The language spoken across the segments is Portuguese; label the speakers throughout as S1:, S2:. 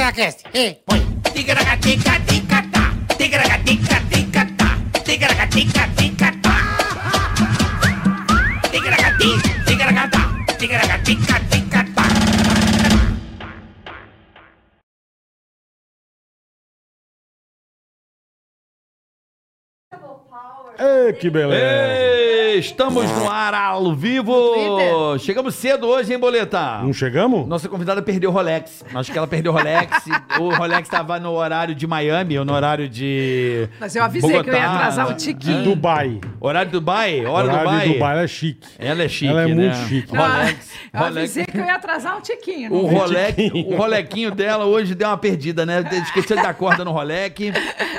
S1: Tigracast. Ei, põe.
S2: Tigracatica, ticatá. Tigracatica, ticatá. Tigracatica, ticatá. Tigracati, tigracatá. Tigracatica, ticatá.
S3: Ei, que beleza.
S4: Ei, É. estamos no ar ao vivo.
S5: Twitter.
S4: Chegamos cedo hoje, hein, Boleta?
S3: Não chegamos?
S4: Nossa convidada perdeu o Rolex. Acho que ela perdeu o Rolex. o Rolex tava no horário de Miami, ou no horário de.
S5: Mas eu avisei que eu ia
S4: Bogotá,
S5: atrasar o
S3: De
S5: tiquinho.
S3: Dubai.
S4: Horário de Dubai? Hora
S3: Horário
S4: é. Dubai.
S3: de Dubai, ela é chique.
S4: Ela é chique,
S3: Ela é
S4: né?
S3: muito chique.
S4: Rolex.
S5: Ah, Eu
S4: Rolex.
S5: avisei que eu ia atrasar o tiquinho.
S3: Um
S4: O
S5: né?
S4: Rolex, o Rolequinho dela hoje deu uma perdida, né? Esqueceu de dar corda no Rolex.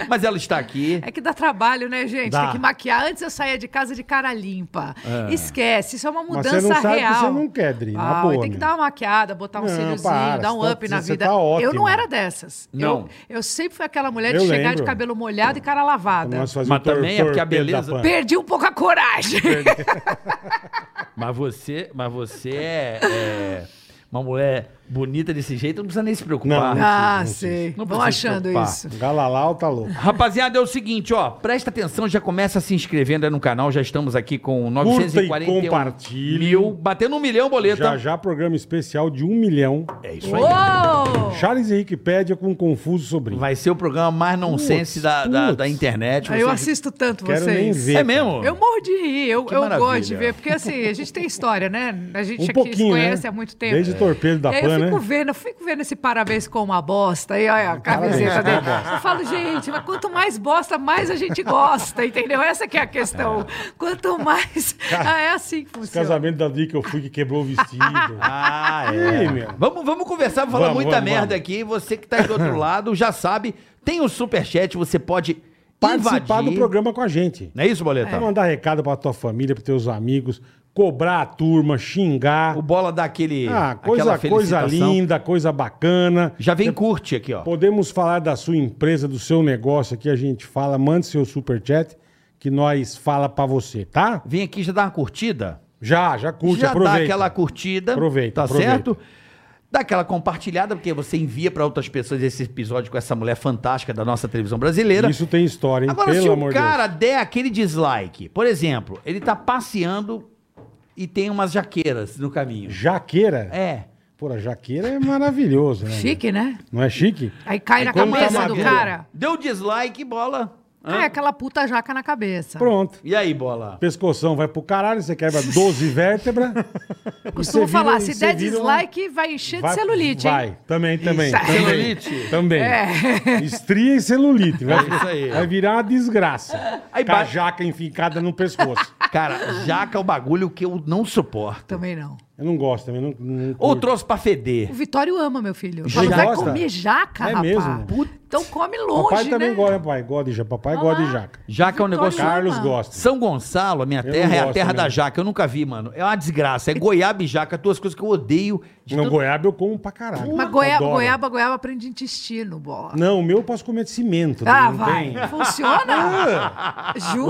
S4: Mas ela está aqui.
S5: É que dá trabalho, né, gente?
S3: Dá.
S5: Tem que maquiar. Antes eu saía de casa de cara limpa. Esquece, isso é uma
S3: Mas
S5: mudança
S3: você não sabe
S5: real.
S3: que você não quer, Dri. Na
S5: Ah,
S3: boa.
S5: tem que
S3: né?
S5: dar uma maquiada, botar um
S3: Não,
S5: cíliozinho,
S3: para,
S5: dar um
S3: você tá-
S5: up na
S3: você
S5: vida.
S3: tá ótima.
S5: eu não era dessas.
S4: Não.
S5: Eu, eu sempre fui aquela mulher de
S3: Eu
S5: chegar
S3: lembro.
S5: de cabelo molhado e cara lavada.
S3: Nós fazemos
S4: Mas também é porque a
S3: torpedo da
S4: beleza-
S3: Pan.
S5: Perdi um pouco a coragem.
S4: Mas você, mas você é, é uma mulher bonita desse jeito, não precisa nem se preocupar.
S3: Não.
S5: ah,
S3: Não
S5: sei.
S4: Não
S5: Vão
S4: precisa se
S5: achando
S4: preocupar.
S5: isso.
S3: Galalau tá louco.
S4: Rapaziada, é o seguinte, ó, presta atenção, já começa se inscrevendo aí no canal, já estamos aqui com
S3: Curta e
S4: 941
S3: compartilhe.
S4: mil, batendo um milhão, boleta.
S3: Já já programa especial de um milhão.
S4: É isso aí.
S5: Uou!
S3: Charles Henrique Pédia com um confuso sobrinho.
S4: Vai ser o programa mais nonsense da, da,
S3: putz.
S4: da internet.
S5: Eu
S4: Você-
S5: assisto tanto
S3: Quero
S5: vocês.
S3: nem ver.
S4: É mesmo?
S5: Eu morro de rir, eu,
S4: Que
S5: eu
S4: maravilha.
S5: gosto de ver, porque assim, a gente tem história, né? A gente
S3: Um
S5: aqui se
S3: pouquinho,
S5: conhece
S3: né?
S5: há muito tempo.
S3: Desde Torpedo da
S5: E aí
S3: Pan,
S5: eu fico
S3: né?
S5: vendo, eu fico vendo esse parabéns com uma bosta, aí olha a camiseta dele. Eu falo, gente, mas quanto mais bosta, mais a gente gosta, entendeu? Essa que é a questão. Quanto mais. Ah, é assim que funciona.
S3: Casamento da Dri que eu fui que quebrou o vestido.
S4: Ah, é.
S3: Ih, meu.
S4: Vamos, vamos conversar, vou falar
S3: Vamos,
S4: muita
S3: vamos,
S4: merda
S3: vamos.
S4: aqui. Você que tá aí do outro lado já sabe, tem o superchat, você pode
S3: Participar
S4: invadir.
S3: do programa com a gente.
S4: Não é isso, Boleta?
S3: Pra mandar recado pra tua família, pros teus amigos, cobrar a turma, xingar.
S4: O bola dá aquele,
S3: Ah,
S4: aquela
S3: coisa, coisa
S4: felicitação.
S3: linda, coisa bacana.
S4: Já vem curte aqui, ó.
S3: Podemos falar da sua empresa, do seu negócio aqui, a gente fala. Mande seu superchat que nós fala pra você, tá?
S4: Vem aqui já dá uma curtida.
S3: Já, já curte,
S4: já
S3: aproveita.
S4: dá aquela curtida.
S3: Aproveita,
S4: Tá
S3: aproveita.
S4: certo? Dá aquela compartilhada, porque você envia pra outras pessoas esse episódio com essa mulher fantástica da nossa televisão brasileira.
S3: Isso tem história, hein?
S4: Agora,
S3: Pelo
S4: se
S3: amor de
S4: o
S3: Deus.
S4: cara der aquele dislike, por exemplo, ele tá passeando e tem umas jaqueiras no caminho.
S3: Jaqueira?
S4: É.
S3: Pô, a jaqueira é maravilhoso, né?
S5: Chique, né?
S3: Não é chique?
S5: Aí cai na
S3: quando tá
S5: cabeça do
S3: maduro.
S5: cara.
S4: Deu dislike, bola.
S5: Ah, é aquela puta jaca na cabeça.
S3: Pronto.
S4: E aí, bola?
S3: Pescoção vai pro caralho, você quebra 12 vértebras.
S5: Eu costumo
S3: um-
S5: falar, se der dislike, vai encher de celulite, hein?
S3: Vai, também, também.
S5: Isso. É.
S3: também,
S4: Celulite?
S3: Também. Estria e celulite. Vai,
S4: É isso aí.
S3: vai virar uma desgraça.
S4: Aí
S3: Com a
S4: ba-
S3: jaca enfincada no pescoço.
S4: Cara, jaca é o bagulho que eu não suporto.
S5: Também não.
S3: Eu não gosto também. Não, não
S4: Ou
S3: curto.
S4: trouxe pra feder.
S5: O Vitório ama, meu filho. Eu
S3: Já
S5: falo, vai
S3: gosta?
S5: comer jaca,
S3: É
S5: rapaz.
S3: mesmo?
S5: Puta. Então come longe,
S3: Papai
S5: né?
S3: também gosta, papai. Gosta de jaca. Papai gosta de
S5: lá.
S3: jaca.
S4: Jaca é um
S5: Vitória
S4: negócio.
S5: ama.
S3: Carlos gosta.
S4: São Gonçalo, a minha
S3: Eu
S4: terra,
S3: não
S4: é a
S3: gosto
S4: terra da
S3: mesmo.
S4: jaca. Eu nunca vi, mano. É uma desgraça. É goiaba e jaca, duas coisas que eu odeio. de
S3: Não,
S4: tudo.
S3: goiaba eu como pra caralho.
S5: Mas goiaba,
S3: Adoro.
S5: goiaba, goiaba prende intestino, bola.
S3: Não, o meu eu posso comer de cimento. né?
S5: ah,
S3: não
S5: vai. Ah,
S3: tem- O meu é uma
S5: Funciona?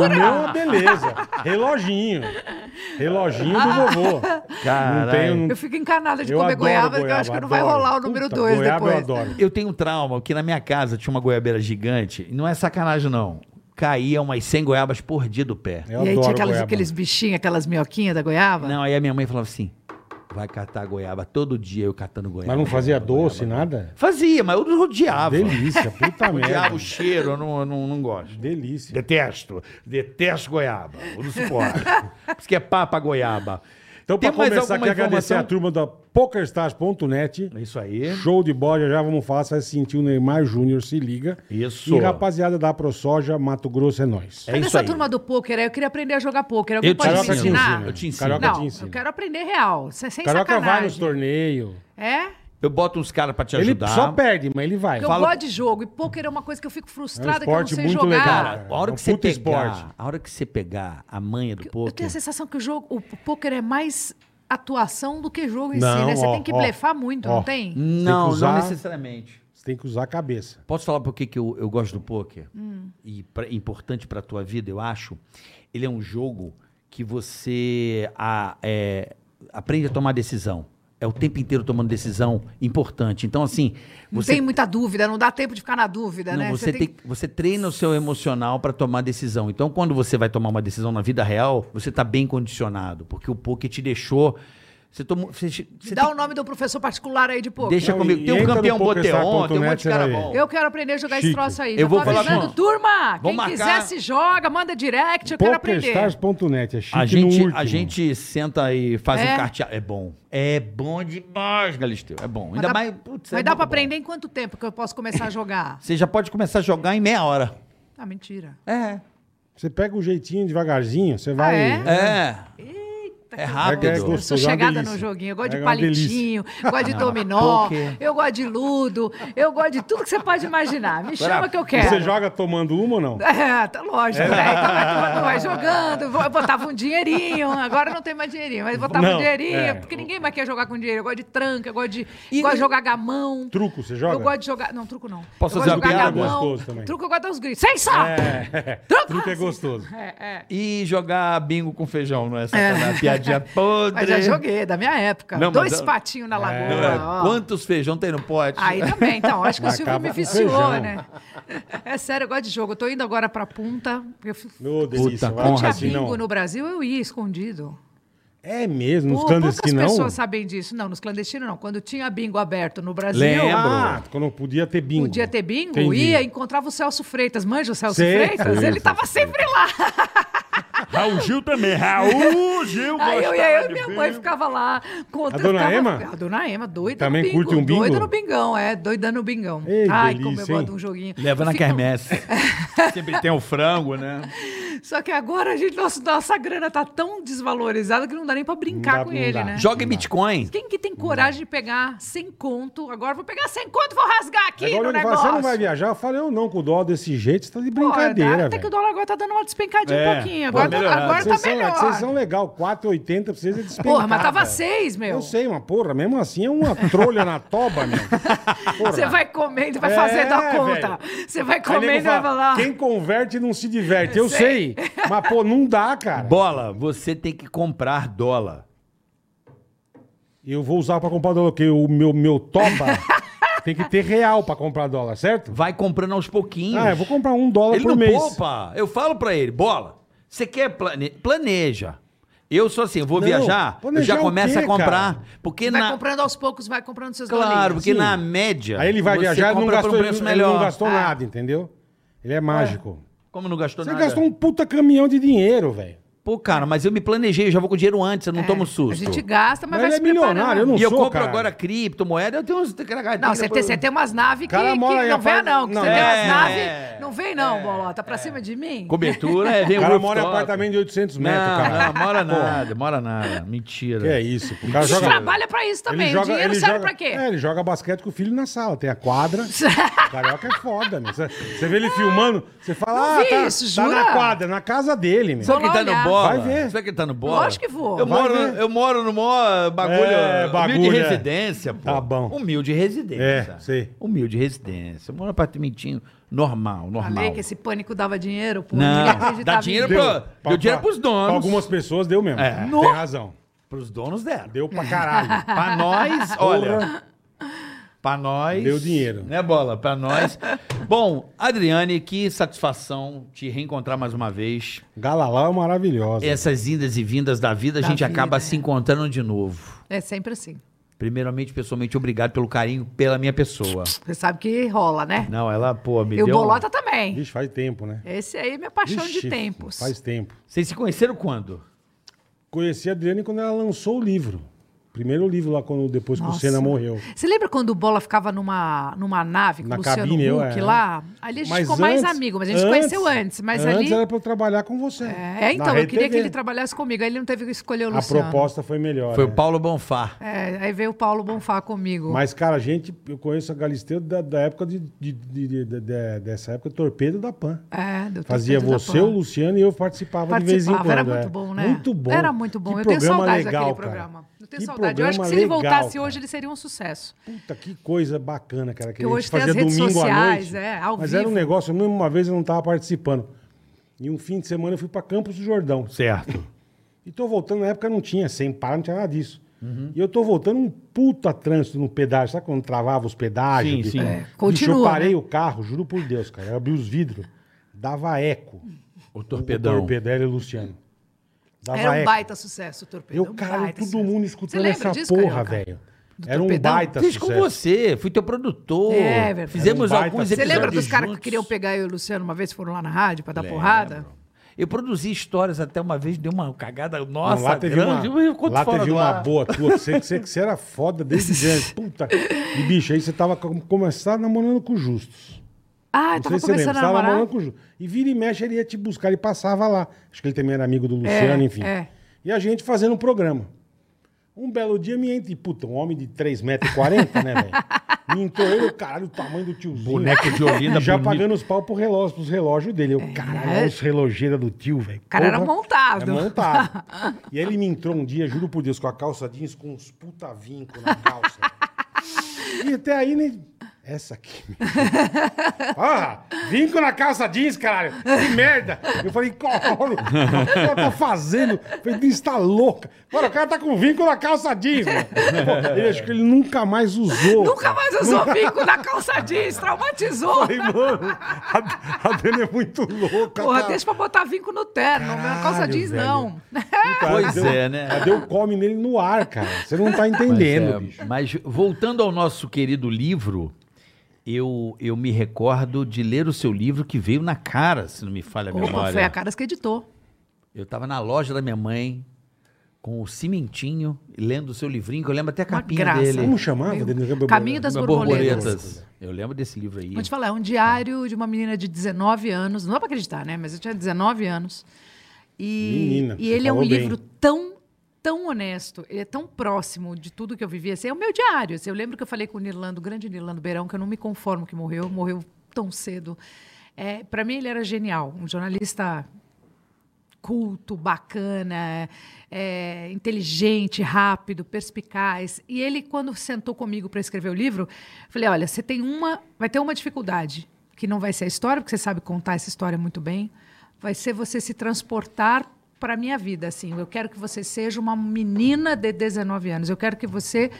S5: Jura?
S3: beleza. Reloginho. Reloginho do vovô.
S4: Caralho.
S3: Não tenho, não...
S5: Eu fico encanada de
S3: eu
S5: comer
S3: adoro
S5: goiaba, porque eu acho que não vai
S3: adoro.
S5: rolar o número
S3: Puta,
S5: 2
S3: goiaba
S5: depois.
S3: eu adoro.
S4: Eu tenho um trauma que na minha casa tinha uma goiabeira gigante. E não é sacanagem, não. Caía umas 100 goiabas por dia do pé.
S3: Eu
S5: e aí tinha
S3: adoro
S5: aquelas,
S3: goiaba.
S5: aqueles bichinhos, aquelas minhoquinhas da
S3: É.
S5: goiaba?
S4: Não, aí a minha mãe falava assim: vai catar goiaba. Todo dia eu catando goiaba.
S3: Mas não fazia
S4: goiaba,
S3: doce,
S4: goiaba.
S3: nada?
S4: Fazia, mas eu odiava.
S3: Delícia, puta merda.
S4: Odiava o cheiro, eu não, eu não, não gosto.
S3: Delícia.
S4: Detesto. Detesto goiaba. Eu não suporto. Por isso que é papa goiaba.
S3: Então, pra
S4: Tem mais
S3: começar aqui,
S4: alguma
S3: agradecer
S4: informação?
S3: a turma da PokerStars.net.
S4: É Isso aí.
S3: Show de bola, já já vamos falar, você vai sentir o Neymar Júnior, se liga.
S4: Isso.
S3: E rapaziada da ProSoja, Mato Grosso é nós.
S4: É isso
S5: Nessa
S4: aí.
S5: turma do pôquer, aí eu queria aprender a jogar pôquer. Alguém
S4: Eu te
S5: pode me
S4: ensino.
S5: ensinar?
S4: Eu te ensino.
S3: Carioca te
S5: Não,
S3: ensina.
S5: eu quero aprender real. é Sem sem
S3: Carioca vai nos
S5: sacanagem.
S3: torneios.
S5: É?
S4: Eu boto uns caras pra te
S3: Ele
S4: ajudar.
S3: só perde, mas ele vai.
S5: Porque eu gosto de jogo. E pôquer é uma coisa que eu fico frustrada que eu não
S3: um esporte
S5: sei
S3: muito
S5: jogar.
S3: legal,
S4: Cara, a hora
S3: É um
S4: que você
S3: puta
S4: pegar,
S3: esporte.
S4: a hora que você pegar a manha do
S5: Eu tenho
S4: poker,
S5: a sensação que o jogo, o pôquer é mais atuação do que jogo em si,
S3: Não,
S5: né? Você
S3: ó,
S5: tem que
S3: ó,
S5: blefar muito,
S3: ó.
S5: não
S4: Hum,
S5: tem?
S4: não,
S3: usar-
S4: não necessariamente.
S3: Você tem que usar a cabeça.
S4: Posso falar por que que eu, eu gosto do poker?
S5: Hum.
S4: E pra- importante pra tua vida, eu acho. Ele é um jogo que você a- é, aprende a tomar decisão. é o tempo inteiro tomando decisão importante. Então, assim,
S5: Não
S4: você
S5: tem muita dúvida, não dá tempo de ficar na dúvida,
S4: não,
S5: né?
S4: você, tem... você treina o seu emocional para tomar decisão. Então, quando você vai tomar uma decisão na vida real, você tá bem condicionado, porque o poker te deixou. Você tomou. Você, você
S5: Dá um
S4: tem-
S5: o nome do professor particular aí de pouco.
S4: deixa
S3: Não,
S4: comigo.
S3: e
S4: Tem um
S3: entra no
S4: campeão
S3: PokerStar.net,
S4: Boteon, tem um monte de cara
S3: aí.
S4: bom.
S5: Eu quero aprender a jogar esse
S3: Chico,
S5: troço aí.
S4: eu
S5: Já
S4: vou
S5: tô
S4: falar com-
S5: avisando. Turma, quem
S4: Vamos marcar-
S5: quiser se joga, manda direct, eu quero aprender.
S3: Pokerstars.net, é chique
S4: A
S3: no
S4: gente,
S3: último.
S4: a gente senta e faz
S5: É?
S4: um carteado. É bom. É bom demais, Galisteu. É bom.
S5: Mas
S4: Ainda
S5: dá-
S4: mais. Putz,
S5: Mas
S4: é
S5: dá
S4: muito
S5: pra
S4: bom.
S5: aprender em quanto tempo que eu posso começar a jogar?
S4: Você já pode começar a jogar em meia hora.
S5: Ah, mentira.
S4: É.
S3: Você pega o jeitinho devagarzinho, você vai.
S5: é?
S4: É.
S5: Eita,
S4: É
S5: que
S4: rápido.
S5: gostoso.
S4: É
S5: Eu
S3: gostoso,
S5: sou
S3: é uma
S5: chegada
S3: delícia.
S5: no joguinho. Eu gosto
S3: É
S5: de
S3: uma delícia.
S5: palitinho, gosto de dominó,
S4: poker.
S5: eu gosto de ludo, eu gosto de tudo que você pode imaginar. Me chama que eu
S3: E
S5: quero.
S3: Você joga tomando uma ou não?
S5: É, tá lógico, né? Então vai, tomando, vai jogando, vo- eu botava um dinheirinho, agora não tem mais dinheirinho, mas botava
S3: Não,
S5: um dinheirinho,
S3: é.
S5: porque ninguém mais quer jogar com dinheiro. Eu gosto de tranca, eu gosto de,
S4: E-
S5: gosto de jogar gamão.
S3: Truco, você joga?
S5: Eu gosto de jogar. Não, truco não.
S4: Posso
S5: eu
S4: fazer
S5: gosto de
S4: uma
S5: jogar
S4: piada?
S5: gamão.
S3: Gostoso também.
S5: Truco eu gosto dos gritos. Sem sal!
S3: É.
S5: Truco!
S3: Truco é gostoso.
S5: É, é.
S4: E jogar bingo com feijão, não é? Sacanagem. Piadinha podre.
S5: Mas já joguei, da minha época.
S4: Não, mas
S5: Dois
S4: eu-
S5: patinhos na lagoa.
S4: É,
S5: ó.
S4: Quantos feijão tem no pote?
S5: Aí também, então. Acho que o
S3: Mas
S5: Silvio
S3: acaba
S5: me
S3: com
S5: viciou,
S3: feijão.
S5: né? É sério, eu gosto de jogo. Eu tô indo agora pra punta. porque Eu fui...
S3: Ô, delícia.
S4: Puta,
S3: vai
S4: honra,
S5: Tinha
S3: pra esquina,
S5: bingo
S3: assim, não.
S5: no Brasil, eu ia escondido.
S3: É mesmo, nos
S5: Pou-
S3: clandestinos
S5: poucas
S3: não?
S5: pessoas sabem disso. Não, nos clandestinos não. Quando tinha bingo aberto no Brasil,
S4: Lembro.
S3: Ah, quando podia ter bingo.
S5: podia ter bingo,
S3: Entendi.
S5: ia, encontrava o Celso Freitas. Manja o Celso
S3: Sei.
S5: Freitas?
S3: Sei,
S5: Ele tava sempre lá.
S4: Raul Gil também. Raul Gil
S5: Aí eu e
S4: gostava
S5: eu e
S4: de
S5: minha
S4: bingo.
S5: mãe ficava lá. Contra,
S3: A dona
S5: ficava-
S3: Ema?
S5: A dona Ema, doida
S3: Também
S5: no bingo.
S3: curte um bingo?
S5: Doida no bingão, é. Doida no bingão.
S3: Ei,
S5: Ai, como eu
S3: delícia,
S5: gosto de
S3: hein?
S5: um joguinho.
S4: Leva na
S5: Fica-
S4: quermesse. Sempre tem o frango, né?
S5: Só que agora a gente, nossa, nossa grana tá tão desvalorizada que não dá nem pra brincar
S3: dá,
S5: com
S3: não
S5: ele,
S3: dá.
S5: né?
S4: Joga em Bitcoin.
S5: Quem que tem coragem de pegar sem conto? Agora vou pegar sem conto e vou rasgar aqui
S3: Agora
S5: no
S3: ele fala,
S5: negócio.
S3: você não vai viajar? Eu falei, eu não, com o dólar desse jeito, você tá de
S5: Pô, dá-
S3: brincadeira,
S5: Até que
S3: velho.
S5: o dólar agora tá dando uma despencadinha
S3: É,
S5: um pouquinho.
S4: pô,
S5: Agora, tá-
S4: melhorado.
S5: agora tá
S3: Vocês são, é
S5: melhor.
S3: que vocês são legal, 4,80 pra vocês é despencar.
S5: Porra, mas tava
S3: velho.
S5: seis, meu.
S3: Eu sei, mas porra, mesmo assim é uma trolha na toba, meu. Porra.
S5: Você vai comendo e vai
S3: É,
S5: fazendo a conta.
S3: velho.
S5: Você vai
S3: Aí nego
S5: comendo e vai
S3: fala,
S5: falar.
S3: Quem converte não se diverte, eu sei.
S5: Sei.
S3: Mas, pô, não dá, cara.
S4: Bola, você tem que comprar dólar.
S3: Eu vou usar pra comprar dólar, porque o meu, meu toba tem que ter real pra comprar dólar, certo?
S4: Vai comprando aos pouquinhos.
S3: Ah, eu vou comprar um dólar
S4: Ele
S3: por
S4: não
S3: mês.
S4: poupa. Eu falo pra ele, bola, você quer plane... planeja. Eu sou assim, eu vou
S3: Não,
S4: viajar, eu
S3: planejar
S4: já
S3: o
S4: começo
S3: quê,
S4: a comprar.
S3: cara?
S4: Porque
S5: Vai
S4: na...
S5: comprando aos poucos, vai comprando seus
S4: Claro,
S5: dólares.
S4: porque
S3: Sim.
S4: na média.
S3: Aí ele vai
S4: você
S3: viajar e não
S4: compra por
S3: gastou,
S4: um
S3: ele,
S4: preço
S3: ele
S4: melhor.
S3: não gastou nada, entendeu? Ele é mágico.
S4: Como não gastou
S3: Você
S4: nada?
S3: gastou um puta caminhão de dinheiro, velho.
S4: Pô, cara, mas eu me planejei, eu já vou com dinheiro antes, eu não tomo
S5: É, A
S4: susto.
S5: gente gasta, mas,
S3: um Mas
S5: vai
S3: ele
S5: se
S3: é milionário,
S5: preparando.
S3: eu não
S4: e eu
S3: sou,
S4: compro
S3: cara.
S4: agora criptomoeda, eu tenho uns.
S5: Não, você tem, você tem umas naves que,
S3: Cara
S5: que
S3: mora aí,
S5: não vem,
S3: rapaz,
S5: não. que
S3: não, É.
S5: você tem
S4: é,
S5: umas naves.
S4: é,
S5: não vem, não, bolota. Pra cima de mim?
S4: Cobertura, é, vem
S3: O
S4: o
S3: cara mora em
S4: rooftop.
S3: apartamento de 800
S4: Não,
S3: metros, cara.
S4: não, mora nada, mora nada. Mentira.
S3: Que é isso, pô. o cara
S5: A gente
S3: joga...
S5: trabalha pra isso também. o dinheiro serve
S3: joga-
S5: pra quê?
S3: É, ele joga basquete com o filho na sala. Tem a quadra. O Carioca é foda, meu. Você- Você vê ele filmando, você fala,
S5: Ah, Não
S3: ah,
S5: vi
S3: tá,
S5: isso,
S3: tá
S5: jura?
S3: na quadra, na casa dele, meu.
S4: Sabe
S5: Vou
S4: quem tá
S5: lá
S4: no
S5: olhar.
S4: bola?
S3: Vai ver.
S4: Sabe quem tá no bola?
S5: Lógico que vou.
S4: Eu
S5: Vai
S4: moro,
S3: ver.
S4: eu moro no maior bagulho.
S3: É, bagulho,
S4: humilde
S3: é.
S4: residência, pô.
S3: Tá bom.
S4: Humilde residência.
S3: É, sei.
S4: Humilde residência. Eu moro num apartamentinho normal, normal.
S5: Falei que esse pânico dava dinheiro, pô. ninguém
S4: Não,
S5: acreditava
S4: dá
S5: em
S4: dinheiro
S5: mim.
S4: pro, deu dinheiro pros donos.
S3: Pra algumas pessoas deu mesmo.
S4: É.
S3: Tem razão.
S4: Pros donos dela.
S3: Deu pra caralho.
S4: Pra nós, olha. Pra nós.
S3: Deu dinheiro.
S4: Né, bola? Pra nós. Bom, Adriane, que satisfação te reencontrar mais uma vez.
S3: Galalau é maravilhosa.
S4: Essas indas e vindas da vida,
S5: Da
S4: a gente acaba
S5: vida,
S4: se
S5: é.
S4: encontrando de novo.
S5: É sempre assim.
S4: Primeiramente, pessoalmente, obrigado pelo carinho pela minha pessoa.
S5: Você sabe que rola, né?
S4: Não, ela, pô, me
S5: E o
S3: um
S4: deu... um-
S5: Bolota também.
S3: Vixe, faz tempo, né?
S5: Esse aí é minha paixão
S3: Vixe,
S5: de tempos.
S3: Faz tempo.
S4: Vocês se conheceram quando?
S3: Conheci a Adriane quando ela lançou o livro. Primeiro livro lá, quando, depois que o
S5: Nossa.
S3: Senna morreu.
S5: Você lembra quando o Bola ficava numa, numa nave com
S3: Na
S5: o Luciano
S3: cabine, eu
S5: Huck
S3: era.
S5: lá? Ali a gente ficou mais amigo, mas a gente se conheceu antes. Mas
S3: antes
S5: ali.
S3: era pra eu trabalhar com você.
S5: É,
S3: na
S5: então, eu
S3: Rede
S5: queria que
S3: TV.
S5: ele trabalhasse comigo. Aí ele não teve que escolher o
S3: A
S5: Luciano.
S3: proposta foi melhor.
S4: Foi
S3: né?
S4: o Paulo Bonfá.
S5: É, aí veio o Paulo Bonfá comigo.
S3: Mas, cara, a gente, eu conheço a Galisteu da, da época de, de- de- de- de- de- dessa época, Torpedo da Pan.
S5: É, do
S3: Fazia
S5: Torpedo da
S3: você,
S5: Pan.
S3: o Luciano e eu participava, de vez em quando.
S5: Participava, era
S3: é.
S5: muito bom, né?
S3: Muito bom.
S5: Era muito bom.
S3: Que
S5: eu tenho
S3: programa
S5: saudade
S3: legal,
S5: daquele
S3: cara.
S5: programa. Eu tenho
S3: Que
S5: saudade. Eu acho
S3: programa
S5: que se ele
S3: legal,
S5: voltasse
S3: cara.
S5: hoje, ele seria um sucesso.
S3: Puta, que coisa bacana, cara. Que
S5: Porque
S3: a
S5: hoje
S3: gente
S5: tem as
S3: fazia
S5: redes
S3: domingo à
S5: sociais,
S3: noite.
S5: é, ao
S3: mas
S5: vivo.
S3: era um negócio, mesmo uma vez eu não tava participando. E um fim de semana eu fui pra Campos do Jordão.
S4: Certo.
S3: E tô voltando, na época não tinha, sem par, não tinha nada disso. E eu tô voltando um puta trânsito no pedágio. Sabe quando travava os pedágios?
S4: Sim,
S3: Bicho?
S4: sim. É,
S3: Bicho, eu
S5: continua, né?
S3: parei o carro, juro por Deus, cara. Eu abri os vidros. Dava eco.
S4: O torpedão.
S3: O torpedão era o Luciano. Dava
S5: Era um
S3: eco.
S5: baita sucesso o Torpedo.
S3: Eu,
S5: um
S3: cara,
S5: baita
S3: todo
S5: sucesso.
S3: mundo
S5: Você
S3: escutando
S5: lembra
S3: essa
S5: disso,
S3: porra,
S5: Carioca?
S3: velho.
S5: Do
S3: Era um
S5: torpedão?
S3: baita
S4: Fiz com
S3: sucesso.
S4: você, fui teu produtor.
S5: É, verdade.
S4: Fizemos
S3: Era um baita
S4: alguns
S3: sucesso.
S5: Você
S4: episódios.
S5: lembra dos caras que
S4: juntos.
S5: queriam pegar eu e o Luciano uma vez, foram lá na rádio pra dar
S4: Lembro.
S5: porrada?
S4: Eu produzi histórias até uma vez, deu uma cagada
S3: Não,
S4: nossa,
S3: lá teve uma,
S4: grande. eu conto
S3: lá
S4: fora
S3: teve
S4: do
S3: uma
S4: ar.
S3: boa tua, que você, que você, que você era foda desde diante. Puta. E, bicho, aí você tava com- começando namorando com o Justus.
S5: Ah, eu
S3: Não
S5: tava
S3: sei se Então você lembra. Você
S5: começando a
S3: tava
S5: namorar.
S3: namorando com o Justus. E vira e mexe, ele ia te buscar, ele passava lá. Acho que ele também era amigo do Luciano,
S5: É,
S3: enfim.
S5: é.
S3: E a gente fazendo um programa. Um belo dia me entra, e, puta, um homem de 3,40m, né, velho? Me entrou ele, o caralho, o tamanho do tiozinho.
S4: Boneco de Olinda,
S3: E já
S4: bonito.
S3: pagando os pau pro relógio, pros relógios dele. Eu, caralho, olha os relogeiros do tio, velho.
S5: É. cara era
S3: Porra.
S5: montado.
S3: É montado. e aí ele me entrou um dia, juro por Deus, com a calça jeans com uns puta vinco na calça. e até aí, né? Essa aqui. Porra, vinco na calça jeans, caralho. Que merda. Eu falei, caralho, o que ela tá fazendo? Eu falei, "Diz, tá louca. Mano, o cara tá com vinco na calça jeans. mano." Pô, Ele acho que ele nunca mais usou.
S5: Nunca mais usou vinco na calça jeans, traumatizou.
S3: Falei, mano, a, a Dani é muito louca. tá?
S5: Porra,
S3: cara.
S5: deixa pra botar vinco no terno, na calça
S3: Caralho,
S5: jeans
S3: velho.
S5: não.
S3: Puta,
S4: Pois
S3: deu-
S4: é, né?
S3: Ela deu come nele no ar, cara. Você não tá entendendo,
S4: É,
S3: bicho.
S4: mas voltando ao nosso querido livro, eu, eu me recordo de ler o seu livro que veio na cara, se não me falha a
S5: Opa,
S4: memória.
S5: foi a Caras que editou.
S4: Eu tava na loja da minha mãe, com o cimentinho, lendo o seu livrinho, que eu lembro até a
S5: Uma
S4: capinha
S5: graça.
S4: dele.
S3: Como chamava?
S5: Meu,
S3: Daniel?
S5: Caminho das
S4: Uma
S5: Borboletas.
S4: Eu lembro desse livro aí.
S5: Vou te falar, é um diário de uma menina de 19 anos. Não dá pra acreditar, né? Mas eu tinha 19 anos. E,
S3: Menina,
S5: e
S3: você
S5: ele é um
S3: falou bem.
S5: livro tão, tão honesto. Ele é tão próximo de tudo que eu vivi. Assim, é o meu diário. Assim, eu lembro que eu falei com o Nirlando, o grande Nirlando Beirão, que eu não me conformo que morreu. Morreu tão cedo. É, para mim, ele era genial. Um jornalista culto, bacana, é, inteligente, rápido, perspicaz. E ele, quando sentou comigo para escrever o livro, eu falei: olha, você tem uma, vai ter uma dificuldade que não vai ser a história, porque você sabe contar essa história muito bem. Vai ser você se transportar para a minha vida. Assim, eu quero que você seja uma menina de 19 anos. Eu quero que você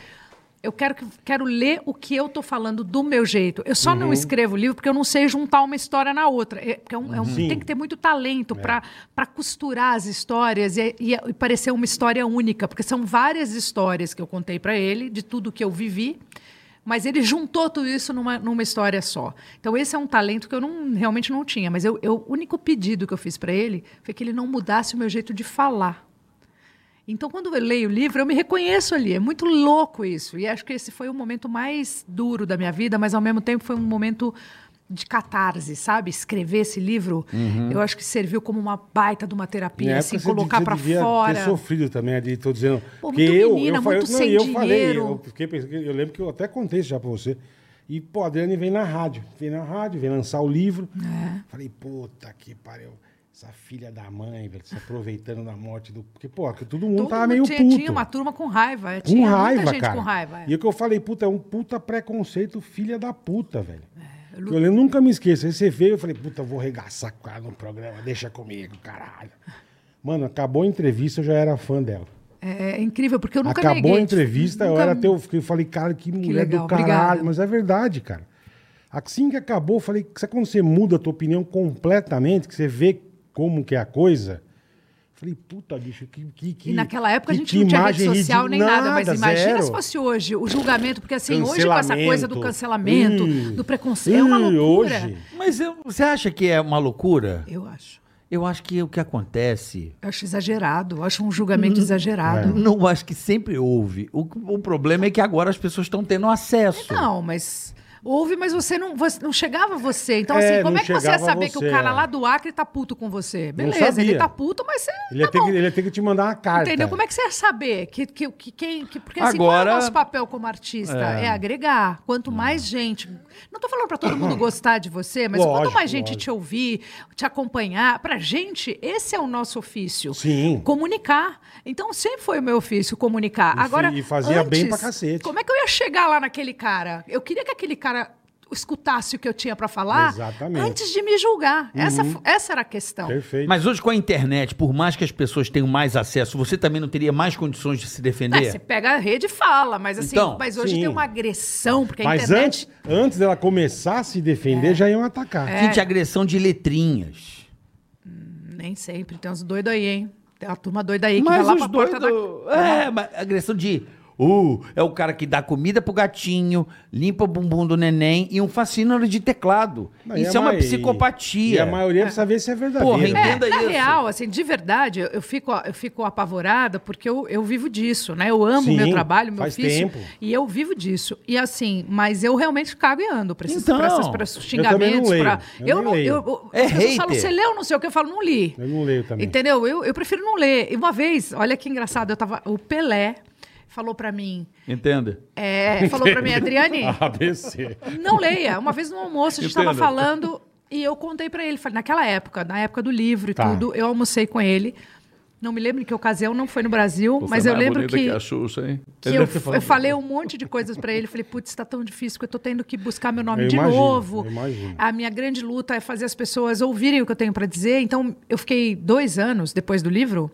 S5: eu quero, que- quero ler o que eu estou falando do meu jeito. Eu só não escrevo livro porque eu não sei juntar uma história na outra. É- porque é um- é um-
S3: Sim.
S5: tem que ter muito talento para para costurar as histórias e, e- e parecer uma história única, porque são várias histórias que eu contei para ele, de tudo que eu vivi. Mas ele juntou tudo isso numa, numa história só. Então, esse é um talento que eu não, realmente não tinha. Mas eu, eu- o único pedido que eu fiz para ele foi que ele não mudasse o meu jeito de falar. Então, quando eu leio o livro, eu me reconheço ali. É muito louco isso. E acho que esse foi o momento mais duro da minha vida, mas ao mesmo tempo foi um momento de catarse, sabe? Escrever esse livro, eu acho que serviu como uma baita de uma terapia,
S3: Uhum. Na
S5: assim,
S3: época, você
S5: colocar
S3: devia-
S5: para
S3: devia ter
S5: fora.
S3: sofrido também, ali, tô dizendo.
S5: Pô,
S3: Porque
S5: muito
S3: eu,
S5: menina,
S3: eu falei,
S5: muito
S3: não,
S5: sem
S3: eu falei,
S5: dinheiro.
S3: eu fiquei pensando, eu lembro que eu até contei isso já pra você. E, pô, a Adriane vem na rádio, vem na rádio, vem lançar o livro.
S5: É.
S3: Falei, puta que pariu. Essa filha da mãe, velho, se aproveitando da morte do. Porque, pô, que todo mundo
S5: Todo
S3: tava
S5: mundo
S3: meio
S5: tinha,
S3: puto.
S5: tinha uma turma com raiva. é,
S3: Com
S5: tinha
S3: raiva,
S5: muita gente
S3: cara.
S5: com raiva. é.
S3: E o que eu falei, puta, é um puta preconceito, filha da puta, velho.
S5: eu
S3: eu, lembro, nunca me esqueço. Aí você veio, eu falei, puta, eu vou regaçar com ela no programa, deixa comigo, caralho. Mano, acabou a entrevista, eu já era fã dela.
S5: É, incrível, porque eu nunca
S3: acabou
S5: neguei. tipo,
S3: a entrevista,
S5: nunca-
S3: eu era teu. Eu falei, cara, que mulher
S5: legal,
S3: do caralho.
S5: obrigada.
S3: Mas é verdade, cara. Assim que acabou, eu falei, sabe quando você muda a tua opinião completamente, que você vê como que é a coisa? Eu Falei, puta, bicho, que. que, que
S5: E naquela época a
S3: que-
S5: gente
S3: que
S5: não tinha rede
S3: imagem
S5: social nem
S3: ridícula.
S5: nada, mas imagina
S3: zero.
S5: se fosse hoje o julgamento, porque assim, hoje com essa coisa do cancelamento,
S3: Ih,
S5: do preconceito, é uma
S3: ih,
S5: loucura. Tá
S3: Hoje,
S4: Mas eu- você acha que é uma loucura?
S5: Eu acho.
S4: Eu acho que o que acontece
S5: Eu acho exagerado, eu acho um
S3: Hum,
S5: julgamento exagerado.
S4: Não, acho que sempre houve. O, o problema é que agora as pessoas estão tendo
S3: é.
S4: acesso.
S5: Não, mas houve, mas você não, você- não chegava a você. Então,
S3: É,
S5: assim, como
S3: não
S5: é que você ia
S3: chegava a
S5: saber que
S3: você,
S5: o cara
S3: é.
S5: lá do Acre tá puto com você?
S3: Não
S5: Beleza, ele
S3: sabia.
S5: tá puto, mas você.
S3: ele, ia
S5: tá
S3: ter que,
S5: bom.
S3: ele ia ter que te mandar uma carta.
S5: Entendeu? Como é que você ia saber? Que, que, que, quem- que- porque assim, qual é
S4: Agora-
S5: o nosso papel como artista? É, agregar. Quanto mais gente. Não tô falando para todo mundo gostar de você, mas
S3: Lógico,
S5: quanto mais gente
S3: lógico.
S5: te ouvir, te acompanhar, pra gente, esse é o nosso ofício.
S3: Sim.
S5: Comunicar. Então sempre foi o meu ofício comunicar.
S3: E fi-
S5: Agora
S3: e fazia bem
S5: antes,
S3: pra cacete.
S5: Como é que eu ia chegar lá naquele cara? Eu queria que aquele cara escutasse o que eu tinha para falar
S3: Exatamente. Uhum.
S5: antes de me julgar. Essa, fo- essa era a questão.
S3: Perfeito.
S4: Mas hoje com a internet, por mais que as pessoas tenham mais acesso, você também não teria mais condições de se
S5: Ah,
S4: defender?
S5: você pega a rede e fala, mas assim,
S4: Então,
S5: mas hoje
S3: sim.
S5: tem uma agressão, porque a
S3: Mas
S5: internet. É.
S3: antes, antes dela começar a se defender, já iam atacar.
S4: Gente, agressão de letrinhas.
S5: Nem sempre, tem uns doidos aí, hein? Tem uma turma doida aí que vai
S4: Mas
S5: lá
S4: os
S5: pra porta da.
S4: doido... É, mas agressão de... Uh, é o cara que dá comida pro gatinho, limpa o bumbum do neném e um fascínio de teclado.
S3: Não, e
S4: Isso
S3: a
S4: é uma
S3: ma-
S4: psicopatia.
S3: E a maioria precisa ver se é verdadeiro.
S4: Porra,
S5: É,
S4: entenda
S5: na
S4: isso.
S5: real, assim, de verdade, eu- eu fico, eu fico apavorada porque eu, eu vivo disso, né? Eu amo o
S3: Sim,
S5: meu trabalho, meu
S3: faz
S5: ofício.
S3: tempo.
S5: E eu vivo disso. E assim, mas eu realmente cago e ando pra esses,
S4: Então,
S5: pra essas, pra esses
S3: eu também não
S5: xingamentos.
S3: leio,
S5: pra-
S3: eu
S5: Eu
S3: nem
S5: não.
S3: leio.
S5: eu-
S4: É
S5: as pessoas falam,
S4: hater.
S5: você leu não sei o que? Eu falo, não li.
S3: Eu não leio também.
S5: Entendeu? Eu, eu prefiro não ler. E uma vez, olha que engraçado, eu tava. O Pelé falou pra mim.
S4: Entenda.
S5: é, falou pra mim, Adriane,
S3: ABC.
S5: não leia. é Uma vez no almoço, a gente
S4: Entendo.
S5: estava falando e eu contei pra ele. Falei, naquela época, na época do livro e
S3: Tá.
S5: tudo, eu almocei com ele. Não me lembro em que ocasião, não foi no Brasil, mas eu lembro que,
S1: a Xuxa, hein?
S5: que eu, eu falei um monte de coisas pra ele. Falei, putz, tá tão difícil que eu tô tendo que buscar meu nome
S3: Eu
S5: de
S3: imagino,
S5: novo.
S3: eu imagino.
S5: A minha grande luta é fazer as pessoas ouvirem o que eu tenho pra dizer. Então, eu fiquei dois anos depois do livro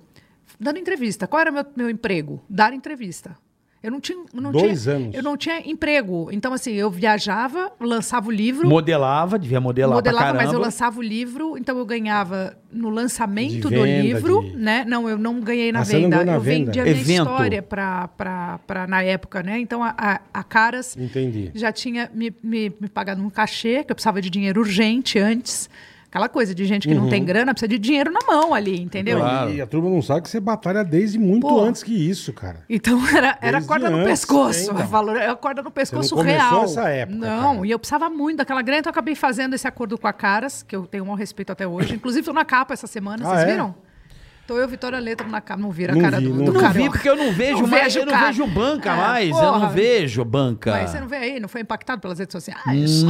S5: dando entrevista. Qual era meu, meu emprego? Dar entrevista. Eu não tinha. eu Não
S3: Dois
S5: tinha,
S3: anos.
S5: Eu não tinha emprego. Então, assim, eu viajava, lançava o livro.
S4: Modelava, devia modelar pra
S5: Modelava,
S4: caramba.
S5: mas eu lançava o livro, então eu ganhava no lançamento
S3: De
S5: do
S3: venda,
S5: livro,
S3: de-
S5: né? Não, eu não ganhei na
S3: Ah, você não
S5: venda.
S3: ganhou na
S5: eu
S3: venda?
S5: vendia a minha
S4: Evento.
S5: história pra, pra, pra, na época, né? Então a, a, a Caras
S3: Entendi.
S5: já tinha me, me, me pagado um cachê, que eu precisava de dinheiro urgente antes. Aquela coisa de gente que não
S3: Uhum.
S5: tem grana, precisa de dinheiro na mão ali, entendeu?
S3: E a turma não sabe que você batalha desde muito
S5: Pô.
S3: antes que isso, cara.
S5: Então era, era
S3: Desde
S5: corda no
S3: antes,
S5: pescoço.
S3: né, então?
S5: valor, era corda no pescoço
S3: não começou
S5: real.
S3: essa época,
S5: não,
S3: cara.
S5: e eu precisava muito daquela grana, então eu acabei fazendo esse acordo com a Caras, que eu tenho um maior respeito até hoje. Inclusive, estou na capa essa semana,
S3: Ah,
S5: vocês
S3: é?
S5: viram? Tô eu, Vitória Letra, na capa. Não viram
S3: Não
S5: a cara
S3: vi,
S5: do,
S3: não
S5: do
S3: vi.
S4: Não
S5: Carioca.
S4: vi porque eu não vejo mais, eu não
S5: cara.
S4: vejo banca
S5: É,
S4: mais, eu
S5: porra.
S4: não vejo banca.
S5: Mas você não vê aí, não foi impactado pelas redes sociais?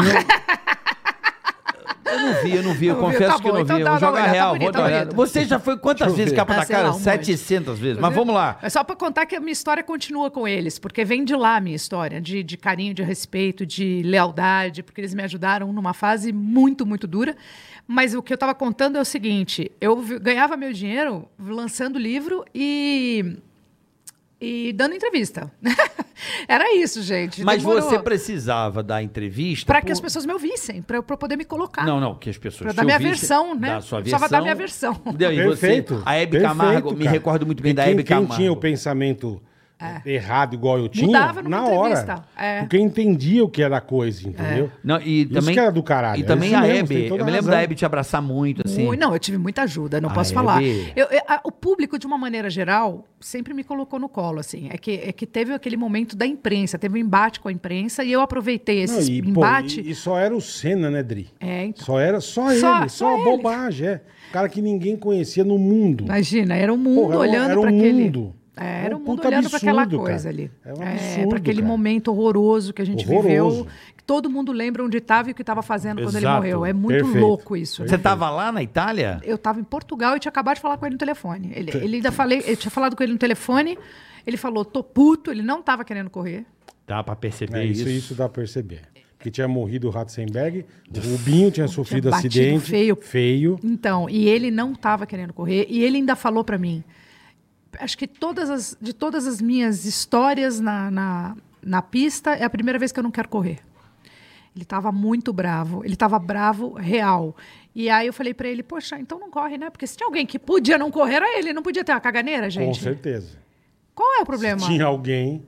S4: Eu não vi, eu não vi, eu
S5: Não viu?
S4: confesso
S5: Tá
S4: que eu
S5: bom,
S4: não
S5: então
S4: vi.
S5: dá
S4: Eu
S5: uma
S4: jogo a
S5: olhada, tá
S4: real,
S5: bonito,
S4: vou dar
S5: tá
S4: uma olhada.
S5: bonito.
S4: Você já foi quantas vezes capa
S5: Ah,
S4: da
S5: sei lá,
S4: cara?
S5: um monte.
S4: 700 vezes. Mas vamos lá.
S5: É só pra contar que a minha história continua com eles, porque vem de lá a minha história, de, de carinho, de respeito, de lealdade, porque eles me ajudaram numa fase muito, muito dura. Mas o que eu tava contando é o seguinte: eu vi- ganhava meu dinheiro lançando livro e. E dando entrevista. Era isso, gente.
S4: Mas
S5: Demorou.
S4: você tipo precisava da entrevista.
S5: Pra que as
S4: por-
S5: pessoas me ouvissem, pra eu pra eu poder me colocar.
S4: Não, não, que as pessoas.
S5: Tá? Pra
S4: se
S5: dar minha
S4: ouvissem-
S5: versão, né?
S4: Da sua versão.
S5: Só pra dar minha versão.
S4: Entendeu? E você- a Hebe Camargo, me
S3: cara.
S4: recordo muito bem
S3: E
S4: da
S3: quem-
S4: Hebe Camargo.
S3: Quem tinha o pensamento eh, errado igual eu tinha,
S5: É. Mudava numa
S3: na hora.
S5: entrevista, é.
S3: Porque entendia o que era a coisa, entendeu?
S4: Não, e
S3: Isso
S4: também,
S3: que era do caralho,
S4: E
S3: é
S4: também
S3: isso
S4: a
S3: mesmo,
S4: Hebe.
S3: tem
S4: Eu
S3: toda
S4: me lembro
S3: razão.
S4: da Hebe te abraçar muito, assim.
S5: Mui- não, eu tive muita ajuda, não
S4: Ah,
S5: posso
S4: é,
S5: falar.
S4: Bi?
S5: Eu- eu- a- o público, de uma maneira geral, sempre me colocou no colo, assim. É que, é que teve aquele momento da imprensa, teve um embate com a imprensa, e eu aproveitei esse
S3: Não, e, pô,
S5: embate.
S3: e, e só era o Senna, né, Dri?
S5: É, então.
S3: Só era só,
S5: Só-
S3: ele, só
S5: só
S3: a
S5: ele.
S3: bobagem, é. O cara que ninguém conhecia no mundo.
S5: Imagina, era o mundo
S3: Porra, era um- era
S5: olhando
S3: um
S5: para aquele.
S3: mundo.
S5: É,
S3: É um
S5: era o mundo
S3: puta
S5: olhando para aquela
S3: absurdo,
S5: coisa
S3: cara.
S5: ali.
S3: É um
S5: para
S3: absurdo,
S5: aquele
S3: cara.
S5: momento horroroso que a gente
S3: Horroroso.
S5: viveu, que todo mundo lembra onde estava e o que estava fazendo quando ele
S4: Exato.
S5: morreu. É muito
S3: Perfeito.
S5: louco isso.
S4: Você tava lá na Itália?
S5: eu estava em Portugal e tinha acabado de falar com ele no telefone. Ele, ele ainda falei, eu tinha falado com ele no telefone. Ele falou, tô puto, ele não estava querendo correr.
S4: Dá pra perceber
S3: É, isso,
S4: isso.
S3: isso dá pra perceber. Porque tinha morrido o Ratzenberg, o Rubinho tinha sofrido
S5: batido
S3: acidente.
S5: feio.
S3: Feio.
S5: Então, e ele não estava querendo correr. E ele ainda falou para mim, acho que todas as, de todas as minhas histórias na, na, na pista, é a primeira vez que eu não quero correr. Ele estava muito bravo, ele estava bravo real. E aí eu falei para ele, poxa, então não corre, né? Porque se tinha alguém que podia não correr, era ele. Não podia ter uma caganeira,
S3: Com
S5: gente.
S3: certeza.
S5: Qual é o problema?
S3: Tinha alguém.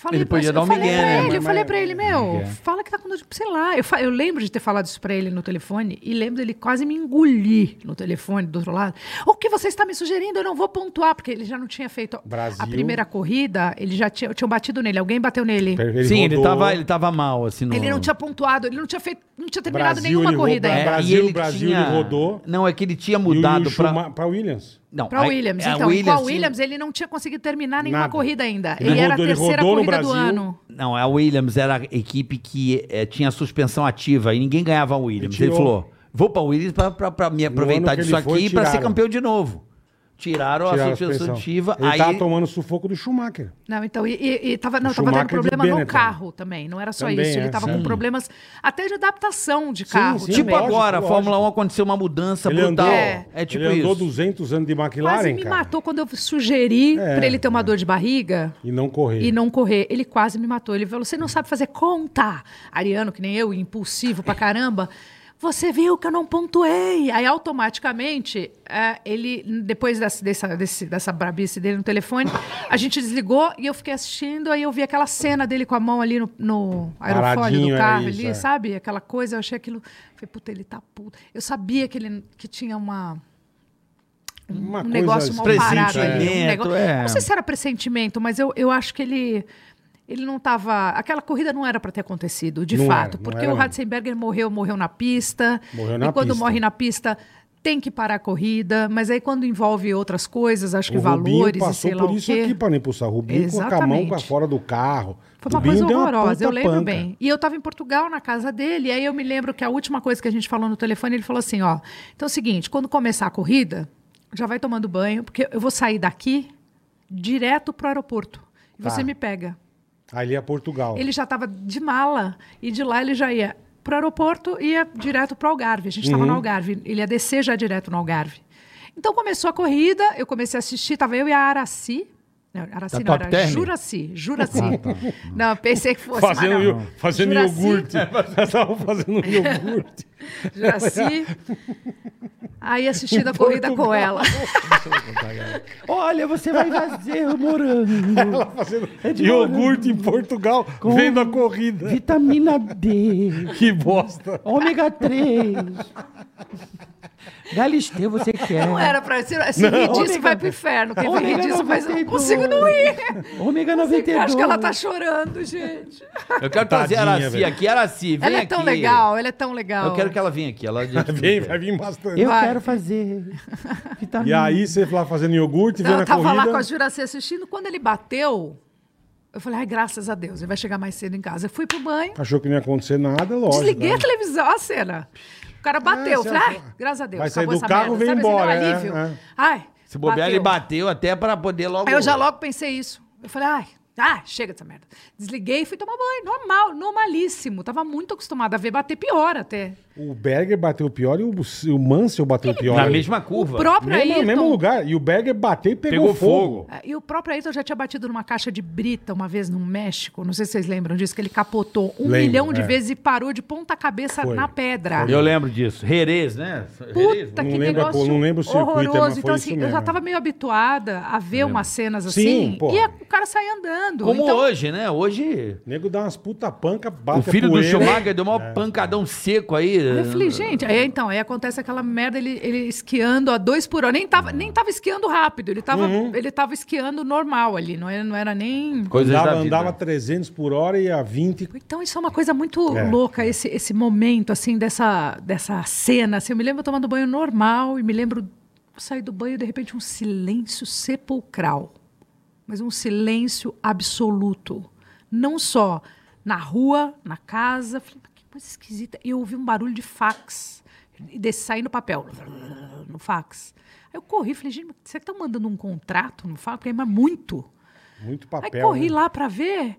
S5: Falei
S4: Ele
S5: pra-
S4: podia dar um
S5: eu falei
S4: migué,
S5: pra
S4: né?
S5: ele,
S3: Mas-
S5: eu falei pra ele, meu,
S4: Migué.
S5: fala que tá com dor de... Sei lá, eu, fa- eu lembro de ter falado isso pra ele no telefone e lembro dele quase me engolir no telefone do outro lado. O que você está me sugerindo? Eu não vou pontuar, porque ele já não tinha feito
S3: Brasil.
S5: a primeira corrida, ele já tinha, tinha batido nele, alguém bateu nele.
S4: Sim, ele
S3: rodou.
S4: tava, ele tava mal, assim. No...
S5: Ele não tinha pontuado, ele não tinha feito, não tinha terminado
S3: Brasil,
S5: nenhuma
S3: ele
S5: corrida
S3: roubou-
S5: ainda.
S4: É,
S3: Brasil,
S4: e ele
S3: Brasil,
S4: tinha-
S3: ele rodou.
S4: Não, é que ele tinha mudado pra.
S3: para Williams.
S4: Não, é,
S5: Pra
S4: a-
S5: Williams.
S4: a
S5: então, e com a
S4: sim-
S5: Williams, ele não tinha conseguido terminar nenhuma
S3: é, Nada.
S5: corrida ainda.
S3: Ele
S5: Ele, era a
S3: rodou- ele
S5: terceira
S3: rodou no
S5: corrida do
S3: Brasil.
S5: ano.
S4: Não, a Williams era a equipe que eh, tinha suspensão ativa e ninguém ganhava a Williams.
S3: E tirou.
S4: Ele falou: vou pra Williams pra, pra, pra me
S3: ano
S4: aproveitar
S3: que
S4: disso
S3: ele foi,
S4: aqui e pra ser
S3: tiraram.
S4: campeão de novo. Tiraram,
S3: Tiraram
S4: a
S3: a
S4: suspensão
S3: suspensão.
S4: ativa.
S3: Ele
S4: aí...
S3: tava tomando sufoco do Schumacher.
S5: Não, então, e, e, e tava, não,
S3: O
S5: tava dando
S3: Schumacher e do
S5: problema no
S3: Benetton.
S5: carro também, não era só
S3: Também,
S5: isso. Ele
S3: é,
S5: tava
S3: sim.
S5: com problemas até de adaptação de carro.
S3: sim,
S4: Tipo
S5: também.
S3: lógico,
S4: agora, a
S3: lógico.
S4: Fórmula 1 aconteceu uma mudança brutal.
S5: É.
S4: É tipo
S3: ele andou
S4: isso.
S3: 200 anos de McLaren,
S5: Quase Tipo me
S3: cara,
S5: matou quando eu sugeri
S3: É,
S5: pra ele ter uma dor de barriga.
S3: E não correr.
S5: E não correr. Ele quase me matou. Ele falou: você não sabe fazer conta. Ariano, que nem eu, impulsivo pra caramba. Você viu que eu não pontuei. Aí, automaticamente, é, ele, depois dessa, dessa, desse- dessa brabice dele no telefone, a gente desligou e eu fiquei assistindo. Aí eu vi aquela cena dele com a mão ali no, no aerofólio
S3: Paradinho,
S5: do
S3: era
S5: carro,
S3: isso,
S5: ali,
S3: é.
S5: sabe? Aquela coisa. Eu achei aquilo. Falei, puta, ele tá puto. Eu sabia que ele que tinha uma
S3: Uma
S5: um negócio mal
S4: esquisita,
S5: parado ali. Um
S4: pressentimento,
S5: negócio...
S4: é.
S5: Não sei se era pressentimento, mas eu, eu acho que ele. Ele não estava. Aquela corrida não era para ter acontecido, de
S3: Não
S5: fato.
S3: era, não
S5: porque
S3: era
S5: o
S3: mesmo.
S5: Ratzenberger morreu, morreu na pista.
S3: Morreu
S5: e
S3: na
S5: quando
S3: pista.
S5: morre na pista, tem que parar a corrida. Mas aí quando envolve outras coisas, acho que
S3: O Rubinho
S5: valores e
S3: passou
S5: sei lá
S3: por
S5: o
S3: isso
S5: quê.
S3: aqui pra não impulsar. O Rubinho com a mão
S5: Exatamente.
S3: pra fora do carro.
S5: Foi uma
S3: Rubinho
S5: coisa
S3: deu
S5: horrorosa, eu
S3: puta
S5: lembro
S3: panca.
S5: bem. E eu estava em Portugal, na casa dele, e aí eu me lembro que a última coisa que a gente falou no telefone, ele falou assim, ó, então é o seguinte, quando começar a corrida, já vai tomando banho, porque eu vou sair daqui direto pro aeroporto. E
S3: Tá.
S5: você me pega.
S3: Ali é Portugal.
S5: Ele já estava de mala, e de lá ele já ia pro aeroporto e ia direto pro Algarve. A gente estava no Algarve, ele ia descer já direto no Algarve. Então começou a corrida, eu comecei a assistir, tava eu e a Araci, não, Araci
S4: Da
S5: não,
S4: Top
S5: era
S4: Term?
S5: Juraci, Juraci. Não, pensei que fosse, mas
S3: Fazendo,
S5: assim, não.
S3: iog- fazendo
S5: Juraci,
S3: iogurte. Elas estavam fazendo iogurte.
S5: Juraci. Aí assistindo a corrida com ela.
S4: Olha, você vai fazer morango.
S3: Ela fazendo
S4: É de
S3: iogurte em Portugal, vendo a corrida.
S4: Vitamina D.
S3: Que bosta.
S4: Ômega 3. Galisteu, você quer.
S5: Não é. era pra ser. Se rir disso,
S4: Ômega-
S5: vai pro inferno. Quem vai rir
S4: Ômega
S5: disso, mas eu não
S4: 92.
S5: consigo não rir.
S4: Ômega
S5: Eu
S4: 92.
S5: acho que ela tá chorando, gente.
S4: Eu quero trazer a
S3: Tadinha,
S4: Araci
S3: velho.
S4: aqui. Araci, vem
S5: Ela é
S4: aqui.
S5: tão legal, ela é tão legal.
S4: Eu quero que ela venha aqui. Ela...
S3: Vem, vai vir bastante.
S1: Eu
S5: Vai.
S1: quero fazer tá
S3: E
S1: vitamina.
S3: aí você lá fazendo iogurte,
S5: Então,
S3: vendo
S5: eu
S3: a
S5: tava
S3: corrida.
S5: lá com a Juraci assistindo. Quando ele bateu, eu falei, ai, graças a Deus, ele vai chegar mais cedo em casa. Eu fui pro banho,
S3: Achou que não ia acontecer nada, lógico.
S5: desliguei a
S3: Tá né? É,
S5: televisão, olha a cena. O cara bateu. eu
S3: você
S5: falei, ai,
S3: achou-
S5: graças a Deus.
S3: Vai sair
S5: acabou
S3: do
S5: essa
S3: carro,
S5: merda.
S3: vem
S5: Sabe assim, dá um
S3: embora, é,
S5: alívio.
S3: é.
S5: Ai,
S4: Se bobear, ele bateu até pra poder logo.
S5: Aí eu já logo pensei isso. Eu falei, ai, ai, chega dessa merda. Desliguei e fui tomar banho. Normal, normalíssimo. Tava muito acostumada a ver bater pior até.
S3: O Berger bateu o pior e o, o Mansell bateu o pior.
S4: Na mesma curva.
S5: O próprio
S3: Mesmo,
S5: Ayrton.
S3: mesmo lugar. E o Berger bateu e pegou,
S4: Pegou
S3: fogo.
S4: fogo.
S5: Ah, E o próprio Ayrton já tinha batido numa caixa de brita uma vez no México. Não sei se vocês lembram disso, que ele capotou um
S3: Lembro,
S5: milhão de
S3: é.
S5: vezes e parou de ponta cabeça
S3: Foi.
S5: na pedra.
S4: Eu lembro disso. Jerez, né? Jerez,
S5: Ah. Puta
S3: Não
S5: que
S3: lembro a
S5: negócio
S3: cor- não lembro o circuito, mas
S5: horroroso.
S3: foi
S5: então,
S3: isso
S5: assim, eu
S3: mesmo,
S5: já
S3: é.
S5: tava meio habituada a ver umas cenas
S3: Sim,
S5: assim.
S3: pô.
S5: e a- o cara sai andando.
S4: Como
S5: então,
S4: hoje, né? Hoje.
S3: O nego dá umas puta panca,
S4: O
S3: bate a
S4: filho do
S3: poeira. né?
S4: Schumacher deu o maior pancadão seco aí. né?
S5: Eu falei, gente, aí então, aí acontece aquela merda, ele, ele esquiando a dois por hora. Nem tava, nem tava esquiando rápido, ele tava,
S3: Uhum.
S5: ele tava esquiando normal ali, não era, não era nem.
S4: Coisas
S3: Andava,
S4: da vida.
S3: andava 300 por hora e a 20.
S5: Então, isso é uma coisa muito
S3: É.
S5: louca, esse, esse momento, assim, dessa, dessa cena. Assim, eu me lembro eu tomando banho normal e me lembro eu sair do banho e, de repente, um silêncio sepulcral. Mas um silêncio absoluto. Não só na rua, na casa. Eu Falei, "Mas que coisa esquisita. E eu ouvi um barulho de fax. E desse sair no papel, no fax. Aí eu corri, falei, gente, mas vocês estão mandando um contrato no fax? Porque é mas muito.
S3: Muito
S5: Aí
S3: papel.
S5: corri
S3: né?
S5: lá pra ver. um,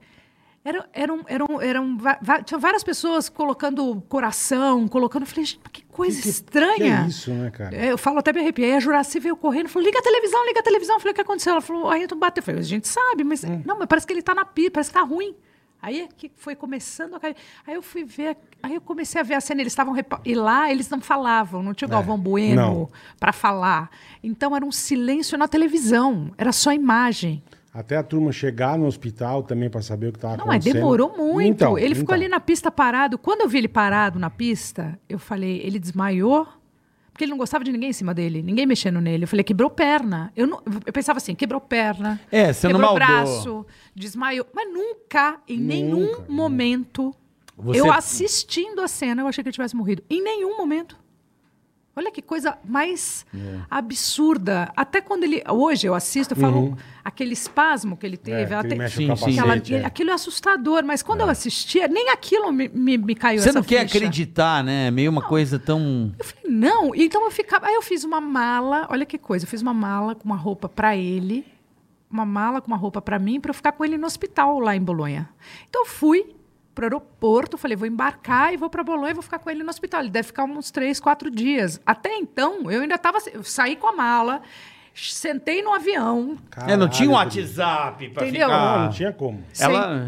S5: Eram, eram, eram, eram, va- va- tinha várias pessoas colocando coração, colocando. Eu falei, gente, mas que coisa
S3: Que
S5: estranha.
S3: é isso, né, cara?
S5: É, Eu falo até me arrepiei. Aí a Juraci veio correndo e falou: liga a televisão, liga a televisão. Eu falei: o que aconteceu? Ela falou: aí tu bateu. Eu falei: a gente sabe, mas.
S3: Hum.
S5: Não, mas parece que ele tá na pia, parece que tá ruim. Aí é que foi começando a cair. Aí eu fui ver, aí eu comecei a ver a cena. Eles estavam. repa- E lá eles não falavam, não tinha o Galvão Bueno
S3: É, não.
S5: pra falar. Então era um silêncio na televisão, era só imagem.
S3: Até a turma chegar no hospital também pra saber o que tava
S5: Não, mas
S3: tá acontecendo.
S5: demorou muito.
S3: Então,
S5: ele ficou
S3: então.
S5: ali na pista parado. Quando eu vi ele parado na pista, eu falei, ele desmaiou. Porque ele não gostava de ninguém em cima dele, ninguém mexendo nele. Eu falei, quebrou perna. Eu, não- eu pensava assim, quebrou perna.
S4: É, você não
S5: quebrou
S4: maldou.
S5: braço, desmaiou. Mas nunca, em nenhum
S3: Nunca,
S5: momento,
S4: Você-
S5: eu assistindo a cena, eu achei que ele tivesse morrido. Em nenhum momento. Olha que coisa mais absurda. Até quando ele. Hoje eu assisto, eu falo aquele espasmo que ele teve.
S3: É,
S5: ela
S3: que ele
S5: te-
S3: mexe
S4: Sim,
S3: o
S4: sim. É.
S3: capacete.
S5: aquela-
S3: é.
S5: Aquilo é assustador, mas quando eu assistia, nem aquilo me, me, me caiu
S4: Você
S5: essa
S4: não quer
S5: ficha.
S4: acreditar, né? É Meio uma coisa tão.
S5: Eu falei, não. Então eu ficava. Aí eu fiz uma mala, olha que coisa, eu fiz uma mala com uma roupa para ele, uma mala com uma roupa para mim, para eu ficar com ele no hospital lá em Bolonha. Então eu fui pro aeroporto, falei, vou embarcar e vou para Bolonha e vou ficar com ele no hospital. Ele deve ficar uns três, quatro dias. Até então, eu ainda estava. Eu saí com a mala, sentei no avião,
S4: é, não tinha um
S3: Caralho,
S4: WhatsApp pra
S5: Entendeu?
S4: ficar.
S3: Não, não tinha como.
S4: Ela-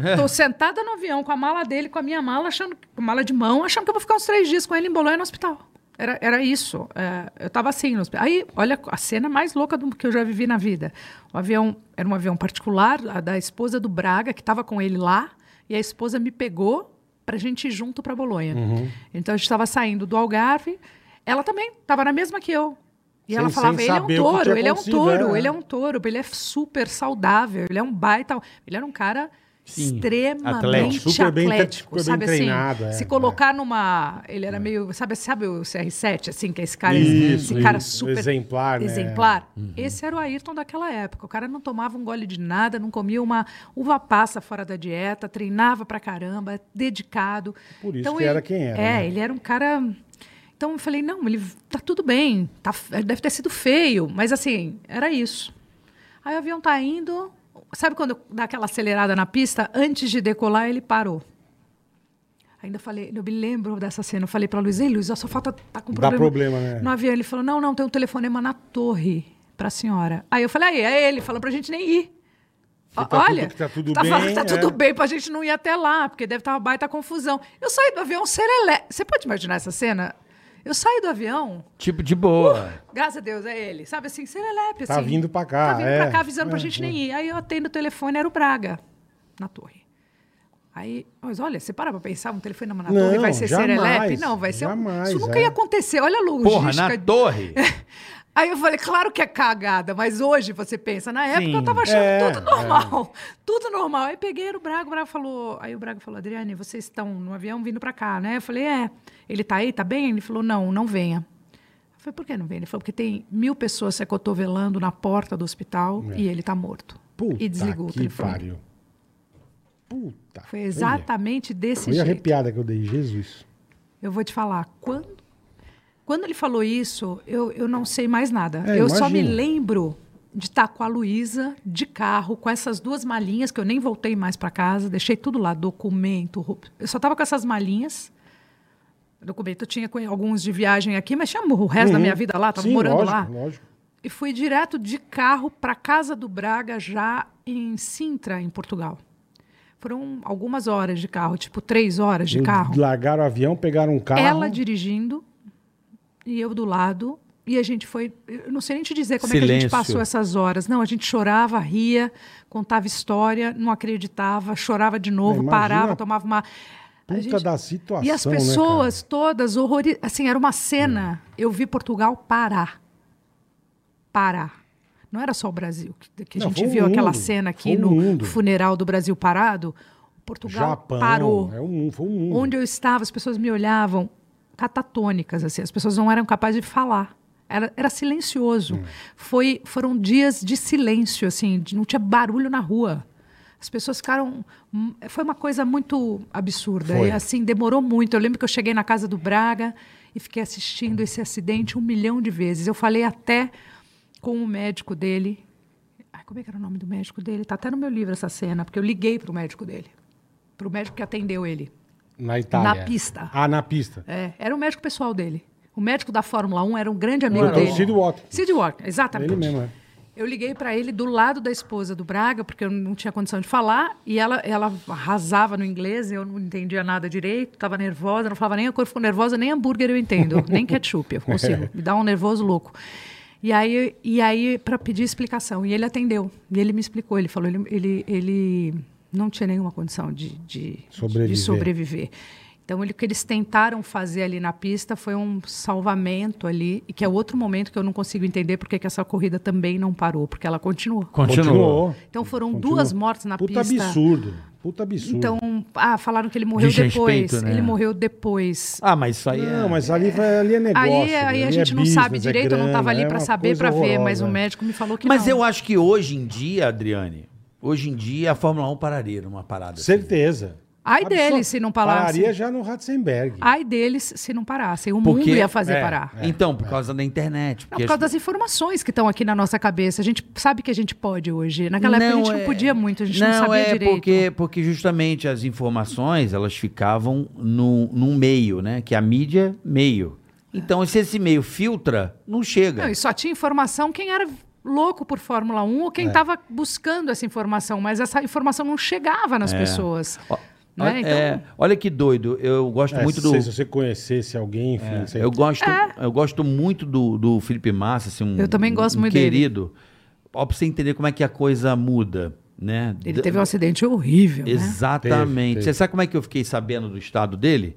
S5: Ela... Tô sentada no avião com a mala dele, com a minha mala, achando com mala de mão, achando que eu vou ficar uns três dias com ele em Bolonha no hospital. Era, era isso. É, eu tava assim no hospital. Aí, olha a cena mais louca do que eu já vivi na vida. O avião era um avião particular, a da esposa do Braga, que estava com ele lá, e a esposa me pegou pra gente ir junto pra Bolonha.
S3: Uhum.
S5: Então a gente estava saindo do Algarve. Ela também estava na mesma que eu. E
S3: Sem-
S5: ela falava,
S3: sem
S5: ele é um
S3: saber o que
S5: touro,
S3: tinha
S5: ele é um
S3: acontecido,
S5: touro,
S3: é.
S5: ele é um touro, ele é super saudável, ele é um baita. Ele era um cara
S4: Sim,
S5: extremamente
S4: atlético.
S5: atlético,
S3: Super bem- super bem
S5: sabe
S3: treinado,
S5: assim?
S3: é,
S5: se
S3: é.
S5: colocar numa. Ele era meio. Sabe, sabe o CR7, assim, que é esse cara,
S3: Isso,
S5: esse cara
S3: isso.
S5: super
S3: Exemplar, né?
S5: exemplar? Esse era o Ayrton daquela época. O cara não tomava um gole de nada, não comia uma uva passa fora da dieta, treinava pra caramba, dedicado.
S3: Por isso que era quem era,
S5: É,
S3: né?
S5: ele era um cara. Então eu falei, não, ele tá tudo bem, tá, deve ter sido feio, mas assim, era isso. Aí o avião tá indo, sabe quando dá aquela acelerada na pista? Antes de decolar, ele parou. Ainda falei, eu me lembro dessa cena, eu falei pra Luiz, ei, Luiz, ó, só falta tá com
S3: Dá
S5: problema.
S3: problema, né?
S5: No avião, ele falou, não, não, tem um telefonema na torre pra senhora. Aí eu falei, aí, é ele, falou pra gente nem ir. Ó,
S3: tá tudo-
S5: Olha,
S3: que tá tudo
S5: tá falando
S3: bem,
S5: que tá
S3: é.
S5: tudo bem pra gente não ir até lá, porque deve estar uma baita confusão. Eu saí do avião serelé. Você pode imaginar essa cena? Eu saí do avião,
S4: Tipo, de boa.
S5: graças a Deus, é ele. Sabe assim, serelepe,
S3: Tá
S5: assim.
S3: vindo pra cá,
S5: Tá vindo
S3: é.
S5: pra cá, avisando pra
S3: É,
S5: gente
S3: é.
S5: nem ir. Aí eu atendo o telefone, era o Braga, na torre. Aí, mas olha, você para pra pensar, um telefone na
S3: Não,
S5: torre vai ser
S3: jamais,
S5: serelepe? Não, vai ser um-
S3: jamais,
S5: Isso nunca
S3: é.
S5: ia acontecer, olha a logística.
S4: Porra, na torre.
S5: Aí eu falei, claro que é cagada, mas hoje você pensa, na época
S4: Sim.
S5: eu tava achando
S3: É,
S5: tudo normal. Tudo normal. Aí peguei era o Braga, o Braga falou. Aí o Braga falou, Adriane, vocês estão no avião vindo pra cá, né? Eu falei, é. Ele tá aí, tá bem? Ele falou, não, não venha. Eu falei, por que não vem? Ele falou, porque tem mil pessoas se acotovelando na porta do hospital e ele tá morto.
S3: É. Puta
S5: e desligou o
S3: que
S5: telefone.
S3: pariu. Puta.
S5: Foi
S3: olha.
S5: exatamente desse
S3: Olha a
S5: jeito.
S3: arrepiada que eu dei, Jesus.
S5: Eu vou te falar, quando, quando ele falou isso, eu, eu não sei mais nada.
S3: É,
S5: eu só me
S3: imagino.
S5: lembro de estar com a Luísa de carro, com essas duas malinhas, que eu nem voltei mais para casa, deixei tudo lá, documento, roupa. Eu só estava com essas malinhas. Documento eu tinha com alguns de viagem aqui, mas tinha o resto da minha vida lá, estava
S3: Uhum. Sim,
S5: morando
S3: lógico,
S5: lá.
S3: Lógico.
S5: E fui direto de carro para casa do Braga, já em Sintra, em Portugal. Foram algumas horas de carro, tipo três horas de
S3: Eu-
S5: carro
S3: Largaram o avião, pegaram um carro.
S5: ela dirigindo e eu do lado. E a gente foi. Eu não sei nem te dizer como é que a
S4: Silêncio.
S5: gente passou essas horas. Não, a gente chorava, ria, contava história, não acreditava, chorava de novo,
S3: imagina
S5: parava, tomava uma. a
S3: Puta da situação,
S5: E as
S3: né, cara? Hum.
S5: pessoas todas horrorizadas. Assim, era uma cena. Eu vi Portugal parar. Parar. Não era só o Brasil. Que, que a
S3: Não,
S5: gente
S3: foi o
S5: viu aquela
S3: mundo,
S5: cena
S3: foi
S5: aqui
S3: o
S5: no
S3: mundo.
S5: funeral do Brasil parado. Portugal
S3: Japão.
S5: parou
S3: É um mundo, foi um mundo.
S5: onde eu estava, as pessoas me olhavam catatônicas, assim, as pessoas não eram capazes de falar. Era, era silencioso. Foi, foram dias de silêncio, assim, de- não tinha barulho na rua. As pessoas ficaram. hum, Foi uma coisa muito absurda.
S3: Foi.
S5: E assim, demorou muito. Eu lembro que eu cheguei na casa do Braga e fiquei assistindo esse acidente um milhão de vezes. Eu falei até com o médico dele. Ai, como é que era o nome do médico dele? Tá até no meu livro essa cena, porque eu liguei pro médico dele. Pro médico que atendeu ele.
S3: Na Itália.
S5: Na pista.
S3: Ah, na pista.
S5: É, era o médico pessoal dele. O médico da Fórmula 1 era um grande amigo
S3: Era o
S5: dele.
S3: Sid Watkins.
S5: Sid Watkins, exatamente.
S3: Ele mesmo, é.
S5: Eu liguei para ele do lado da esposa do Braga, porque eu não tinha condição de falar, e ela, ela arrasava no inglês, eu não entendia nada direito, estava nervosa, não falava nem a cor, ficou nervosa, nem hambúrguer eu entendo, nem ketchup, eu
S3: É.
S5: consigo, me dá um nervoso louco. E aí, e aí para pedir explicação, e ele atendeu, e ele me explicou, ele falou, ele, ele, ele não tinha nenhuma condição de, de, de
S3: Sobreviver.
S5: sobreviver. Então, Então, ele- o que eles tentaram fazer ali na pista foi um salvamento ali, e que é outro momento que eu não consigo entender porque que essa corrida também não parou, porque ela continuou.
S4: Continuou.
S5: Então, foram duas mortes na
S3: Puta
S5: pista.
S3: absurdo. Puta absurdo.
S5: Então, ah, falaram que ele morreu
S4: Desrespeito,
S5: depois.
S4: né?
S5: Ele morreu depois.
S4: Ah, mas isso aí é...
S3: não, mas ali, vai- ali é negócio.
S5: aí aí
S3: ali
S5: a
S3: é
S5: gente não
S3: business,
S5: sabe
S3: é
S5: direito, eu não
S3: grana,
S5: estava ali
S3: é
S5: para
S3: uma
S5: saber,
S3: coisa
S5: para ver, mas o
S3: horrorosa.
S5: médico me falou que
S4: Mas
S5: não.
S4: eu acho que hoje em dia, Adriane, hoje em dia a Fórmula 1 pararia numa parada. assim.
S3: Certeza.
S5: Ai
S3: Absor-
S5: dele se não parasse.
S3: Pararia já no Ratzenberg.
S5: Ai deles se não parassem. O
S4: Porque-
S5: mundo ia fazer
S3: é,
S5: parar.
S4: Então, por causa da internet.
S5: Não, por causa das informações que estão aqui na nossa cabeça. A gente sabe que a gente pode hoje. Naquela época a gente não
S4: é-
S5: podia muito, a gente não, sabia
S4: é
S5: direito.
S4: Porque, porque justamente as informações, elas ficavam no, num meio, né? Que a mídia, meio. Então, se esse meio filtra, não chega.
S5: Não, e só tinha informação quem era louco por Fórmula 1 ou
S4: É.
S5: quem estava buscando essa informação, mas essa informação não chegava nas pessoas.
S4: É. Ó,
S5: Né?
S4: olha-
S5: Então-
S4: é, olha que doido. Eu gosto
S3: É,
S4: muito
S3: se
S4: do. É.
S3: Se você conhecesse alguém, enfim. você-
S4: Eu gosto, eu gosto muito do, do Felipe Massa, assim, um,
S5: É. Eu também gosto
S4: um
S5: muito dele.
S4: querido. Ó, pra você entender como é que a coisa muda, né?
S5: Ele
S4: D-
S5: teve um acidente horrível, né?
S3: Teve,
S4: Exatamente.
S3: teve.
S4: Você sabe como é que eu fiquei sabendo do estado dele?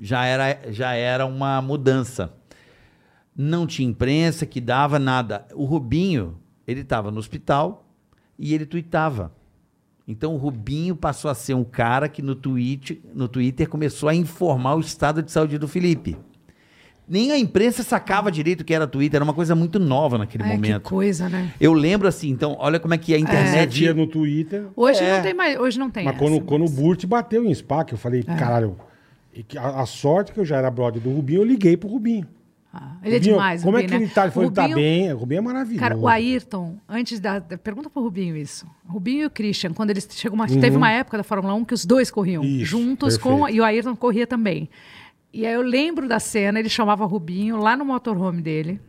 S4: Já era, já era uma mudança. Não tinha imprensa que dava nada. O Rubinho, ele estava no hospital e ele tuitava. Então o Rubinho passou a ser um cara que no, tweet, no Twitter começou a informar o estado de saúde do Felipe. Nem a imprensa sacava direito o que era Twitter, era uma coisa muito nova naquele
S5: Ai, Que
S4: momento.
S5: coisa, né?
S4: Eu lembro assim, então, olha como é que a
S3: Você
S4: internet.
S3: via no Twitter.
S5: Hoje
S4: É.
S5: não tem mais, hoje não tem.
S3: Mas
S5: essa,
S3: quando, quando o
S5: mas-
S3: Burt bateu em SPAC, eu falei,
S5: É.
S3: caralho, e que a, a sorte que eu já era brother do Rubinho, eu liguei pro Rubinho.
S5: Ah, ele é
S3: Rubinho,
S5: demais,
S3: Como
S5: Rubinho,
S3: é que
S5: né?
S3: ele tá? Ele falou, ele tá
S5: Rubinho-
S3: bem. O Rubinho é maravilhoso.
S5: Cara, o Ayrton, antes da. da- Pergunta pro Rubinho isso. Rubinho e o Christian, quando eles chegou uma, teve uma época da Fórmula 1 que os dois corriam
S3: Uhum. Isso,
S5: juntos com.
S3: perfeito.
S5: E o Ayrton corria também. E aí eu lembro da cena, ele chamava Rubinho lá no motorhome dele.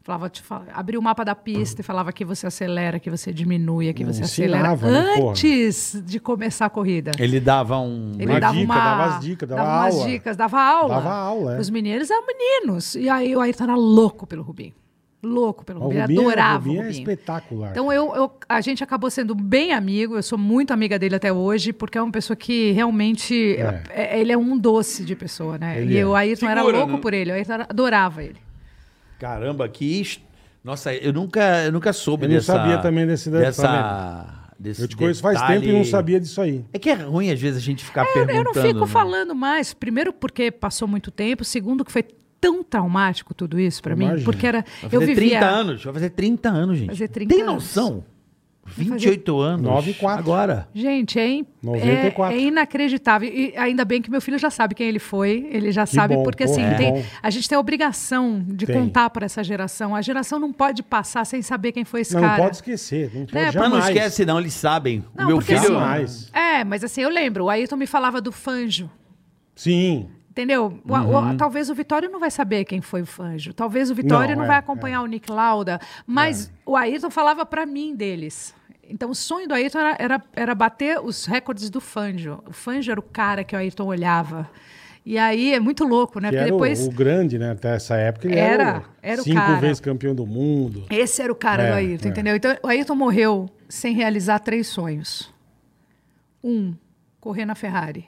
S5: Falava, te fala- abria o mapa da pista e falava que você acelera, que você diminui, que você acelera.
S3: ensinava, né, porra?
S5: antes de começar a corrida.
S4: Ele dava um.
S5: Ele
S3: Uma
S5: dava
S3: dica,
S5: uma,
S3: dava as dicas, dava
S5: dava umas
S3: aula.
S5: dicas, dava aula.
S3: Dava aula, é.
S5: Os meninos eram meninos. E aí o Ayrton era louco pelo Rubinho. Louco pelo
S3: O
S5: Rubinho.
S3: Rubinho-
S5: ele adorava
S3: o Rubinho
S5: o
S3: é
S5: Rubinho.
S3: espetacular.
S5: Então eu, eu- a gente acabou sendo bem amigo. Eu sou muito amiga dele até hoje, porque é uma pessoa que realmente...
S3: É.
S5: é- ele é um doce de pessoa, né?
S3: Ele
S5: e
S3: é.
S5: o Ayrton era
S4: Figura,
S5: louco
S4: né?
S5: por ele. O Ayrton era- adorava ele.
S4: Caramba, que. his- Nossa, eu nunca, eu nunca soube
S3: Eu não
S4: dessa-
S3: sabia também desse de-
S4: dessa, desse
S3: Eu te conheço faz tempo e não
S4: detalhe.
S3: sabia disso aí.
S4: É que é ruim, às vezes, a gente ficar
S5: É, Eu,
S4: perguntando.
S5: eu não fico
S4: né?
S5: falando mais. Primeiro, porque passou muito tempo. Segundo, que foi tão traumático tudo isso pra mim.
S3: Imagino.
S5: Porque era...
S4: Vai
S5: Eu
S4: fazer 30
S5: vivia...
S4: anos, vai fazer 30 anos, gente.
S5: Fazer 30
S4: Tem
S5: anos.
S4: noção?
S5: fazer-
S4: 28 anos.
S3: Nove e quatro.
S4: Agora.
S5: Gente, é, in-
S3: 94.
S5: é- é inacreditável. E ainda bem que meu filho já sabe quem ele foi. Ele já sabe,
S3: bom,
S5: porque
S3: pô,
S5: assim,
S3: que
S5: tem-
S3: bom.
S5: a gente tem a obrigação de
S3: Tem.
S5: contar para essa geração. A geração não pode passar sem saber quem foi esse
S3: Não,
S5: cara.
S3: não pode esquecer. Não pode
S5: Né,
S4: Mas
S3: jamais.
S4: não esquece, não, eles sabem.
S5: Não,
S4: o meu
S5: porque
S4: filho.
S5: assim,
S3: Jamais.
S5: É, mas assim, eu lembro. O Ayrton me falava do Fanjo.
S3: Sim.
S5: Entendeu? O- o- talvez o Vitório não vai saber quem foi o Fanjo. Talvez o Vitório
S3: Uhum. Não,
S5: não,
S3: é,
S5: vai acompanhar o Nick Lauda. Mas o Ayrton falava para mim deles. Então o sonho do Ayrton era, era, era bater os recordes do Fanjo. O Fanjo era o cara que o Ayrton olhava. E aí é muito louco, né?
S3: Que
S5: Porque
S3: era o-
S5: depois.
S3: o, grande, né? Até essa época ele era,
S5: Era, era o
S3: cinco
S5: cara.
S3: vezes campeão do mundo.
S5: Esse era o cara
S3: É,
S5: do Ayrton,
S3: é.
S5: entendeu? Então o Ayrton morreu sem realizar três sonhos: um, correr na Ferrari.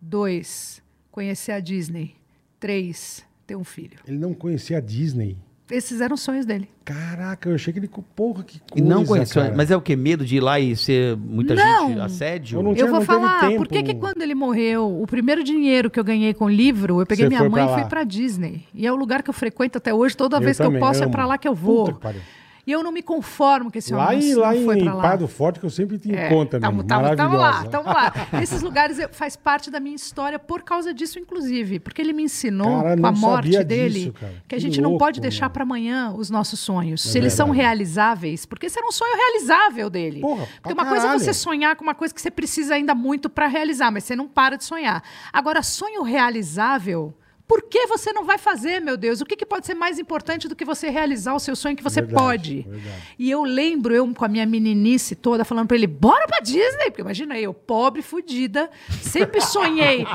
S5: Dois, conhecer a Disney. Três, ter um filho.
S3: Ele não conhecia a Disney.
S5: Esses eram os sonhos dele.
S3: Caraca, eu achei que ele. Porra, que coisa.
S4: E não conheceu.
S3: cara.
S4: Mas é o quê? Medo de ir lá e ser muita
S5: Não.
S4: gente assédio?
S3: Eu não- tinha-
S5: eu vou
S3: teve
S5: falar,
S3: tempo,
S5: por que, que
S3: não-
S5: quando ele morreu, o primeiro dinheiro que eu ganhei com o livro, eu peguei
S3: Você
S5: minha
S3: foi
S5: mãe
S3: pra
S5: e
S3: lá.
S5: fui pra Disney. E é o lugar que eu frequento até hoje, toda
S3: Eu
S5: vez que
S3: também
S5: eu posso
S3: amo.
S5: é pra lá que eu
S3: Puta
S5: vou.
S3: que pariu.
S5: e eu não me conformo que esse homem
S3: Lá,
S5: não-
S3: em,
S5: não
S3: lá
S5: foi
S3: em
S5: pra lá. É.
S3: Pardo Forte, que eu sempre te encontro,
S5: tamo,
S3: amigo.
S5: tamo, tamo lá,
S3: Maravilhosa.
S5: tamo lá. Esses lugares eu- faz parte da minha história por causa disso, inclusive. Porque ele me ensinou,
S3: Cara,
S5: com a
S3: não
S5: morte
S3: sabia
S5: dele,
S3: disso, cara.
S5: que
S3: Que
S5: a gente
S3: louco,
S5: não pode deixar
S3: mano.
S5: pra amanhã os nossos sonhos.
S3: É
S5: se eles são
S3: verdade.
S5: realizáveis, porque esse era um sonho realizável dele.
S3: Porra, pra
S5: porque uma coisa é
S3: caralho.
S5: você sonhar com uma coisa que você precisa ainda muito pra realizar, mas você não para de sonhar. Agora, sonho realizável... Por que você não vai fazer, meu Deus? O que, que pode ser mais importante do que você realizar o seu sonho que você
S3: Verdade,
S5: pode?
S3: verdade.
S5: E eu lembro, eu com a minha meninice toda, falando pra ele, bora pra Disney. Porque imagina eu, pobre, fudida, sempre sonhei.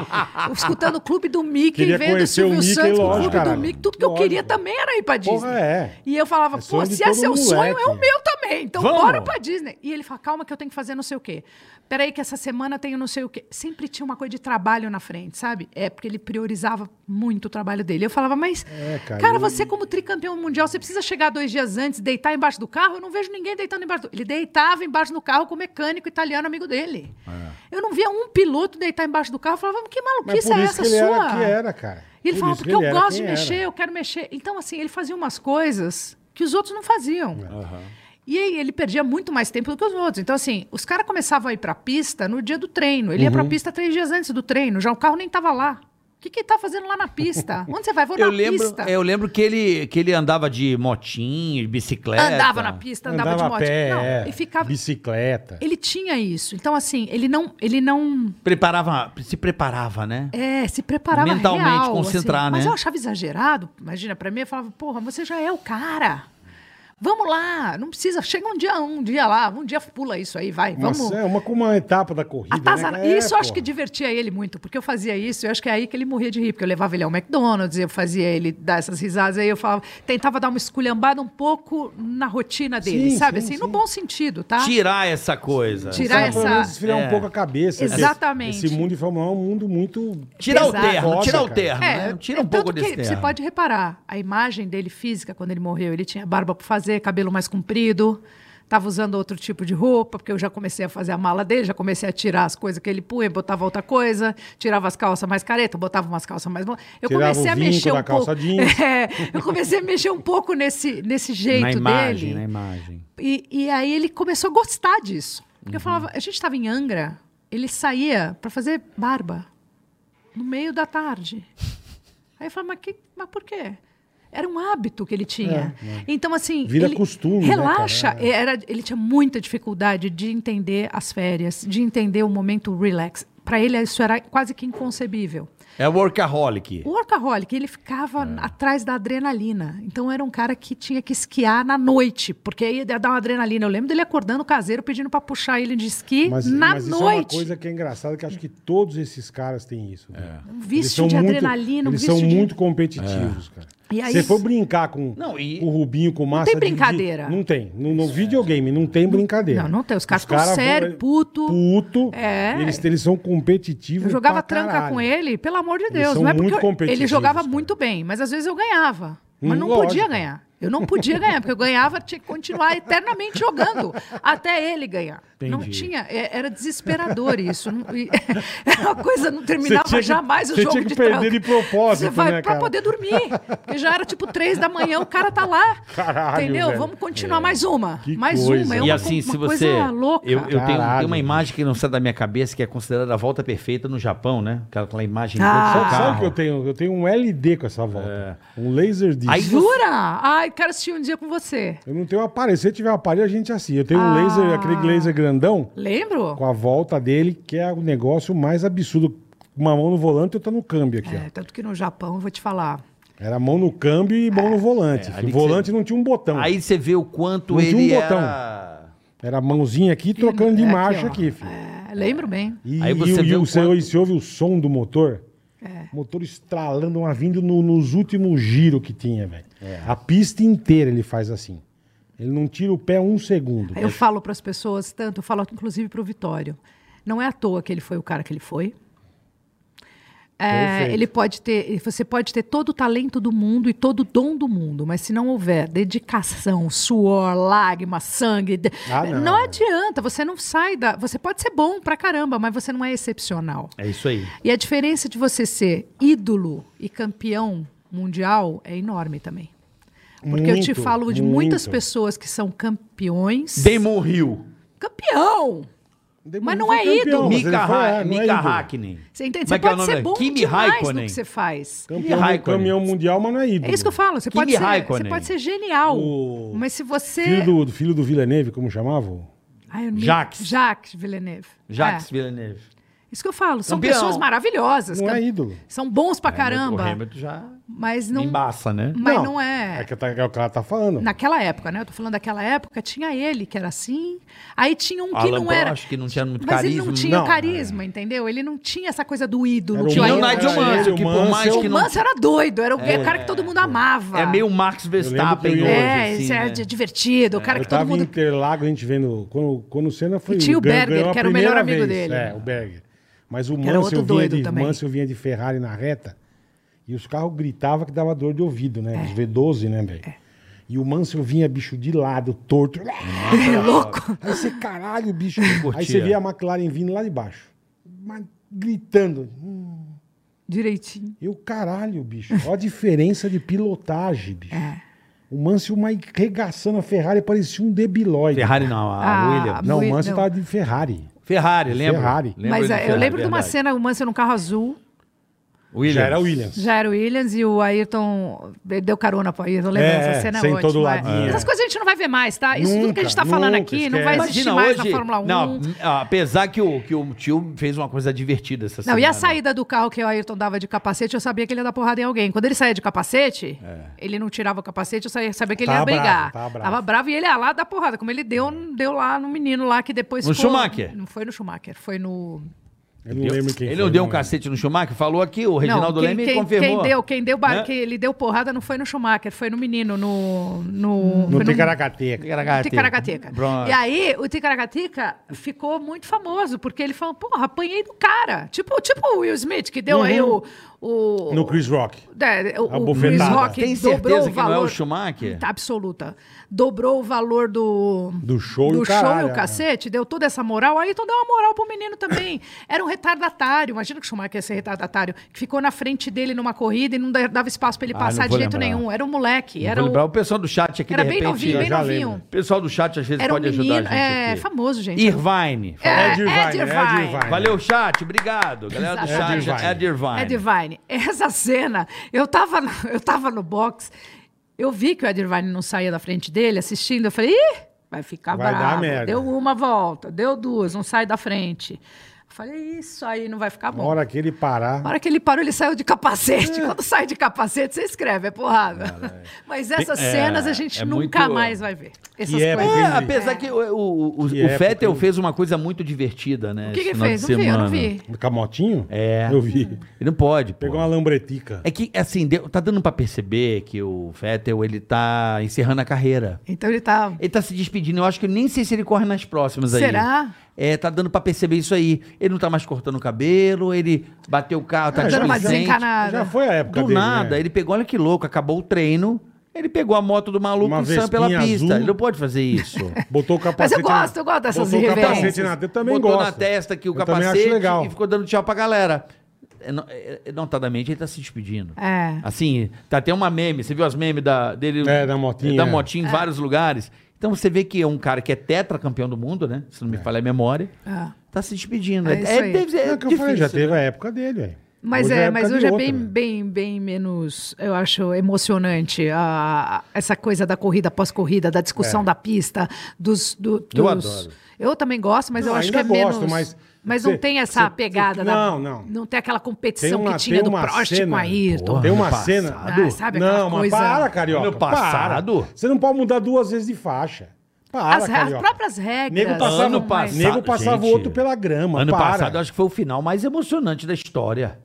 S5: escutando o Clube do Mickey,
S3: Queria
S5: vendo o
S3: conhecer o
S5: Silvio
S3: Mickey,
S5: Santos,
S3: lógico,
S5: o Clube
S3: caralho.
S5: do Mickey. Tudo que eu
S3: Lógico.
S5: queria também era ir pra Disney.
S3: Porra, é.
S5: E eu falava,
S3: É
S5: pô,
S3: sonho de
S5: se
S3: todo
S5: é seu sonho, é o
S3: moleque.
S5: meu também. também, então
S4: Vamos.
S5: bora pra Disney. E ele fala, calma que eu tenho que fazer não sei o quê. Peraí que essa semana eu tenho não sei o quê. Sempre tinha uma coisa de trabalho na frente, sabe? É porque ele priorizava muito o trabalho dele. Eu falava, mas,
S3: É, cara,
S5: cara,
S3: eu-
S5: você como tricampeão mundial, você precisa chegar dois dias antes, deitar embaixo do carro? Eu não vejo ninguém deitando embaixo do... Ele deitava embaixo do carro com o mecânico italiano amigo dele. Eu não via um piloto deitar embaixo do carro. Eu falava, mas que
S3: É. Mas
S5: maluquice
S3: por
S5: é
S3: isso
S5: essa
S3: que ele
S5: sua?
S3: era que era, cara.
S5: E ele
S3: Por
S5: falava,
S3: isso
S5: porque
S3: que ele
S5: eu
S3: era
S5: gosto de
S3: quem era.
S5: mexer, eu quero mexer. Então, assim, ele fazia umas coisas que os outros não faziam.
S3: É.
S5: E aí ele perdia muito mais tempo do que os outros. Então, assim, os caras começavam a ir pra pista no dia do treino. Ele ia
S3: Uhum.
S5: pra pista três dias antes do treino, já o carro nem tava lá. O que, que ele tá fazendo lá na pista? Onde você vai? Vou
S4: Eu
S5: na
S4: lembro,
S5: pista.
S4: eu lembro que ele, que ele andava de motinho, de bicicleta.
S5: Andava na pista, andava,
S3: Andava
S5: de
S3: a
S5: moto.
S3: pé,
S5: não,
S3: é,
S5: e ficava.
S3: bicicleta.
S5: Ele tinha isso. Então, assim, ele não. Ele não
S4: Preparava, se preparava, né?
S5: É, se preparava
S4: Mentalmente,
S5: real,
S4: concentrar,
S5: assim. Mas
S4: né?
S5: eu achava exagerado. Imagina, pra mim, eu falava, porra, você já é o cara. Vamos lá, não precisa. Chega um dia, um dia lá, um dia pula isso aí, vai.
S3: Uma,
S5: Vamos.
S3: é uma, uma etapa da corrida.
S5: Atazana.
S3: né? É,
S5: isso eu acho
S3: porra.
S5: que divertia ele muito, porque eu fazia isso, eu acho que é aí que ele morria de rir, porque eu levava ele ao McDonald's, eu fazia ele dar essas risadas, aí eu falava, tentava dar uma esculhambada um pouco na rotina dele,
S3: Sim,
S5: sabe?
S3: sim,
S5: assim,
S3: sim.
S5: no bom sentido, tá?
S4: Tirar essa coisa.
S5: Tirar
S3: Sabe, pelo
S5: essa-
S3: menos Esfriar
S4: É.
S3: um pouco a cabeça. esse-
S5: Exatamente.
S3: Esse mundo de Fórmula 1 é um mundo muito...
S4: Tirar o
S5: Pesado.
S4: terno, tirar o
S3: Foda, cara.
S4: terno, né? Tira um pouco
S5: É, tanto que
S4: desse terno.
S5: Você pode reparar, a imagem dele física, quando ele morreu, ele tinha barba para fazer, cabelo mais comprido, estava usando outro tipo de roupa, porque eu já comecei a fazer a mala dele, já comecei a tirar as coisas que ele punha, botava outra coisa, tirava as calças mais careta, botava umas calças mais... blan- Eu
S3: Tirava
S5: comecei
S3: o
S5: a
S3: vinco
S5: mexer
S3: da
S5: um pouco...
S3: calça jeans.
S5: É, eu comecei a mexer um pouco nesse, nesse jeito
S4: na imagem,
S5: dele.
S4: na imagem.
S5: E, e aí ele começou a gostar disso.
S3: Uhum.
S5: Porque eu falava, a gente estava em Angra, ele saía para fazer barba no meio da tarde. Aí eu falava, mas, que, mas por quê? Era um hábito que ele tinha. Então, assim.
S3: É, Vira
S5: ele-
S3: costume, né,
S5: Relaxa.
S3: cara? É.
S5: Era, ele tinha muita dificuldade de entender as férias, de entender o momento relax. Para ele, isso era quase que inconcebível.
S4: É workaholic.
S5: O workaholic, ele ficava
S3: É.
S5: atrás da adrenalina. Então era um cara que tinha que esquiar na noite, porque aí ia dar uma adrenalina. Eu lembro dele acordando o caseiro pedindo pra puxar ele de esqui
S3: Mas,
S5: na
S3: mas isso é uma
S5: noite.
S3: coisa que é engraçada, que eu acho que todos esses caras têm isso. É.
S5: Um vício de adrenalina, um
S3: Eles
S5: vício
S3: são
S5: de...
S3: muito competitivos, cara.
S5: E aí-
S3: Você for brincar com,
S4: É. Não, e-
S3: com o Rubinho, com o Márcio...
S5: tem brincadeira.
S3: não tem. No, no videogame não tem brincadeira.
S5: Não, não tem. Os caras ficam
S3: caras vão-
S5: sério, puto.
S3: Puto.
S5: É.
S3: Eles, eles são competitivos
S5: Eu jogava
S3: pra
S5: tranca
S3: caralho.
S5: com ele, pelo amor de
S3: Eles
S5: Deus.
S3: são
S5: não é porque
S3: muito
S5: eu- ele
S3: competitivos,
S5: jogava
S3: cara.
S5: muito bem, mas às vezes eu ganhava. Mas
S3: Hum,
S5: não
S3: lógico.
S5: podia ganhar. Eu não podia ganhar, porque eu ganhava, tinha que continuar eternamente jogando até ele ganhar. Não
S4: Entendi.
S5: tinha, é- era desesperador isso. Não- e- era uma coisa, não terminava
S3: Você tinha que-
S5: jamais o
S3: você
S5: jogo
S3: tinha que
S5: de
S3: perder
S5: tranca.
S3: de propósito,
S5: Você vai
S3: né,
S5: pra
S3: cara?
S5: poder dormir. Porque já era tipo três da manhã, o cara tá lá.
S3: Caralho,
S5: entendeu?
S3: velho. É.
S5: Vamos continuar mais uma.
S3: Que
S5: mais
S3: coisa.
S5: uma. É
S3: E
S5: uma,
S4: e
S5: co-
S4: assim, se
S5: uma
S4: você.
S5: coisa louca.
S4: Eu, eu tenho,
S3: Caralho.
S4: tem uma imagem que não sai da minha cabeça que é considerada a volta perfeita no Japão, né? Aquela, aquela imagem
S5: Ah.
S4: do
S3: Sabe,
S4: seu
S3: sabe o
S4: carro.
S3: que eu tenho? Eu tenho um LD com essa volta. Um laser disc.
S4: É. Aí-
S5: Jura? Ai, quero assistir um dia com você.
S3: Eu não tenho um aparelho. Se eu tiver um aparelho, a gente assim. Eu tenho um
S5: Ah.
S3: laser, aquele laser grandão,
S5: Lembro?
S3: com a volta dele, que é o negócio mais absurdo. Uma mão no volante e outra no câmbio aqui,
S5: É, tanto que no Japão, eu vou te falar.
S3: ó. Era mão no câmbio e mão no volante.
S4: É,
S3: o
S4: ali que
S3: volante não tinha um botão.
S4: Aí você vê o quanto
S3: Não tinha um
S4: ele
S3: botão.
S4: era.
S3: Era a mãozinha aqui trocando de
S5: É aqui,
S3: marcha
S5: ó.
S3: aqui, filho.
S5: É, lembro bem.
S3: E,
S4: Aí
S3: e
S4: você
S3: o-
S4: vê
S3: e
S4: o
S3: o você,
S4: quanto-
S3: você ouve o som do motor?
S5: É.
S3: O Motor estralando, uma vindo no- nos últimos giros que tinha, velho.
S5: É.
S3: A pista inteira ele faz assim. Ele não tira o pé um segundo.
S5: Eu falo para as pessoas tanto, eu falo inclusive para o Vitório. Não é à toa que ele foi o cara que ele foi. É,
S3: Perfeito.
S5: ele pode ter, você pode ter todo o talento do mundo e todo o dom do mundo, mas se não houver dedicação, suor, lágrima, sangue, de-
S3: Ah, não.
S5: não. adianta. Você não sai da. Você pode ser bom pra caramba, mas você não é excepcional.
S4: É isso aí.
S5: E a diferença de você ser ídolo e campeão mundial é enorme também. Porque eu te
S3: Muito,
S5: falo de
S3: muito.
S5: muitas pessoas que são campeões.
S4: Damon Hill.
S5: Campeão! Mas não é ídolo.
S3: mas ele
S4: Mika,
S3: foi-
S4: Ha-
S3: é, não é
S4: Mika
S3: ídolo.
S4: Hakkinen.
S5: Você entende?
S4: Como é
S5: Você
S4: que é o
S5: pode
S4: nome
S5: ser
S4: dele?
S5: bom
S4: Kimi
S5: demais no
S4: Raikkonen.
S5: que você faz.
S3: Campeão, do
S4: Raikkonen.
S3: caminhão mundial, mas não é ídolo.
S5: É isso que eu falo. Você,
S4: Kimi
S5: pode ser, você
S4: Raikkonen.
S5: pode ser genial,
S3: O-
S5: mas se
S3: Filho
S5: você...
S3: do, do filho do Villeneuve, como chamava?
S5: Ai, eu nem-
S4: Jacques.
S5: Jacques Villeneuve.
S4: Jacques
S5: É.
S4: Villeneuve.
S5: Isso que eu falo. São
S4: Campeão.
S5: pessoas maravilhosas.
S3: Não
S5: cam-
S3: é ídolo.
S5: São bons pra
S4: É, O
S5: caramba.
S4: Hamilton já
S5: Mas não.
S4: embaça, né?
S5: Mas não, é.
S3: É, que tá- é o que ela tá falando.
S5: Naquela época, né? Eu tô falando daquela época, tinha ele que era assim. Aí tinha um que
S4: Alan
S5: não era.
S4: Prost, que não tinha muito
S5: Mas
S4: carisma. é.
S5: ele não tinha
S3: Não,
S5: carisma, entendeu? Ele não tinha essa coisa do ídolo.
S3: Era
S5: um que
S4: Tinha o
S3: Ele-
S4: Nigel
S3: era ele,
S4: Mansell,
S3: o
S4: que por mais
S3: Mansell.
S4: um que
S5: O
S4: não...
S5: Manso era doido, era o é, o cara que todo mundo amava.
S4: É meio Max Verstappen
S3: que eu
S4: hoje,
S3: ia-
S5: É,
S4: assim,
S5: isso é
S4: né?
S5: de- divertido, o cara
S3: Eu
S5: que todo
S3: tava em
S5: mundo.
S3: Interlagos, a gente vendo. Quando, quando o Senna foi.
S5: E tinha o
S3: ganhou-
S5: Berger,
S3: ganhou a
S5: que era o melhor
S3: primeira
S5: amigo
S3: vez.
S5: dele.
S3: É, o Berger. Mas o
S5: Que era
S3: Mansell
S5: outro
S3: vinha,
S5: doido
S3: de,
S5: também.
S3: Mansell vinha de Ferrari na reta e os carros gritavam que dava dor de ouvido,
S5: É.
S3: né? Os V12, né, velho? E o Mansell vinha, bicho, de lado, torto.
S5: É louco.
S3: Aí você, caralho, bicho. Aí
S4: Curtia.
S3: você via a McLaren vindo lá de baixo. Mas gritando. Hum,
S5: Direitinho.
S3: Eu, caralho, bicho. Olha a diferença de pilotagem, bicho.
S5: É.
S3: O Mansell uma regaçando a Ferrari, parecia um debilóide.
S4: Ferrari não, a
S5: Ah,
S4: Williams.
S3: Não, o
S5: Mui-
S3: Mansell
S5: não.
S3: tava de Ferrari.
S4: Ferrari, lembra?
S3: Ferrari.
S4: Lembro
S5: Mas
S4: do
S5: é, eu
S4: Ferrari,
S5: lembro de uma
S4: verdade.
S5: cena, o Manso num carro azul,
S4: Williams.
S3: Já era Williams.
S5: já era o Williams e o Ayrton ele deu carona pro Ayrton, lembra?
S3: É,
S5: essa cena
S3: sentou
S5: é
S3: do
S5: ótima.
S3: ladinho.
S5: é. Essas coisas a gente não vai ver mais, tá? Isso tudo que a gente tá
S3: Nunca,
S5: falando
S3: nunca,
S5: aqui
S3: esquece.
S5: não vai existir
S4: Imagina
S5: mais
S4: hoje...
S5: na Fórmula 1.
S4: Não, ah,
S5: Não,
S4: apesar que o, que o tio fez uma coisa divertida essa semana.
S5: e a saída do carro que o Ayrton dava de capacete, eu sabia que ele ia dar porrada em alguém. Quando ele saía de capacete,
S4: É.
S5: ele não tirava o capacete, eu sabia, sabia que ele
S3: Tava
S5: ia brigar.
S3: bravo, tava bravo.
S5: Tava bravo e ele ia lá dar porrada, como ele deu, deu lá no menino lá que depois
S4: No
S5: ficou-
S4: Schumacher?
S5: Não foi no Schumacher, foi no...
S3: Eu não lembro quem foi, né?
S4: Ele não deu um
S3: lembro.
S4: cacete no Schumacher? Falou aqui, o Reginaldo
S5: quem-
S4: Leme
S5: quem,
S4: confirmou.
S5: Quem deu, quem deu, bar-
S4: Né?
S5: que ele deu porrada não foi no Schumacher, foi no menino, no. No, foi
S3: No Ticaracateca.
S5: Ticaracateca.
S4: Pronto.
S5: E aí, o Ticaracateca ficou muito famoso, porque ele falou, porra, apanhei do cara. Tipo, tipo o Will Smith, que deu
S4: Uhum.
S5: aí o. o
S3: No Chris Rock.
S5: é, o,
S3: A
S5: o Chris
S3: bofetada.
S5: Rock
S4: Tem
S5: dobrou
S4: certeza
S5: o
S4: que não é
S5: valor. Tá,
S4: o Schumacher?
S5: Absoluta. Dobrou o valor do.
S3: Do show e o
S5: do show
S3: caralho,
S5: e
S3: né?
S5: o cacete, deu toda essa moral. Aí então deu uma moral pro menino também. Era um retardatário. Imagina que o Schumacher ia ser retardatário. Que ficou na frente dele numa corrida e não da- dava espaço pra ele
S4: Ah,
S5: passar
S4: não
S5: de
S4: vou
S5: jeito
S4: lembrar.
S5: nenhum. Era um moleque.
S4: Não
S5: Era,
S4: vou
S5: um,
S4: lembrar o pessoal do chat aqui,
S5: era
S4: de
S5: bem
S4: repente. né?
S5: novinho, bem
S3: já
S5: novinho.
S3: lembro.
S4: O pessoal do chat às vezes
S5: Era um
S4: pode ajudar
S5: menino.
S4: a gente
S5: É,
S4: aqui.
S5: famoso, gente.
S4: Irvine.
S5: É,
S3: É Dirvine,
S5: é
S3: é
S5: Dirvine.
S3: Dirvine.
S4: Valeu, chat. Obrigado. Galera do
S5: Exato.
S4: chat,
S3: É Dirvine.
S4: é Dirvine.
S5: É Divine. Essa cena, eu tava, no- eu tava no box, eu vi que o Divine não saía da frente dele assistindo, eu falei, Ih, vai ficar
S3: Vai dar
S5: bravo.
S3: merda.
S5: Deu uma volta, deu duas, não sai da frente. Eu falei, isso aí não vai ficar
S3: Na
S5: bom.
S3: hora que ele parar.
S5: Na hora que ele parou, ele saiu de capacete. Quando sai de capacete, você escreve, é porrada. Mas essas
S4: É,
S5: cenas a gente
S4: é
S5: nunca
S4: muito-
S5: mais vai ver. Essas
S3: é,
S5: coisas.
S4: É,
S3: Entendi.
S4: apesar que o, o, o-
S3: Que
S4: o
S3: época,
S4: Fettel
S3: hein?
S4: fez uma coisa muito divertida, né?
S5: O que, que
S4: esse
S5: ele
S4: final
S5: fez?
S4: de
S5: Não vi, eu não
S4: semana.
S5: vi.
S3: No camotinho?
S4: É.
S3: Eu vi.
S4: Ele não pode. pô.
S3: Pegou uma lambretica.
S4: É que, assim, deu- tá dando pra perceber que o Fettel, ele tá encerrando a carreira.
S5: Então ele tá.
S4: Ele tá se despedindo. Eu acho que eu nem sei se ele corre nas próximas aí.
S5: Será?
S4: É, tá dando pra perceber isso aí. Ele não tá mais cortando o cabelo, ele bateu o carro, tá
S3: É,
S5: Tá dando uma
S4: displicente.
S5: desencanada.
S3: Já foi a época
S4: Do
S3: dele.
S4: nada,
S3: né?
S4: ele pegou, olha que louco, acabou o treino, ele pegou a moto do maluco
S3: Uma
S4: e saiu pela
S3: vespinha
S4: pista.
S3: azul.
S4: Ele não pode fazer isso.
S3: Botou o
S5: Mas
S3: capacete.
S5: eu gosto, eu gosto dessas
S3: Botou o capacete
S5: irreverências.
S3: na... Eu também
S4: Botou
S3: gosto.
S4: na testa aqui o
S3: Eu também acho
S4: capacete
S3: legal.
S4: e ficou dando tchau pra galera. É, no- é, é, Notadamente, ele tá se despedindo.
S5: É.
S4: Assim, tá até uma meme. Você viu as memes da, dele?
S3: É, da motinha.
S4: Da motinha
S5: É.
S4: em vários lugares. Então você vê que é um cara que é tetracampeão do mundo, né? Se não me falha a memória.
S5: Ah.
S4: Tá se despedindo.
S5: É
S4: É,
S5: isso
S4: é,
S5: aí.
S4: deve ser- é
S3: É. Não, é que eu falei, já
S4: difícil, né?
S3: teve a época dele, velho.
S5: Mas é,
S3: a
S5: mas
S3: época
S5: hoje é
S3: de né?
S5: bem,
S3: outra, velho.
S5: bem, bem menos, eu acho, emocionante a, essa coisa da corrida pós-corrida, da
S3: É.
S5: discussão da pista, dos, do- dos-
S4: adoro.
S5: Eu também gosto, mas
S3: Não,
S5: eu acho que
S3: ainda
S5: é
S3: gosto,
S5: menos.
S3: mas
S5: não
S3: cê-
S5: tem essa
S3: cê-
S5: pegada. da-
S3: não, não.
S5: Não tem aquela
S3: Tem
S5: competição
S3: uma,
S5: que tinha
S3: tem
S5: do
S3: uma
S5: Prost
S3: cena,
S5: com a Ayrton.
S4: Porra.
S3: Tem uma
S4: Ano
S3: cena.
S4: passado.
S5: Ah, sabe aquela
S3: não,
S5: coisa-
S3: mas para, carioca.
S4: Ano passado.
S3: para. Você não pode mudar duas vezes de faixa. Para,
S5: As, re- as
S3: carioca.
S5: próprias regras.
S3: é Nego tá passava,
S4: Ano
S5: não, mas-
S4: passado-
S3: nego passava
S4: gente,
S3: o outro pela grama.
S4: Ano
S3: para.
S4: passado, acho que foi o final mais emocionante da história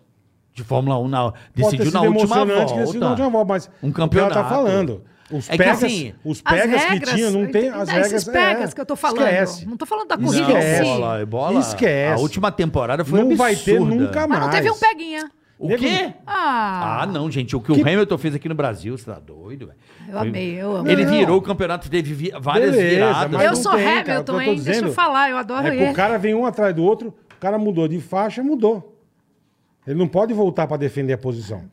S4: de Fórmula 1. Na,
S3: Pode ter
S4: decidiu na
S3: sido
S4: última
S3: emocionante
S4: volta.
S3: que decidiu na última volta, mas
S4: um
S3: o que ela
S4: campeonato.
S3: tá falando. Os
S4: É que
S3: pegas,
S4: assim,
S3: os
S5: As
S3: pegas
S5: regras-
S3: que tinham, não tem
S5: então,
S3: as
S5: esses
S3: regras. é,
S5: pegas que eu tô falando.
S3: Esquece.
S5: Não tô falando da
S4: Não,
S5: corrida em
S3: Esquece.
S5: si.
S4: bola, é bola.
S3: Esquece.
S4: A última temporada foi
S3: não vai ter
S4: absurda.
S3: nunca mais.
S5: Mas não teve um peguinha.
S4: O
S3: Nego-
S4: quê?
S5: Ah,
S4: Ah, não, gente. O que,
S3: Que-
S4: o Hamilton fez aqui no Brasil, você tá doido, velho.
S5: eu amei, eu amo.
S4: Ele
S3: Não.
S4: virou o campeonato, teve vi- várias
S3: Beleza,
S4: viradas.
S3: mas
S5: Eu
S3: não
S5: sou
S3: tem, cara,
S5: Hamilton,
S3: eu tô
S5: hein? Deixa eu
S3: dizendo.
S5: falar, eu adoro
S3: É que
S5: ele.
S3: o cara vem um atrás do outro, o cara mudou de faixa, mudou. Ele não pode voltar pra defender a posição.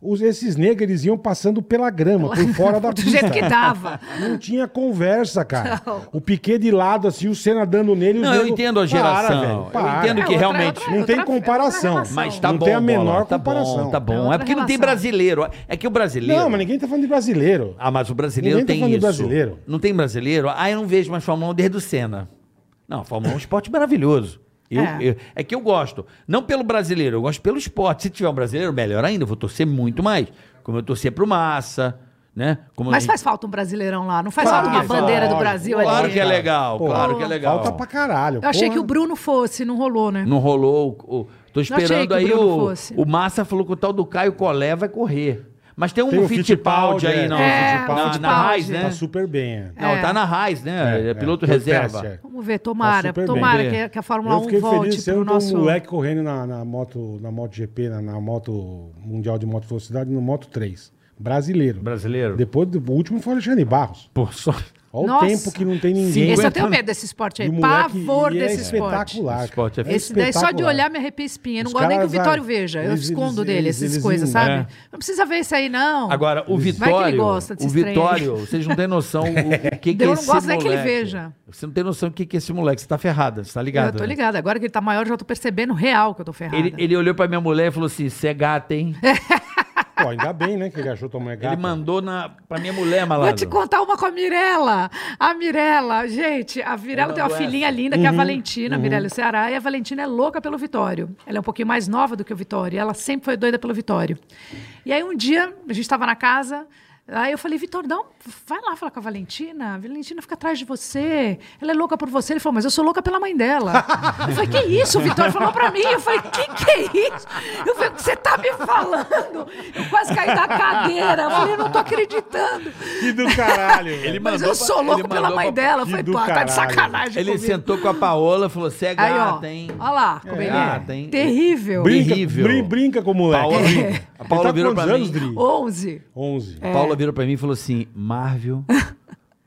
S3: Os, esses negros, eles iam passando pela grama, por fora da
S5: Do
S3: pista.
S5: jeito que dava.
S3: Não tinha conversa, cara.
S5: Não.
S3: O Piquet de lado, assim, o Senna dando nele. os
S4: Não, eu
S3: nego-
S4: entendo
S3: Para,
S4: a geração.
S3: velho,
S4: Eu
S3: para.
S4: entendo que
S5: É outra-
S4: realmente-
S5: outra-
S3: Não tem
S5: outra-
S3: comparação.
S5: outra relação.
S4: Mas tá
S3: Não
S4: bom,
S3: tem a menor
S4: Bola,
S3: comparação.
S4: Tá bom, tá bom. É,
S5: É
S4: porque não tem
S5: outra
S4: brasileiro. É que o brasileiro...
S3: Não, mas ninguém tá falando de brasileiro.
S4: Ah, mas o brasileiro
S3: Ninguém tá
S4: tem
S3: falando de
S4: isso.
S3: brasileiro.
S4: Não tem brasileiro? Ah, eu não vejo mais Fórmula 1 desde o Senna. Não, Fórmula 1 é um esporte maravilhoso. Eu,
S5: É.
S4: eu- é. que eu gosto. Não pelo brasileiro, eu gosto pelo esporte. Se tiver um brasileiro, melhor ainda, eu vou torcer muito mais. Como eu torcer pro Massa, né? Como
S5: Mas
S4: a
S5: faz
S4: gente-
S5: falta um brasileirão lá, não faz
S3: Claro
S5: falta uma
S3: que faz.
S5: bandeira do Brasil
S4: Claro
S5: ali.
S4: que é legal,
S3: Pô,
S4: claro que é legal.
S3: Falta pra caralho.
S5: Eu achei
S3: porra.
S5: que o Bruno fosse, não rolou, né?
S4: Não rolou. O, o- tô
S5: achei
S4: esperando
S5: que o
S4: aí
S5: Bruno
S4: o,
S5: fosse.
S4: o Massa falou que o tal do Caio Colé vai correr. Mas tem um
S3: Tem o Fittipaldi,
S4: Fittipaldi aí
S3: é.
S4: não,
S3: É,
S4: Fittipaldi.
S5: o
S4: na, na Raiz,
S5: Fittipaldi.
S4: né?
S3: Tá super bem. é.
S4: Não,
S5: É.
S4: tá na Raiz, né? É,
S3: É,
S4: piloto
S3: tem o
S4: reserva.
S3: Pérez, é.
S5: Vamos ver,
S3: Tá
S5: tomara,
S3: super bem.
S5: tomara
S4: É.
S5: que, que a Fórmula
S3: Eu
S5: 1
S3: fiquei
S5: volte
S3: feliz
S5: pro
S3: sendo
S5: nosso...
S3: um moleque correndo na, na moto, na moto GP, na, na moto mundial de moto velocidade, no moto 3. Brasileiro.
S4: Brasileiro.
S3: Depois do o último foi o Alexandre Barros.
S4: Pô, só...
S3: Olha o
S5: Nossa.
S3: tempo que não tem ninguém.
S5: Esse eu
S4: 50
S5: tenho medo desse esporte aí,
S3: do moleque,
S5: pavor
S3: e é
S5: desse esporte.
S3: espetacular.
S4: Esse esporte é
S3: cara.
S5: Esse daí só de
S3: espetacular.
S5: olhar me arrepia a espinha. Eu não
S3: Os
S5: gosto nem que o
S3: caras,
S5: Vitório
S3: ah,
S5: veja. Eu
S3: eles-
S5: escondo
S3: eles-
S5: dele
S3: eles-
S5: essas
S3: eles-
S5: coisas,
S3: é.
S5: sabe? Não precisa ver isso aí, não.
S4: Agora, o
S5: Vai que ele
S4: Vitório.
S5: gosta
S4: O
S5: desses trem.
S4: Vitório, vocês não têm noção o, o que, que
S5: Eu
S4: é
S5: não
S4: esse
S5: gosto nem que ele
S4: moleque.
S5: veja.
S4: Você não tem noção do que, que é esse moleque. Você tá ferrada, você tá ligado?
S5: Eu tô
S4: né?
S5: ligada. Agora que ele tá maior, eu já tô percebendo real que eu tô ferrada.
S4: Ele, ele olhou pra minha mulher e falou assim: você é gata, hein?
S3: Pô, ainda bem, né, que ele achou tua mulher
S4: Ele
S3: gata.
S4: mandou na, pra minha mulher,
S5: Vou
S4: malandro.
S5: te contar uma com a Mirella. A Mirella, gente, a Mirella
S4: Eu
S5: tem uma
S4: adoro
S5: filhinha
S4: essa.
S5: linda, que é a Valentina, a Mirella do Ceará, e a Valentina é louca pelo Vitório. Ela é um pouquinho mais nova do que o Vitório, e ela sempre foi doida pelo Vitório. E aí um dia, a gente estava na casa, aí eu falei, Vitor, dá um- vai lá falar com a Valentina, a Valentina fica atrás de você, ela é louca por você. Ele falou, mas eu sou louca pela mãe dela. eu falei, que isso? O Vitório falou pra mim. Eu falei, que que é isso? Eu falei, o que você tá me falando? Eu quase caí da cadeira. Eu falei, eu não tô acreditando.
S3: Que do caralho,
S4: Ele
S3: velho.
S5: Mas eu
S4: mandou pra-
S5: sou
S4: ele
S5: louco pela
S4: mandou
S5: mãe
S4: pra-
S5: dela.
S3: Que
S5: Foi,
S3: do
S5: pô, tá de
S3: caralho.
S5: sacanagem
S4: Ele
S5: comigo.
S4: sentou com a Paola, falou: você é
S5: Aí, ó.
S4: gata, hein?
S5: Olha lá, como
S4: É,
S5: ele
S4: gata,
S5: é.
S4: hein?
S5: Terrível.
S4: Brin-
S3: Brinca,
S4: Horrível.
S3: brin- brinca com o moleque.
S4: Paola-
S3: Brinca.
S4: A Paola
S3: Ele tá
S4: virou
S3: com quantos
S4: pra
S3: anos,
S4: mim.
S3: Dri?
S5: 11.
S3: 11.
S4: Paula virou pra mim e falou assim: Marvel,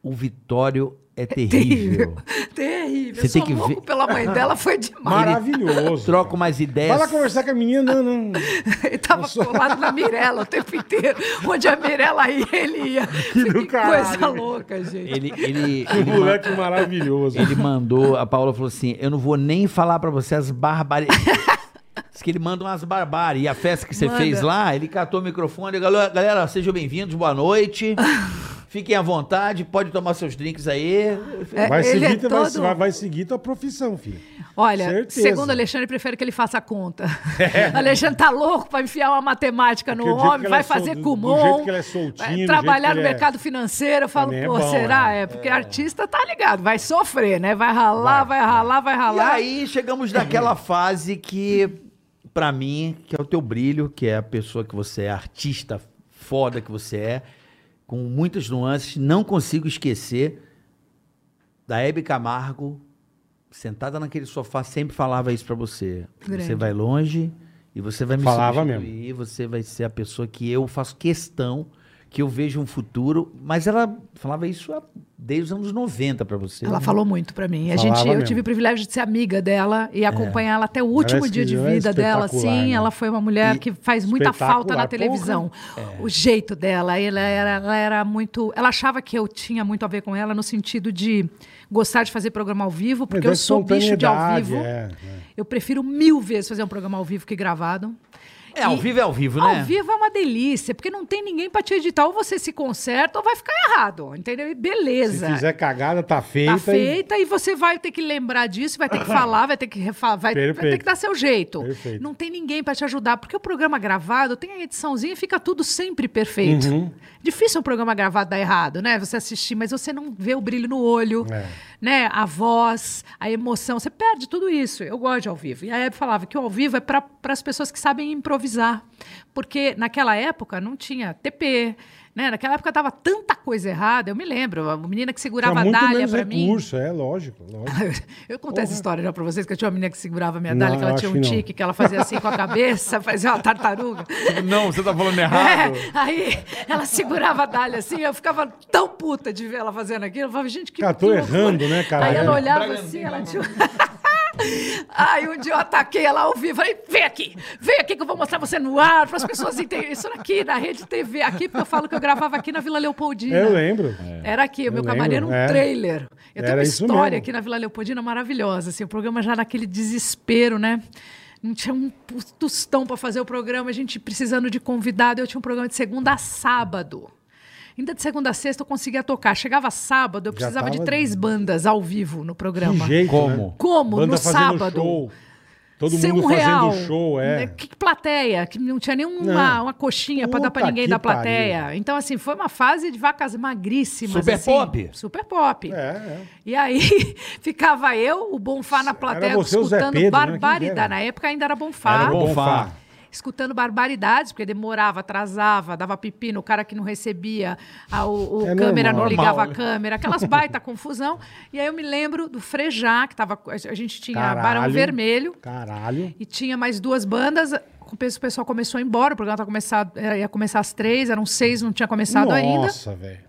S4: o Vitório é terrível.
S5: Terrível. Terrível.
S4: Você
S5: Eu
S4: tem
S5: sou
S4: que
S5: louco
S4: ver-
S5: pela mãe dela, foi demais.
S3: Maravilhoso.
S4: Troca
S3: cara.
S4: umas ideias.
S3: Vai lá conversar com a menina, não, não.
S5: Ele tava colado na Mirella o tempo inteiro. Onde a Mirella ia, ele ia. Que
S3: do caralho,
S5: coisa
S3: velho.
S5: louca, gente.
S4: Ele, ele,
S3: Que
S4: ele ma-
S3: moleque maravilhoso.
S4: ele mandou, a Paula falou assim: Eu não vou nem falar pra você as barbaridades. Diz que ele manda umas barbáries. E a festa que você
S5: Manda.
S4: fez lá, ele catou o microfone. Galera, galera sejam bem-vindos, boa noite. Fiquem à vontade, pode tomar seus drinks aí.
S5: É,
S3: Vai
S5: ele
S3: seguir,
S5: é
S3: tu- vai,
S5: todo-
S3: vai- vai seguir tua profissão, filho.
S5: Olha,
S3: Certeza.
S5: segundo o Alexandre, prefere que ele faça a conta. Alexandre tá louco pra enfiar uma matemática no
S3: Porque do jeito que
S5: homem,
S3: ela
S5: vai
S3: é sol-
S5: fazer
S3: do- do
S5: Kumon.
S3: jeito que ele é soltinho, do
S5: vai
S3: jeito
S5: trabalhar
S3: que
S5: no
S3: ele é-
S5: mercado financeiro, eu falo,
S3: Também é
S5: pô,
S3: bom,
S5: será?
S3: é.
S5: É, porque artista tá ligado, vai sofrer, né? Vai ralar, vai, ralar, vai
S4: E
S5: ralar.
S4: aí chegamos naquela fase que, pra mim, que é o teu brilho, que é a pessoa que você é, artista foda que você é, com muitas nuances, não consigo esquecer da Hebe Camargo, sentada naquele sofá, sempre falava isso pra você. Você
S5: Grande.
S4: vai longe e você vai me
S3: Falava
S4: substituir, você vai ser a pessoa que eu faço questão, que eu vejo um futuro, mas ela falava isso há- desde os anos 90 pra você. É,
S5: Ela falou muito pra mim. A
S3: Uhum. Falava
S5: gente, eu
S3: mesmo.
S5: tive o privilégio de ser amiga dela e acompanhar ela até o último
S3: Parece
S5: dia
S3: que
S5: de
S3: ela é
S5: vida dela.
S3: espetacular,
S5: Sim,
S3: né?
S5: ela foi uma mulher
S4: E-
S5: que faz muita falta
S3: espetacular,
S5: na
S3: É.
S5: televisão. O jeito dela, ela era, ela era muito. Ela achava que eu tinha muito a ver com ela no sentido de gostar de fazer programa ao vivo, porque eu
S3: Mas é
S5: sou bicho de ao
S3: espontaneidade,
S5: vivo.
S3: é, é.
S5: Eu prefiro mil vezes fazer um programa ao vivo que gravado.
S4: É, ao
S5: E-
S4: vivo é ao vivo, né?
S5: ao vivo é uma delícia, porque não tem ninguém pra te editar. Ou você se conserta ou vai ficar errado, entendeu? E beleza.
S3: Se fizer cagada, tá feita.
S5: Tá
S3: e-
S5: feita e você vai ter que lembrar disso, vai ter que falar, vai ter que refa- vai, vai ter
S3: Perfeito.
S5: que dar seu jeito.
S3: Perfeito.
S5: Não tem ninguém pra te ajudar, porque o programa gravado tem a ediçãozinha e fica tudo sempre perfeito.
S3: Uhum.
S5: Difícil um programa gravado dar errado, né? Você assistir, mas você não vê o brilho no olho,
S3: É.
S5: né? A voz, a emoção, você perde tudo isso. Eu gosto de ao vivo. E a Hebe falava que o ao vivo é para as pessoas que sabem improvisar, porque naquela época não tinha TP, né? Naquela época tava tanta coisa errada, eu me lembro, a menina que segurava
S3: Tinha
S5: a
S3: muito
S5: dália
S3: menos
S5: pra mim.
S3: recurso, é lógico, lógico.
S5: Eu contei essa história já pra vocês, que eu tinha uma menina que segurava a minha
S3: Não,
S5: dália, que
S3: eu
S5: ela tinha
S3: acho
S5: um
S3: que não.
S5: tique, que ela fazia assim com a cabeça, fazia uma tartaruga.
S4: Não, você tá falando
S5: É, aí ela segurava a dália assim, eu ficava tão puta de ver ela fazendo aquilo. Eu falava, gente, que
S3: Cara, tô
S5: que loucura.
S3: errando, né, cara?
S5: Aí ela
S3: É.
S5: olhava assim, ela tinha. Aí um dia eu ataquei ela ao vivo. Falei, vem aqui, vem aqui que eu vou mostrar você no ar, para as pessoas entenderem. Isso aqui, na rede TV, aqui, porque eu falo que eu gravava aqui na Vila Leopoldina.
S3: Eu lembro.
S5: Era aqui, o
S3: É.
S5: meu
S3: lembro,
S5: camarim era um
S3: é.
S5: trailer. Eu tenho
S3: Era
S5: uma
S3: isso
S5: história
S3: mesmo.
S5: aqui na Vila Leopoldina maravilhosa. Assim, o programa já naquele desespero, né? Não tinha um pu- tostão para fazer o programa, a gente precisando de convidado. Eu tinha um programa de segunda a sábado. Ainda de segunda a sexta eu conseguia tocar. Chegava sábado, eu
S3: Já
S5: precisava de
S3: tava-
S5: três bandas ao vivo no programa.
S3: Que jeito,
S4: Como?
S3: né?
S5: Como?
S3: Banda
S5: no
S3: fazendo
S5: sábado.
S3: show. Todo
S5: Ser
S3: mundo
S5: um
S3: fazendo
S5: real.
S3: show, é.
S5: Né? Que que plateia, que não tinha nenhuma
S3: Não.
S5: uma coxinha pra
S3: Puta
S5: dar pra ninguém
S3: que
S5: da plateia. Então, assim, foi uma fase de vacas magríssimas.
S4: Super
S5: assim.
S4: pop.
S5: Super pop.
S3: É, é.
S5: E aí ficava eu, o Bonfá na plateia,
S3: você, o Zé
S5: escutando
S3: Pedro, né? Quem que era?
S5: barbaridade. Na época ainda era Bonfá.
S4: Era
S3: Bom
S4: Bonfá.
S3: Fá.
S5: Escutando barbaridades, porque demorava, atrasava, dava pepino, o cara que não recebia, a, o, o
S3: É
S5: câmera
S3: normal.
S5: não ligava
S4: Normal, né?
S5: a câmera, aquelas baita confusão. E aí eu me lembro do Frejá, que tava, a gente tinha Barão
S3: Caralho.
S5: Vermelho,
S3: Caralho.
S5: e tinha mais duas bandas. O pe- o pessoal começou a ir embora, o programa tava começado, era- ia começar às três, eram seis, não tinha começado ainda.
S3: Nossa, velho.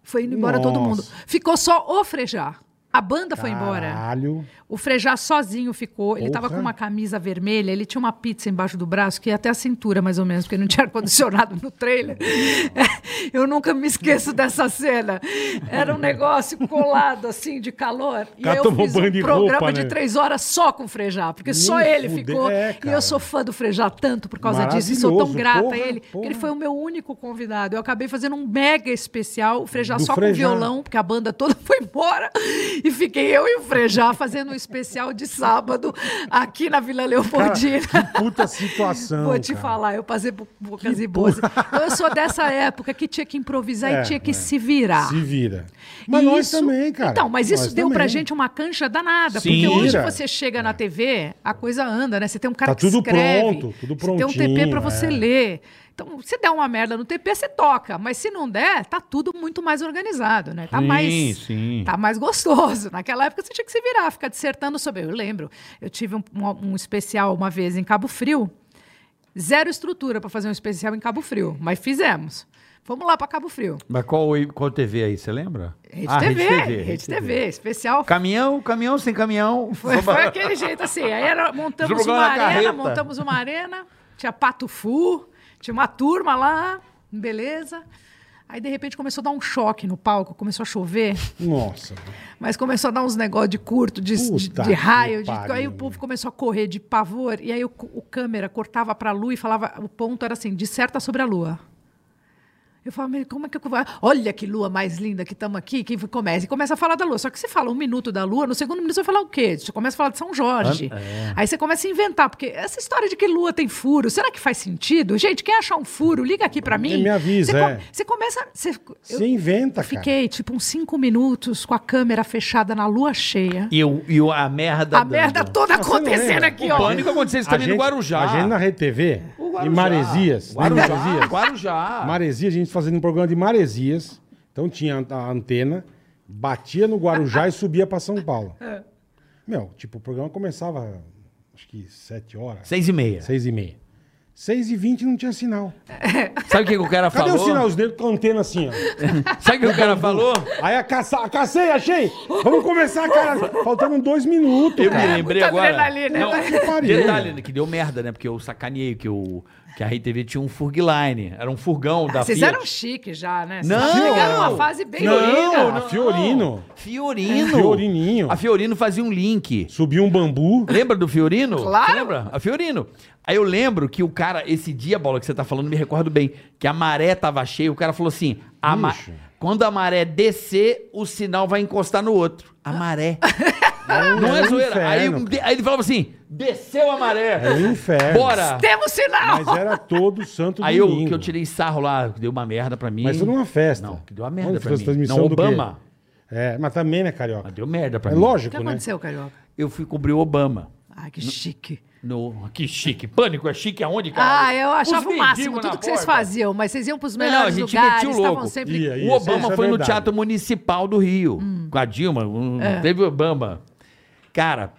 S5: Foi indo embora todo
S3: Nossa.
S5: mundo. Ficou só o Frejá. A banda foi embora.
S3: Caralho.
S5: O Frejá sozinho ficou. Ele tava
S3: Porra.
S5: com uma camisa vermelha, ele tinha uma pizza embaixo do braço, que ia até a cintura, mais ou menos, porque não tinha ar-condicionado no trailer. Eu nunca me esqueço dessa cena. Era um negócio colado, assim, de calor. E
S3: cara
S5: eu
S3: tomou
S5: fiz
S3: banho
S5: um
S3: de
S5: programa
S3: roupa,
S5: de
S3: né?
S5: três horas só com o Frejá, porque só
S3: Nem
S5: ele
S3: fuder-
S5: ficou.
S3: é,
S5: e
S3: cara.
S5: eu sou fã do Frejá tanto por causa disso. E sou tão
S3: Maravilhoso,
S5: grata
S3: porra,
S5: a ele, porque
S3: porra.
S5: ele foi o meu único convidado. Eu acabei fazendo um mega especial, o Frejá
S3: Do
S5: só
S3: Frejá.
S5: com violão, porque a banda toda foi embora. E fiquei eu e o Frejá fazendo um especial de sábado aqui na Vila
S3: Cara,
S5: Leopoldina.
S3: que puta situação.
S5: Vou te
S3: cara.
S5: falar, eu passei por poucas e boas. Então, eu sou dessa época que tinha que improvisar
S3: É,
S5: e tinha que
S3: é.
S5: se virar.
S3: Se vira. Mas
S5: Ah. E
S3: nós
S5: isso-
S3: também, cara.
S5: Então, mas isso
S3: Nós
S5: deu pra
S3: também.
S5: gente uma cancha danada.
S4: Sim.
S5: Porque hoje
S3: Vira.
S5: você chega na TV, a coisa anda, né? Você tem um cara
S3: Tá
S5: que
S3: tudo
S5: escreve.
S3: pronto, tudo
S5: você tem um TP
S3: prontinho,
S5: pra você
S3: é.
S5: ler. Então, se der uma merda no TP, você toca. Mas se não der, tá tudo muito mais organizado, né? Tá
S4: Sim,
S5: mais.
S4: sim.
S5: Tá mais gostoso. Naquela época você tinha que se virar, ficar dissertando sobre. Eu lembro, eu tive um, um- um especial uma vez em Cabo Frio. Zero estrutura pra fazer um especial em Cabo Frio, mas fizemos. Fomos lá pra Cabo Frio.
S4: Mas qual, qual TV aí, você lembra?
S5: Rede
S4: Ah,
S5: TV, Rede TV, especial.
S4: Caminhão, caminhão sem caminhão.
S5: Foi, foi aquele jeito assim. Aí era- montamos
S4: Jogou
S5: uma
S4: na
S5: arena,
S4: carreta.
S5: montamos uma arena, tinha Pato Fu, tinha uma turma lá, beleza. Aí, de repente, começou a dar um choque no palco, começou a chover,
S3: Nossa. velho.
S5: mas começou a dar uns negócios de curto, de, de,
S3: Puta
S5: de raio.
S3: que
S5: de-
S3: pariu,
S5: aí o povo começou a correr de pavor, e aí o, o câmera cortava pra lua e falava, o ponto era assim, disserta sobre a lua. Eu falo, "Mas como é que eu vou? Olha que lua mais linda que estamos aqui. Que começa. E começa a falar da lua. Só que você fala um minuto da lua, no segundo minuto você vai falar o quê? Você começa a falar de São Jorge.
S3: é.
S5: Aí você começa a inventar, porque essa história de que lua tem furo, será que faz sentido? Gente, quer achar um furo? Liga aqui pra mim.
S3: me avisa,
S5: Você,
S3: é.
S5: você começa. Você, eu
S3: Você inventa, cara.
S5: fiquei, tipo, uns cinco minutos com a câmera fechada na lua cheia.
S4: E, o- e o- a merda.
S5: a
S4: dando.
S5: merda toda
S3: Mas você não
S5: acontecendo
S3: lembra?
S5: aqui,
S4: O
S5: ó.
S4: pânico é aconteceu isso
S3: A
S4: também
S3: gente-
S4: no Guarujá.
S3: A gente na RedeTV,
S4: O Guarujá.
S3: em Maresias. lembra
S4: Guarujá.
S3: Maresias?
S4: Guarujá.
S3: Maresias, a gente fazendo um programa de Maresias. Então tinha a antena, batia no Guarujá e subia pra São Paulo.
S5: É.
S3: Meu, tipo, o programa começava, acho que sete horas,
S4: Seis e meia.
S3: seis e meia. Seis e vinte não tinha sinal.
S4: Sabe o que, que o cara
S3: Cadê
S4: falou?
S3: o sinal? Os dedos com a antena assim, ó.
S4: Sabe o que o cara falou?
S3: Aí a caça, a cacei, achei! Vamos começar, cara! Faltando dois minutos,
S4: Eu me
S3: cara.
S4: lembrei
S5: muita
S4: agora.
S5: adrenalina,
S4: Não,
S5: né?
S3: Que pariu.
S4: detalhe, né, que deu merda, né? Porque eu sacaneei que, o, que a RTV tinha um Furgline. Era um furgão da
S5: Ah, Vocês
S4: Fiat.
S5: eram chique já, né? Vocês
S4: Não!
S5: Chegaram numa fase bem
S3: Não,
S5: linda.
S3: não. Fiorino.
S4: Fiorino.
S3: Fiorininho.
S4: A Fiorino fazia um link.
S3: Subiu um bambu.
S4: Lembra do Fiorino?
S5: Claro.
S4: Você lembra? A Fiorino. Aí eu lembro que o cara, esse dia, bola, que você tá falando, me recordo bem, que a maré tava cheia, o cara falou assim: a ma-
S3: Ixi.
S4: quando a maré descer, o sinal vai encostar no outro.
S5: Ah.
S4: A maré. Não é
S3: um
S4: zoeira. Aí,
S3: inferno,
S4: um de- aí ele falava assim: desceu a maré.
S3: É um inferno.
S4: Bora!
S5: Temos sinal!
S3: Mas era todo santo
S4: Aí eu,
S3: domingo.
S4: que eu tirei sarro lá, que deu uma merda pra mim.
S3: Mas foi numa festa.
S4: Não, que deu uma merda
S3: Onde
S4: pra
S3: fez
S4: mim.
S3: transmissão
S4: Não,
S3: do quê?
S4: Obama.
S3: É, mas também, né, Carioca?
S4: Mas deu merda pra
S3: É
S4: mim.
S5: O
S3: lógico,
S5: que
S3: né?
S5: aconteceu, Carioca?
S4: Eu fui cobrir o Obama.
S5: Ai, que chique.
S4: No... Que chique. Pânico é chique aonde, cara?
S5: Ah, eu achava o máximo tudo que vocês faziam, mas vocês iam pros melhores
S4: a gente
S5: lugares,
S4: metia o louco.
S5: estavam sempre.
S3: Ia, ia.
S4: o
S3: Isso,
S4: Obama
S3: isso é
S4: foi no
S3: verdade.
S4: Teatro Municipal do Rio, com a Dilma. um- Teve o Obama. Cara,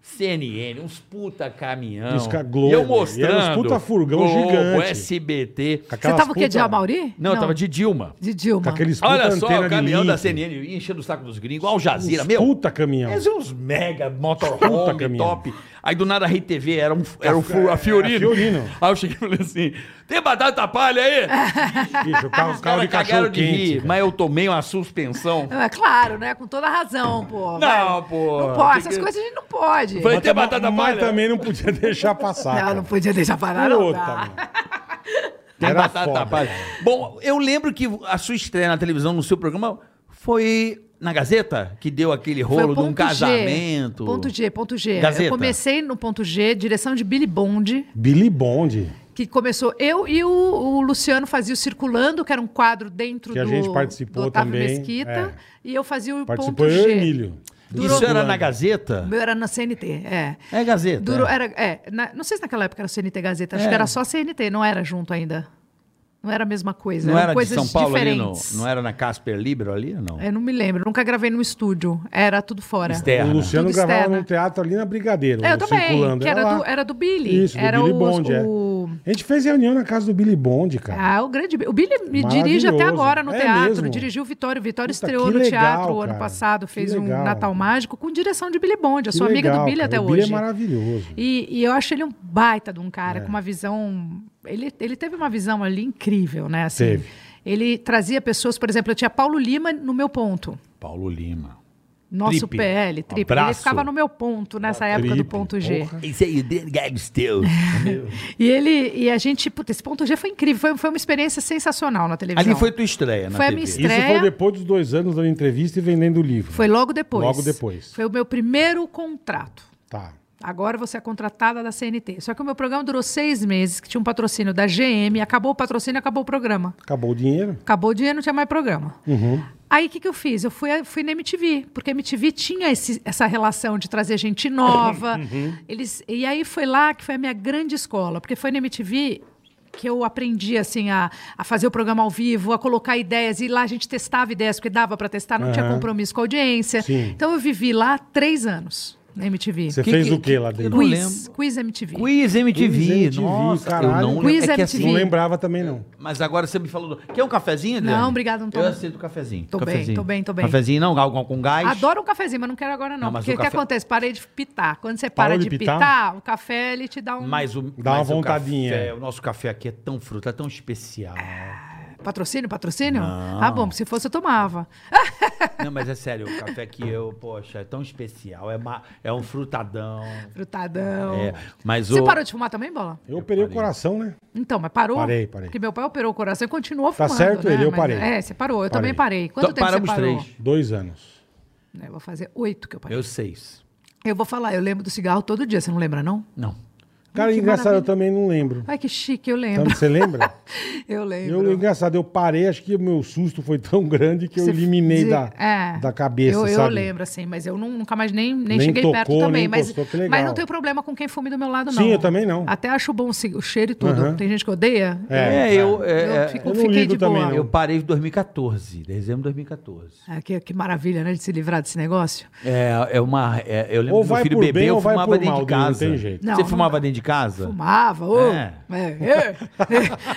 S4: CNN, uns puta caminhão.
S3: Isso que a Globo,
S4: E eu
S3: e
S4: mostrando.
S3: era uns puta furgão gigante.
S4: SBT.
S3: Com
S5: Você
S3: aquelas
S5: tava o quê? De
S3: puta-
S5: Amauri?
S4: Não, eu tava de Dilma.
S5: De Dilma.
S3: Com aqueles puta
S4: Olha só,
S3: antena
S4: o
S3: de
S4: caminhão
S3: link,
S4: da CNN enchendo o saco dos gringos. Al Jazeera,
S3: uns
S4: meu.
S3: Puta caminhão.
S4: Eles eram uns mega
S3: Puta
S4: motorhome
S3: caminhão. é,
S4: top. Aí do nada a RTV era um, era um fu- a Fiorino.
S3: a Fiorino.
S4: Aí eu cheguei e falei assim: tem batata palha aí?
S3: Bicho, o carro, carro
S4: Os caras
S3: de
S4: cagaram
S3: cachorro
S4: de
S3: quente.
S4: rir,
S3: cara.
S4: mas eu tomei uma suspensão.
S5: Não, é claro, né? Com toda razão, pô.
S4: Não,
S5: Vai.
S4: pô.
S5: Não pode.
S4: Tem
S5: Essas
S4: que-
S5: coisas a gente não pode.
S4: Foi-
S3: Mas,
S4: Tem
S3: tam-
S4: batata
S3: mas
S4: palha?
S3: também não podia deixar passar.
S5: Ah, Não,
S3: cara.
S5: não podia deixar parar, não.
S3: Puta,
S5: dá.
S3: mano.
S4: Tem
S3: Era
S4: batata
S3: foda,
S4: palha. Bom, eu lembro que a sua estreia na televisão, no seu programa, foi na Gazeta, que deu aquele
S5: Foi o
S4: rolo de um
S5: Ponto G.
S4: casamento.
S5: Ponto G, ponto G.
S4: Gazeta.
S5: Eu comecei no ponto G, direção de Billy Bond,
S3: Billy Bond,
S5: que começou eu e o, o Luciano fazia o Circulando, que era um quadro dentro
S3: Que a
S5: do,
S3: gente participou
S5: do Otávio
S3: também,
S5: Mesquita,
S3: é.
S5: e eu fazia o
S3: participou
S5: ponto
S3: eu e
S5: G.
S3: Emílio.
S4: Isso era na Gazeta?
S5: O um meu era na CNT, é.
S4: É Gazeta.
S5: Durou,
S4: é.
S5: era, é, na- não sei se naquela época era CNT Gazeta, acho
S4: É.
S5: que era só CNT, não era junto ainda. Não era a mesma coisa,
S4: Não
S5: eram
S4: era de
S5: coisas
S4: São Paulo ali, não?
S5: diferentes. É.
S4: Não é? era na Casper Libero ali, não?
S5: Eu não me lembro, nunca gravei num estúdio, era tudo fora.
S4: Externa.
S3: O Luciano
S5: Tudo
S3: gravava
S5: externa.
S3: num teatro ali na Brigadeiro.
S5: É, Eu
S3: no
S5: também,
S3: circulando.
S5: que era
S3: lá.
S5: do, era do Billy.
S3: Isso, do
S5: era
S3: Billy
S5: o-
S3: Bond, é.
S5: o-
S3: A gente fez reunião na casa do Billy Bond, cara.
S5: Ah, o grande. Bi- O Billy me dirige até
S3: Maravilhoso.
S5: agora no
S3: É
S5: teatro.
S3: mesmo?
S5: Dirigiu o Vitório. O Vitório
S3: Puta,
S5: estreou
S3: que
S5: no
S3: legal,
S5: teatro o ano
S3: cara.
S5: passado,
S3: Que
S5: fez
S3: legal.
S5: um Natal Mágico com direção de Billy Bond. Eu
S3: Que
S5: sou amiga do
S3: legal,
S5: Billy
S3: cara.
S5: até
S3: o
S5: hoje.
S3: Billy é maravilhoso. É.
S5: E, e eu acho ele um baita de um cara, com uma visão. Ele, ele teve uma visão ali incrível, né? Assim,
S3: Teve.
S5: Ele trazia pessoas, por exemplo, eu tinha Paulo Lima no meu ponto.
S4: Paulo Lima.
S5: Nosso
S4: Tripe.
S5: PL, Tripe. Ele
S4: Abraço.
S5: ficava no meu ponto nessa época do
S3: Tripe,
S5: ponto G.
S3: porra.
S4: Isso aí, Gabstel.
S5: É, E ele e a gente, puta, esse ponto G foi incrível, foi, foi uma experiência sensacional na televisão.
S4: Ali foi tua estreia, na
S5: Foi a
S4: TV.
S5: minha estreia.
S3: Isso foi depois dos dois anos dando entrevista e vendendo o livro.
S5: Foi logo depois.
S3: Logo depois.
S5: Foi o meu primeiro contrato.
S3: Tá.
S5: Agora você é contratada da CNT. Só que o meu programa durou seis meses, que tinha um patrocínio da GM. Acabou o patrocínio, acabou o programa.
S3: Acabou o dinheiro.
S5: Acabou o dinheiro, não tinha mais programa.
S3: Uhum.
S5: Aí o que, que eu fiz? Eu fui, fui na MTV, porque a MTV tinha esse- essa relação de trazer gente nova.
S3: Uhum.
S5: Eles, e aí foi lá que foi a minha grande escola, porque foi na MTV que eu aprendi assim a, a fazer o programa ao vivo, a colocar ideias, e lá a gente testava ideias, porque dava para testar, não tinha
S3: Aham.
S5: compromisso com a audiência.
S3: Sim.
S5: Então eu vivi lá três anos na MTV.
S3: Você
S4: Que-
S3: fez
S4: que-
S3: o que lá
S4: que- eu
S3: dentro?
S4: não
S5: Quiz,
S4: lembro.
S5: quiz MTV.
S4: Quiz MTV.
S3: Quiz MTV,
S4: Nossa, eu
S3: caralho.
S4: não
S5: Quiz
S4: lembro. É que
S5: MTV.
S4: assim,
S3: Não lembrava também, não.
S4: mas agora você me falou. Do... Quer um cafezinho, Adriane?
S5: Não, obrigado, não tô
S4: Eu
S5: bem.
S4: aceito o cafezinho.
S5: Tô bem,
S4: cafezinho.
S5: tô bem, tô bem.
S4: Cafezinho não, algo com gás.
S5: Adoro um cafezinho, mas não quero agora não.
S4: Não, mas
S5: porque
S4: o
S5: o que
S4: café-
S5: acontece? Parei de pitar. Quando você para
S3: Parou
S5: de
S3: de
S5: pitar?
S3: pitar?
S5: o café ele te dá um
S4: Mas o,
S3: Dá uma
S4: mas o
S3: vontadinha.
S4: café- o nosso café aqui é tão fruta, é tão especial.
S5: patrocínio, patrocínio.
S4: Não.
S5: Ah, bom, se fosse eu tomava.
S4: Não, mas é sério, o café que eu, poxa, é tão especial. É, ma- é um frutadão.
S5: Frutadão.
S4: É, mas
S5: Você
S4: o...
S5: parou de fumar também, bola?
S3: Eu operei o coração, né?
S5: Então, mas parou?
S3: Parei, parei.
S5: Porque meu pai operou o coração e continuou
S3: Tá
S5: fumando.
S3: certo
S5: né?
S3: ele, eu
S5: Mas-
S3: parei.
S5: É, você parou, eu
S3: Parei.
S5: também parei. Quanto
S4: Então,
S5: tempo
S4: paramos
S5: você parou? É,
S4: três.
S3: Dois anos.
S5: Eu vou fazer oito que eu parei.
S4: Eu seis.
S5: Eu vou falar, eu lembro do cigarro todo dia, você não lembra, não?
S4: Não.
S3: Cara,
S5: que
S3: engraçado,
S5: maravilha.
S3: eu também não lembro.
S5: Ai, que chique, eu
S3: Então,
S5: lembro.
S3: você lembra?
S5: Eu lembro.
S3: Eu, engraçado, eu parei, acho que o meu susto foi tão grande que eu
S5: Você
S3: eliminei
S5: diz-
S3: da,
S5: é.
S3: da cabeça,
S5: eu, eu
S3: sabe?
S5: lembro, assim, mas eu nun- nunca mais nem, nem,
S3: Nem
S5: cheguei perto
S3: tocou,
S5: também.
S3: nem
S5: mas,
S3: encostou, que legal.
S5: mas não tenho problema com quem fume do meu lado, não.
S3: Sim, eu também não.
S5: Até acho bom o ci- o cheiro e tudo.
S3: Aham.
S5: Tem gente que odeia.
S4: É,
S3: É,
S4: eu, é, é,
S5: eu fico,
S3: eu não
S5: fiquei
S3: ligo
S5: de boa.
S3: também, não.
S4: eu parei em 2014, dezembro de 2014.
S5: Ah, que, que maravilha, né? De se livrar desse negócio.
S4: É, é uma. é- eu lembro
S3: Ou
S4: do meu
S3: vai
S4: filho
S3: por
S4: bebê,
S3: bem
S4: eu
S3: ou vai
S4: fumava
S3: por
S4: dentro
S3: mal,
S4: de
S3: não
S4: casa.
S3: tem jeito.
S5: Não,
S4: Você
S5: não
S4: fumava dentro de casa?
S5: Fumava, ô!
S4: É.
S5: É, é,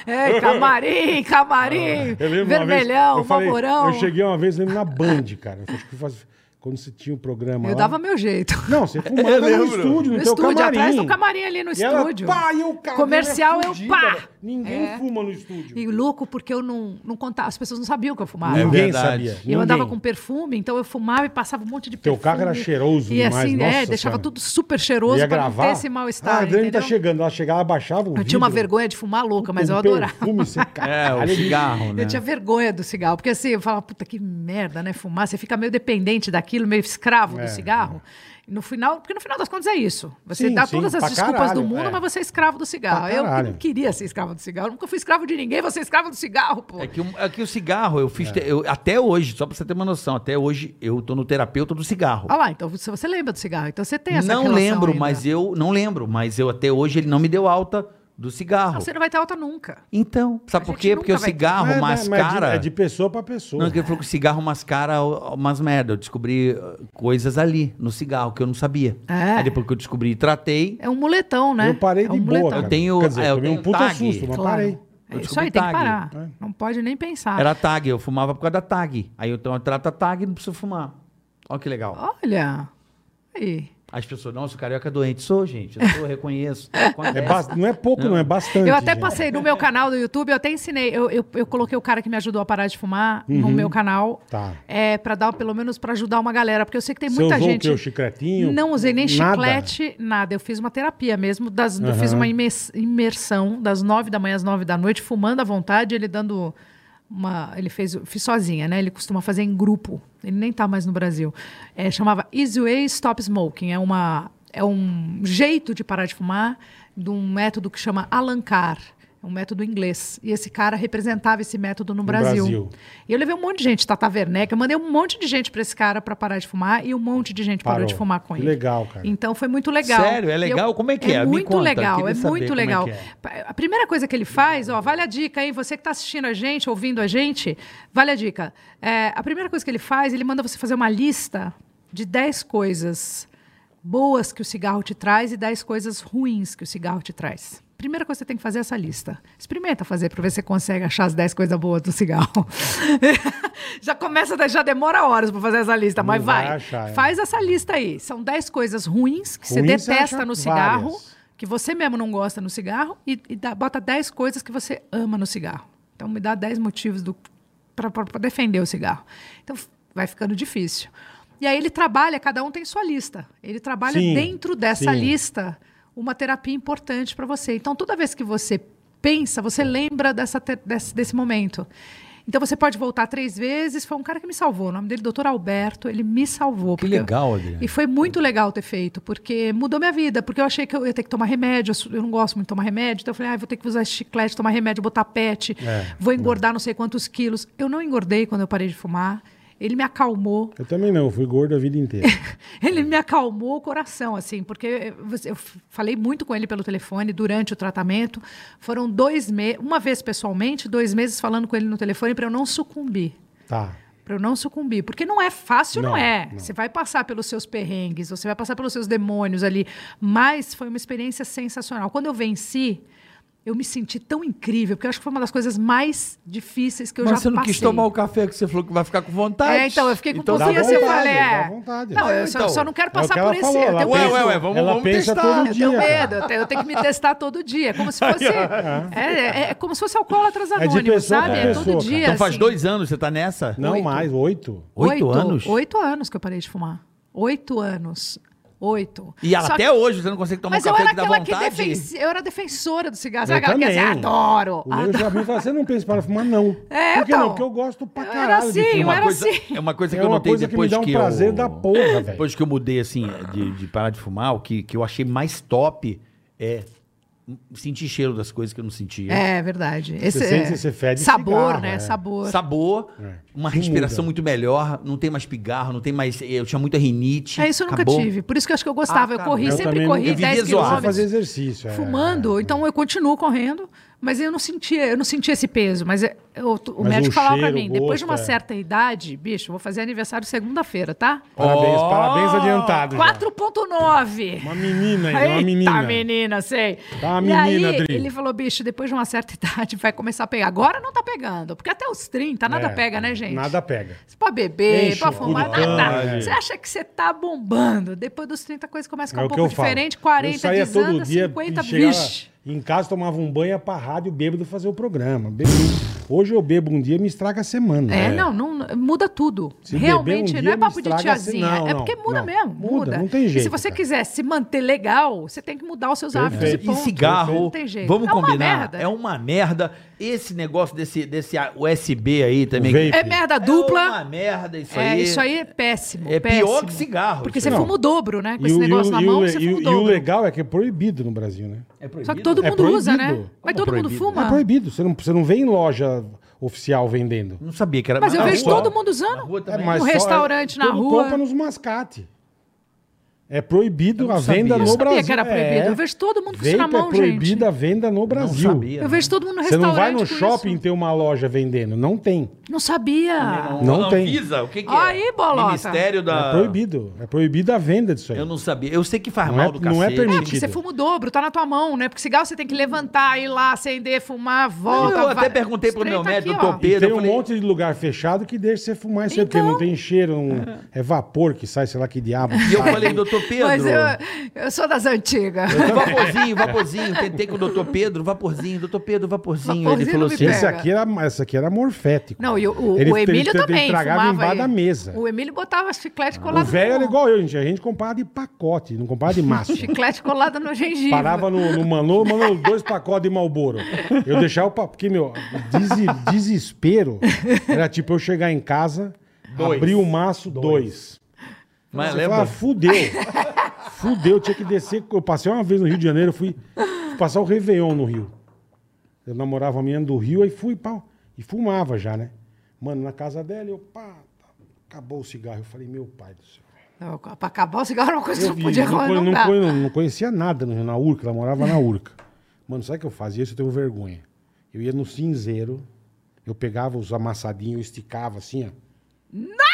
S5: é, é, camarim, camarim,
S3: Ah, Eu lembro uma vez,
S5: vermelhão,
S3: eu falei-
S5: mamorão.
S3: Eu cheguei uma vez, lembro, na Band, cara. Eu acho que faz- quando você tinha o programa
S5: Eu
S3: lá.
S5: dava meu jeito.
S3: Não, você fumava
S4: Eu
S3: no
S4: lembro.
S3: estúdio, no,
S5: No
S3: teu
S5: estúdio,
S3: camarim.
S5: atrás do camarim ali no
S3: E ela,
S5: estúdio.
S3: pá, e o é cara,
S5: Comercial,
S3: ela
S5: eu
S3: fudida,
S5: pá. É.
S3: velho. Ninguém fuma no estúdio.
S5: E louco, porque eu não, não contava. As pessoas não sabiam que eu fumava.
S4: É
S3: um Ninguém
S4: verdade.
S3: sabia.
S4: Eu
S5: E Eu andava
S3: ninguém.
S5: com perfume, então eu fumava e passava um monte de
S3: Teu
S5: perfume.
S3: carro era cheiroso
S5: E
S3: demais,
S5: assim,
S3: nossa
S5: é, deixava
S3: senhora.
S5: tudo super
S3: Eu
S5: cheiroso
S3: ia
S5: pra não
S3: gravar.
S5: ter esse mal-estar,
S3: Ah, a Dani tá
S5: entendeu?
S3: chegando. Ela chegava, abaixava o
S5: Eu tinha uma
S3: vidro.
S5: vergonha de fumar louca, mas
S3: Um
S5: eu adorava.
S3: perfume, você caralho.
S4: É, o cigarro, né?
S5: Eu tinha vergonha do cigarro, porque assim, eu falava, puta que merda, né? Fumar, você fica meio dependente daquilo, meio escravo
S3: É,
S5: do cigarro. No final, porque no final das contas é isso. Você
S3: Sim,
S5: dá
S3: sim,
S5: todas as
S3: pra
S5: desculpas
S3: caralho,
S5: do mundo,
S3: é.
S5: mas você é escravo do cigarro.
S3: Pra
S5: Eu que
S3: caralho.
S5: não queria ser escravo do cigarro. Eu nunca fui escravo de ninguém, você é escravo do cigarro, pô.
S4: É que, o- é que o cigarro, eu
S5: É.
S4: fiz. te- eu- até hoje, só pra você ter uma noção, até hoje eu tô no terapeuta do cigarro.
S5: Olha lá, então se você lembra do cigarro, então você tem essa
S4: não
S5: relação né?
S4: lembro,
S5: ainda. Ah,
S4: mas eu. Não lembro, mas eu até hoje ele não me deu alta do cigarro.
S5: Não, você não vai ter alta nunca.
S4: Então, sabe
S5: A
S4: por
S5: gente
S4: quê? Porque o
S5: nunca vai ter.
S4: cigarro
S3: Mas- mas é de-
S4: mascara.
S3: É de, pessoa pra pessoa.
S4: Não, ele falou que o cigarro mascara o- umas merda. Eu descobri uh, coisas ali no cigarro que eu não sabia.
S5: É.
S4: Aí depois que eu descobri e tratei,
S5: É um moletão, né?
S3: Eu parei
S5: é um
S3: de boa, cara.
S4: Eu tenho-
S3: Quer dizer,
S5: é,
S4: eu
S3: tomei um
S4: tenho
S3: puta
S4: tag.
S3: susto, mas
S5: Claro.
S3: parei. É.
S5: É
S4: Eu
S5: isso aí,
S4: descobri
S5: tem que
S4: tag.
S5: parar. Não pode nem pensar.
S4: era tag. Eu fumava por causa da tag. Aí eu, então, eu trato a tag e não preciso fumar. Olha que legal.
S5: Olha. Aí.
S4: As pessoas, nossa, o carioca é doente. Sou, gente. Eu sou, reconheço.
S3: É
S4: Acontece.
S3: bas- Não é pouco, não, é bastante.
S5: Eu até
S3: gente.
S5: passei no meu canal do YouTube, eu até ensinei. Eu, eu, eu coloquei o cara que me ajudou a parar de fumar no meu canal.
S3: Uhum. Tá.
S5: É, pra dar, pelo menos, pra ajudar uma galera. Porque eu sei que tem
S3: Você
S5: muita
S3: usou o
S5: gente.
S3: quê? O chicletinho?
S5: Não usei nem
S3: Nada?
S5: chiclete, nada. Eu fiz uma terapia mesmo. das- Eu fiz
S3: Aham.
S5: uma imers- imersão das nove da manhã às nove da noite, fumando à vontade, ele dando. Uma, ele fez, eu fiz sozinha, né? Ele costuma fazer em grupo. Ele nem tá mais no Brasil. É, chamava Easy Way Stop Smoking. É, uma, é um jeito de parar de fumar, de um método que chama Alancar. É um método inglês. E esse cara representava esse método no, Brasil.
S3: Brasil.
S5: E eu levei um monte de gente, Tata Werneck. Eu mandei um monte de gente pra esse cara pra parar de fumar e um monte de gente parou
S3: Parou.
S5: de fumar com
S3: Que
S5: ele.
S3: legal, cara.
S5: Então foi muito legal.
S4: Sério? É
S5: E
S4: legal? Como é que é? Me
S5: muito
S4: conta,
S5: legal,
S4: queria
S5: é
S4: saber
S5: muito
S4: como é
S5: legal.
S4: que é.
S5: Pa- A primeira coisa que ele faz, ó, vale a dica, hein? Você que está assistindo a gente, ouvindo a gente, vale a dica. É, a primeira coisa que ele faz, ele manda você fazer uma lista de 10 coisas boas que o cigarro te traz e 10 coisas ruins que o cigarro te traz. Primeira coisa que você tem que fazer é essa lista. Experimenta fazer para ver se você consegue achar as 10 coisas boas do cigarro. já começa, já demora horas para fazer essa lista, mas
S3: Não vai
S5: vai.
S3: achar, é.
S5: Faz essa lista aí. São 10 coisas ruins que você
S3: Ruins você
S5: detesta
S3: acha
S5: no cigarro,
S3: várias.
S5: que você mesmo não gosta no cigarro, e, e dá- bota 10 coisas que você ama no cigarro. Então, me dá 10 motivos para defender o cigarro. Então, f- vai ficando difícil. E aí ele trabalha, cada um tem sua lista. Ele trabalha
S3: Sim,
S5: dentro dessa
S3: sim.
S5: lista uma terapia importante para você. Então, toda vez que você pensa, você lembra dessa te- desse, desse momento. Então, você pode voltar três vezes. Foi um cara que me salvou. O nome dele, Dr. Alberto, ele me salvou.
S4: Que
S5: porque eu-
S4: legal, Adriano.
S5: e foi muito legal ter feito, porque mudou minha vida. Porque eu achei que eu ia ter que tomar remédio. eu sou- Eu não gosto muito de tomar remédio. Então eu falei, ah, vou ter que usar chiclete, tomar remédio, botar pet.
S3: É,
S5: vou engordar não sei quantos quilos. Eu não engordei quando eu parei de fumar. Ele me acalmou.
S3: Eu também não, fui gordo a vida inteira.
S5: Ele me acalmou o coração, assim, porque você- eu f- falei muito com ele pelo telefone durante o tratamento. Foram dois meses, uma vez pessoalmente, dois meses falando com ele no telefone para eu não sucumbir.
S3: Tá.
S5: Pra eu não sucumbir. Porque não é fácil, não,
S3: Não,
S5: é.
S3: não.
S5: Você vai passar pelos seus perrengues, você vai passar pelos seus demônios ali. Mas foi uma experiência sensacional. Quando eu venci, eu me senti tão incrível, porque eu acho que foi uma das coisas mais difíceis que eu
S4: Mas
S5: já
S4: você não
S5: passei.
S4: quis tomar o café que você falou que vai ficar com vontade.
S5: É, então, eu fiquei com
S4: Então,
S3: dá
S5: confiança e
S3: tá vontade,
S5: falei,
S3: dá
S5: é.
S3: vontade.
S5: Não, eu só,
S4: Então,
S5: só não
S3: É
S5: quero
S3: o
S5: passar
S3: que ela
S5: por esse.
S3: falou,
S5: eu
S3: ela
S5: tenho
S4: Ué,
S5: medo.
S3: pensa-
S4: ué, ué, vamos-
S3: ela
S4: vamos
S3: pensa
S4: testar.
S3: todo
S5: Eu
S3: dia.
S5: tenho
S3: cara.
S5: medo, eu tenho, eu tenho que me testar todo dia. É como se fosse. é, é- é como se fosse alcoólatras
S3: de
S5: anônimos,
S3: pessoa
S5: sabe?
S3: pra
S5: É
S3: pessoa,
S5: todo
S3: cara.
S5: dia.
S4: Então faz
S5: assim.
S4: dois anos você tá nessa?
S3: Não
S5: Oito.
S3: mais, oito.
S4: Oito, anos?
S5: Oito anos que eu parei de fumar. Oito anos. Oito.
S4: E ela
S5: Só
S4: até
S5: que-
S4: hoje você não consegue tomar um
S5: Mas eu
S4: café
S5: era
S4: que dá
S5: aquela que
S4: vontade?
S5: defens... eu era defensora do cigarro.
S3: Eu
S5: Sabe aquela que assim,
S3: também.
S5: adoro.
S3: O meu
S5: adoro.
S3: já me fala, você não pensa em parar de fumar, não.
S5: Ah, tá. É,
S3: Por que
S5: então.
S3: não? Porque eu gosto pra
S5: Eu era
S3: caralho de
S5: assim, eu
S3: fumar.
S5: era
S4: coisa,
S5: assim.
S4: É uma coisa que
S3: É
S4: eu
S3: uma
S4: notei
S3: coisa que me
S4: depois que,
S3: dá um prazer
S4: eu...
S3: da porra, velho.
S4: Depois que eu mudei, assim, de, de parar de fumar, o que, que eu achei mais top é sentir cheiro das coisas que eu não sentia.
S5: É verdade. Esse
S3: sente-
S5: é-
S3: você fede
S5: Sabor,
S3: cigarro,
S5: né?
S3: é.
S5: Sabor.
S4: Sabor,
S3: É.
S4: uma
S3: Isso
S4: respiração
S3: muda.
S4: muito melhor, não tem mais pigarro, não tem mais... Eu tinha muita rinite.
S5: É isso eu nunca
S4: acabou.
S5: tive. Por isso que eu acho que eu gostava.
S4: Ah,
S5: eu
S4: tá.
S5: corri,
S4: Eu
S5: sempre
S3: também
S5: corri
S4: nunca-
S5: 10
S4: Vivia zoado.
S3: Só
S5: quilômetros.
S3: fazer exercício. é.
S5: fumando, então eu continuo correndo, mas eu não sentia, eu não sentia esse peso, mas é- eu- tu- o
S3: Mas
S5: médico
S3: o
S5: falava pra
S3: cheiro,
S5: mim,
S3: o
S5: depois de
S3: gosto,
S5: uma
S3: é.
S5: certa idade, bicho, eu vou fazer aniversário segunda-feira, tá?
S3: Parabéns,
S4: Ó!
S3: parabéns adiantado. já.
S5: 4.9.
S3: Uma menina aí, é uma menina.
S5: Eita, menina, sei.
S3: Tá uma
S5: e aí,
S3: menina, Adri.
S5: ele falou, bicho, depois de uma certa idade vai começar a pegar. Agora não tá pegando, porque até os 30 nada
S3: É,
S5: pega, né, gente?
S3: Nada pega.
S5: Você pode beber,
S3: Enche o
S5: pode
S3: cu
S5: fumar,
S3: de
S5: nada.
S3: cana,
S5: Você
S3: gente.
S5: acha que você tá bombando. Depois dos 30, a coisa começa a
S3: É
S5: ficar um
S3: o que eu
S5: pouco
S3: falo.
S5: diferente.
S3: eu
S5: 40,
S3: saía
S5: desanda,
S3: todo dia
S5: 50,
S3: e chegava
S5: bicho.
S3: em casa, tomava um banho, ia pra rádio, bêbado fazer o programa. Bêbado. Hoje eu bebo um dia me estraga a semana.
S5: É, não, não, muda tudo.
S3: Se beber um
S5: Realmente, não
S3: dia,
S5: é papo
S3: me
S5: de
S3: estraga assim,
S5: tiazinha.
S3: não,
S5: é
S3: não,
S5: porque muda
S3: não.
S5: mesmo.
S3: Muda,
S5: Muda,
S3: não tem
S5: E
S3: jeito,
S5: se você
S3: cara.
S5: quiser se manter legal, você tem que mudar os seus hábitos
S3: Perfeito.
S5: e
S4: É, E
S5: ponto.
S4: cigarro,
S5: jeito.
S4: vamos
S5: É uma
S4: combinar,
S5: merda.
S4: é uma merda. Esse negócio desse, desse USB aí também.
S3: O vape.
S5: É merda dupla.
S4: É uma merda isso
S5: é,
S4: aí.
S5: isso aí é péssimo.
S4: É
S5: péssimo.
S4: pior que cigarro,
S5: Porque
S4: isso
S5: você
S3: aí.
S5: fuma o dobro, né? Com
S3: E
S5: esse
S3: o, e,
S5: negócio
S3: o,
S5: na
S3: e,
S5: mão,
S3: o,
S5: você
S3: e,
S5: fuma
S3: o,
S5: o
S3: e o
S5: dobro.
S3: legal é que é proibido no Brasil, né?
S4: É proibido?
S5: Só que todo
S3: É
S5: mundo usa, né?
S3: proibido.
S5: Mas todo mundo
S4: proibido.
S5: fuma.
S3: É proibido. Você não, você não vê em loja oficial vendendo.
S4: Não sabia que era
S5: Mas eu
S4: na
S5: vejo
S4: rua.
S5: todo mundo
S3: É
S4: Na
S5: usando.
S4: rua também.
S5: mas- é No
S3: só-
S5: restaurante, na
S3: todo
S5: rua.
S3: compra nos mascate. É proibido
S4: não
S3: a
S4: sabia.
S3: venda
S4: Eu não
S3: no
S5: sabia
S3: Brasil. É.
S5: que era proibido. Eu vejo todo mundo com isso na
S3: Vape
S5: mão,
S3: é proibida
S5: gente.
S3: a venda no
S4: Não
S3: Brasil.
S4: sabia,
S5: Eu vejo todo mundo no
S3: Você
S5: restaurante.
S3: não vai no
S5: com
S3: shopping
S5: isso.
S3: ter uma loja vendendo. Não tem.
S5: Não sabia. É,
S3: Não
S4: Anvisa,
S3: tem.
S4: Anvisa, o que, que é?
S5: Aí, bolota.
S4: Ministério
S5: Ah.
S4: da.
S3: É proibido. É proibida a venda disso aí.
S4: Eu não sabia. Eu sei que faz
S3: Não
S4: mal
S3: é-
S4: do cacete.
S3: não é permitido.
S5: Porque você fuma o dobro, tá na tua mão, né? Porque cigarro você tem que levantar, ir lá, acender, fumar, volta.
S4: eu até
S5: vai-
S4: perguntei pro meu
S5: Estreita
S4: médico,
S5: aqui, ó.
S4: doutor
S3: E
S4: Pedro,
S3: tem
S4: eu
S3: um
S4: falei-
S3: monte de lugar fechado que deixa você fumar isso aí, porque
S5: Então.
S3: não tem cheiro, não- é vapor que sai, sei lá que diabo.
S4: E eu
S3: sai.
S4: falei, doutor doutor Pedro.
S5: Mas eu, eu sou das antigas.
S4: Vaporzinho, vaporzinho. Tentei com o doutor Pedro, vaporzinho. Doutor Pedro, vaporzinho. ele
S5: Vaporzinho
S4: falou
S5: não me
S4: assim.
S5: pega.
S3: Esse aqui era, esse aqui era morfético.
S5: Não, e o, o-
S3: Ele-
S5: o Emílio
S3: ele- ele
S5: também
S3: tragava
S5: fumava.
S3: embaixo
S5: ele.
S3: da mesa.
S5: O Emílio botava chiclete colado
S3: O velho era
S5: no...
S3: igual eu, gente. A gente comprava de pacote, não comprava de massa.
S5: Chiclete colado no gengibre.
S3: Parava no, no Manolo, Manolo, dois pacotes de Malboro. Eu deixava o papo, porque, meu, desi- desespero era tipo eu chegar em casa,
S4: Dois.
S3: abrir o maço, dois.
S4: Mas
S3: Você
S4: lembra?
S3: fala, fudeu. fudeu, tinha que descer. Eu passei uma vez no Rio de Janeiro, fui passar o Réveillon no Rio. Eu namorava a menina do Rio, aí fui, pau. E fumava já, né? Mano, na casa dela, eu, pá, acabou o cigarro. Eu falei, meu pai do céu.
S5: Não, Pra acabar o cigarro não coisa
S3: Eu
S5: não
S3: vi,
S5: podia
S3: não,
S5: comer,
S3: conhe-
S5: não,
S3: não
S5: dá.
S3: conhe- não conhecia nada no- na Urca, ela morava na Urca. Mano, sabe o que eu fazia? Isso eu tenho vergonha. Eu ia no cinzeiro, eu pegava os amassadinhos, eu esticava assim, ó. Nossa!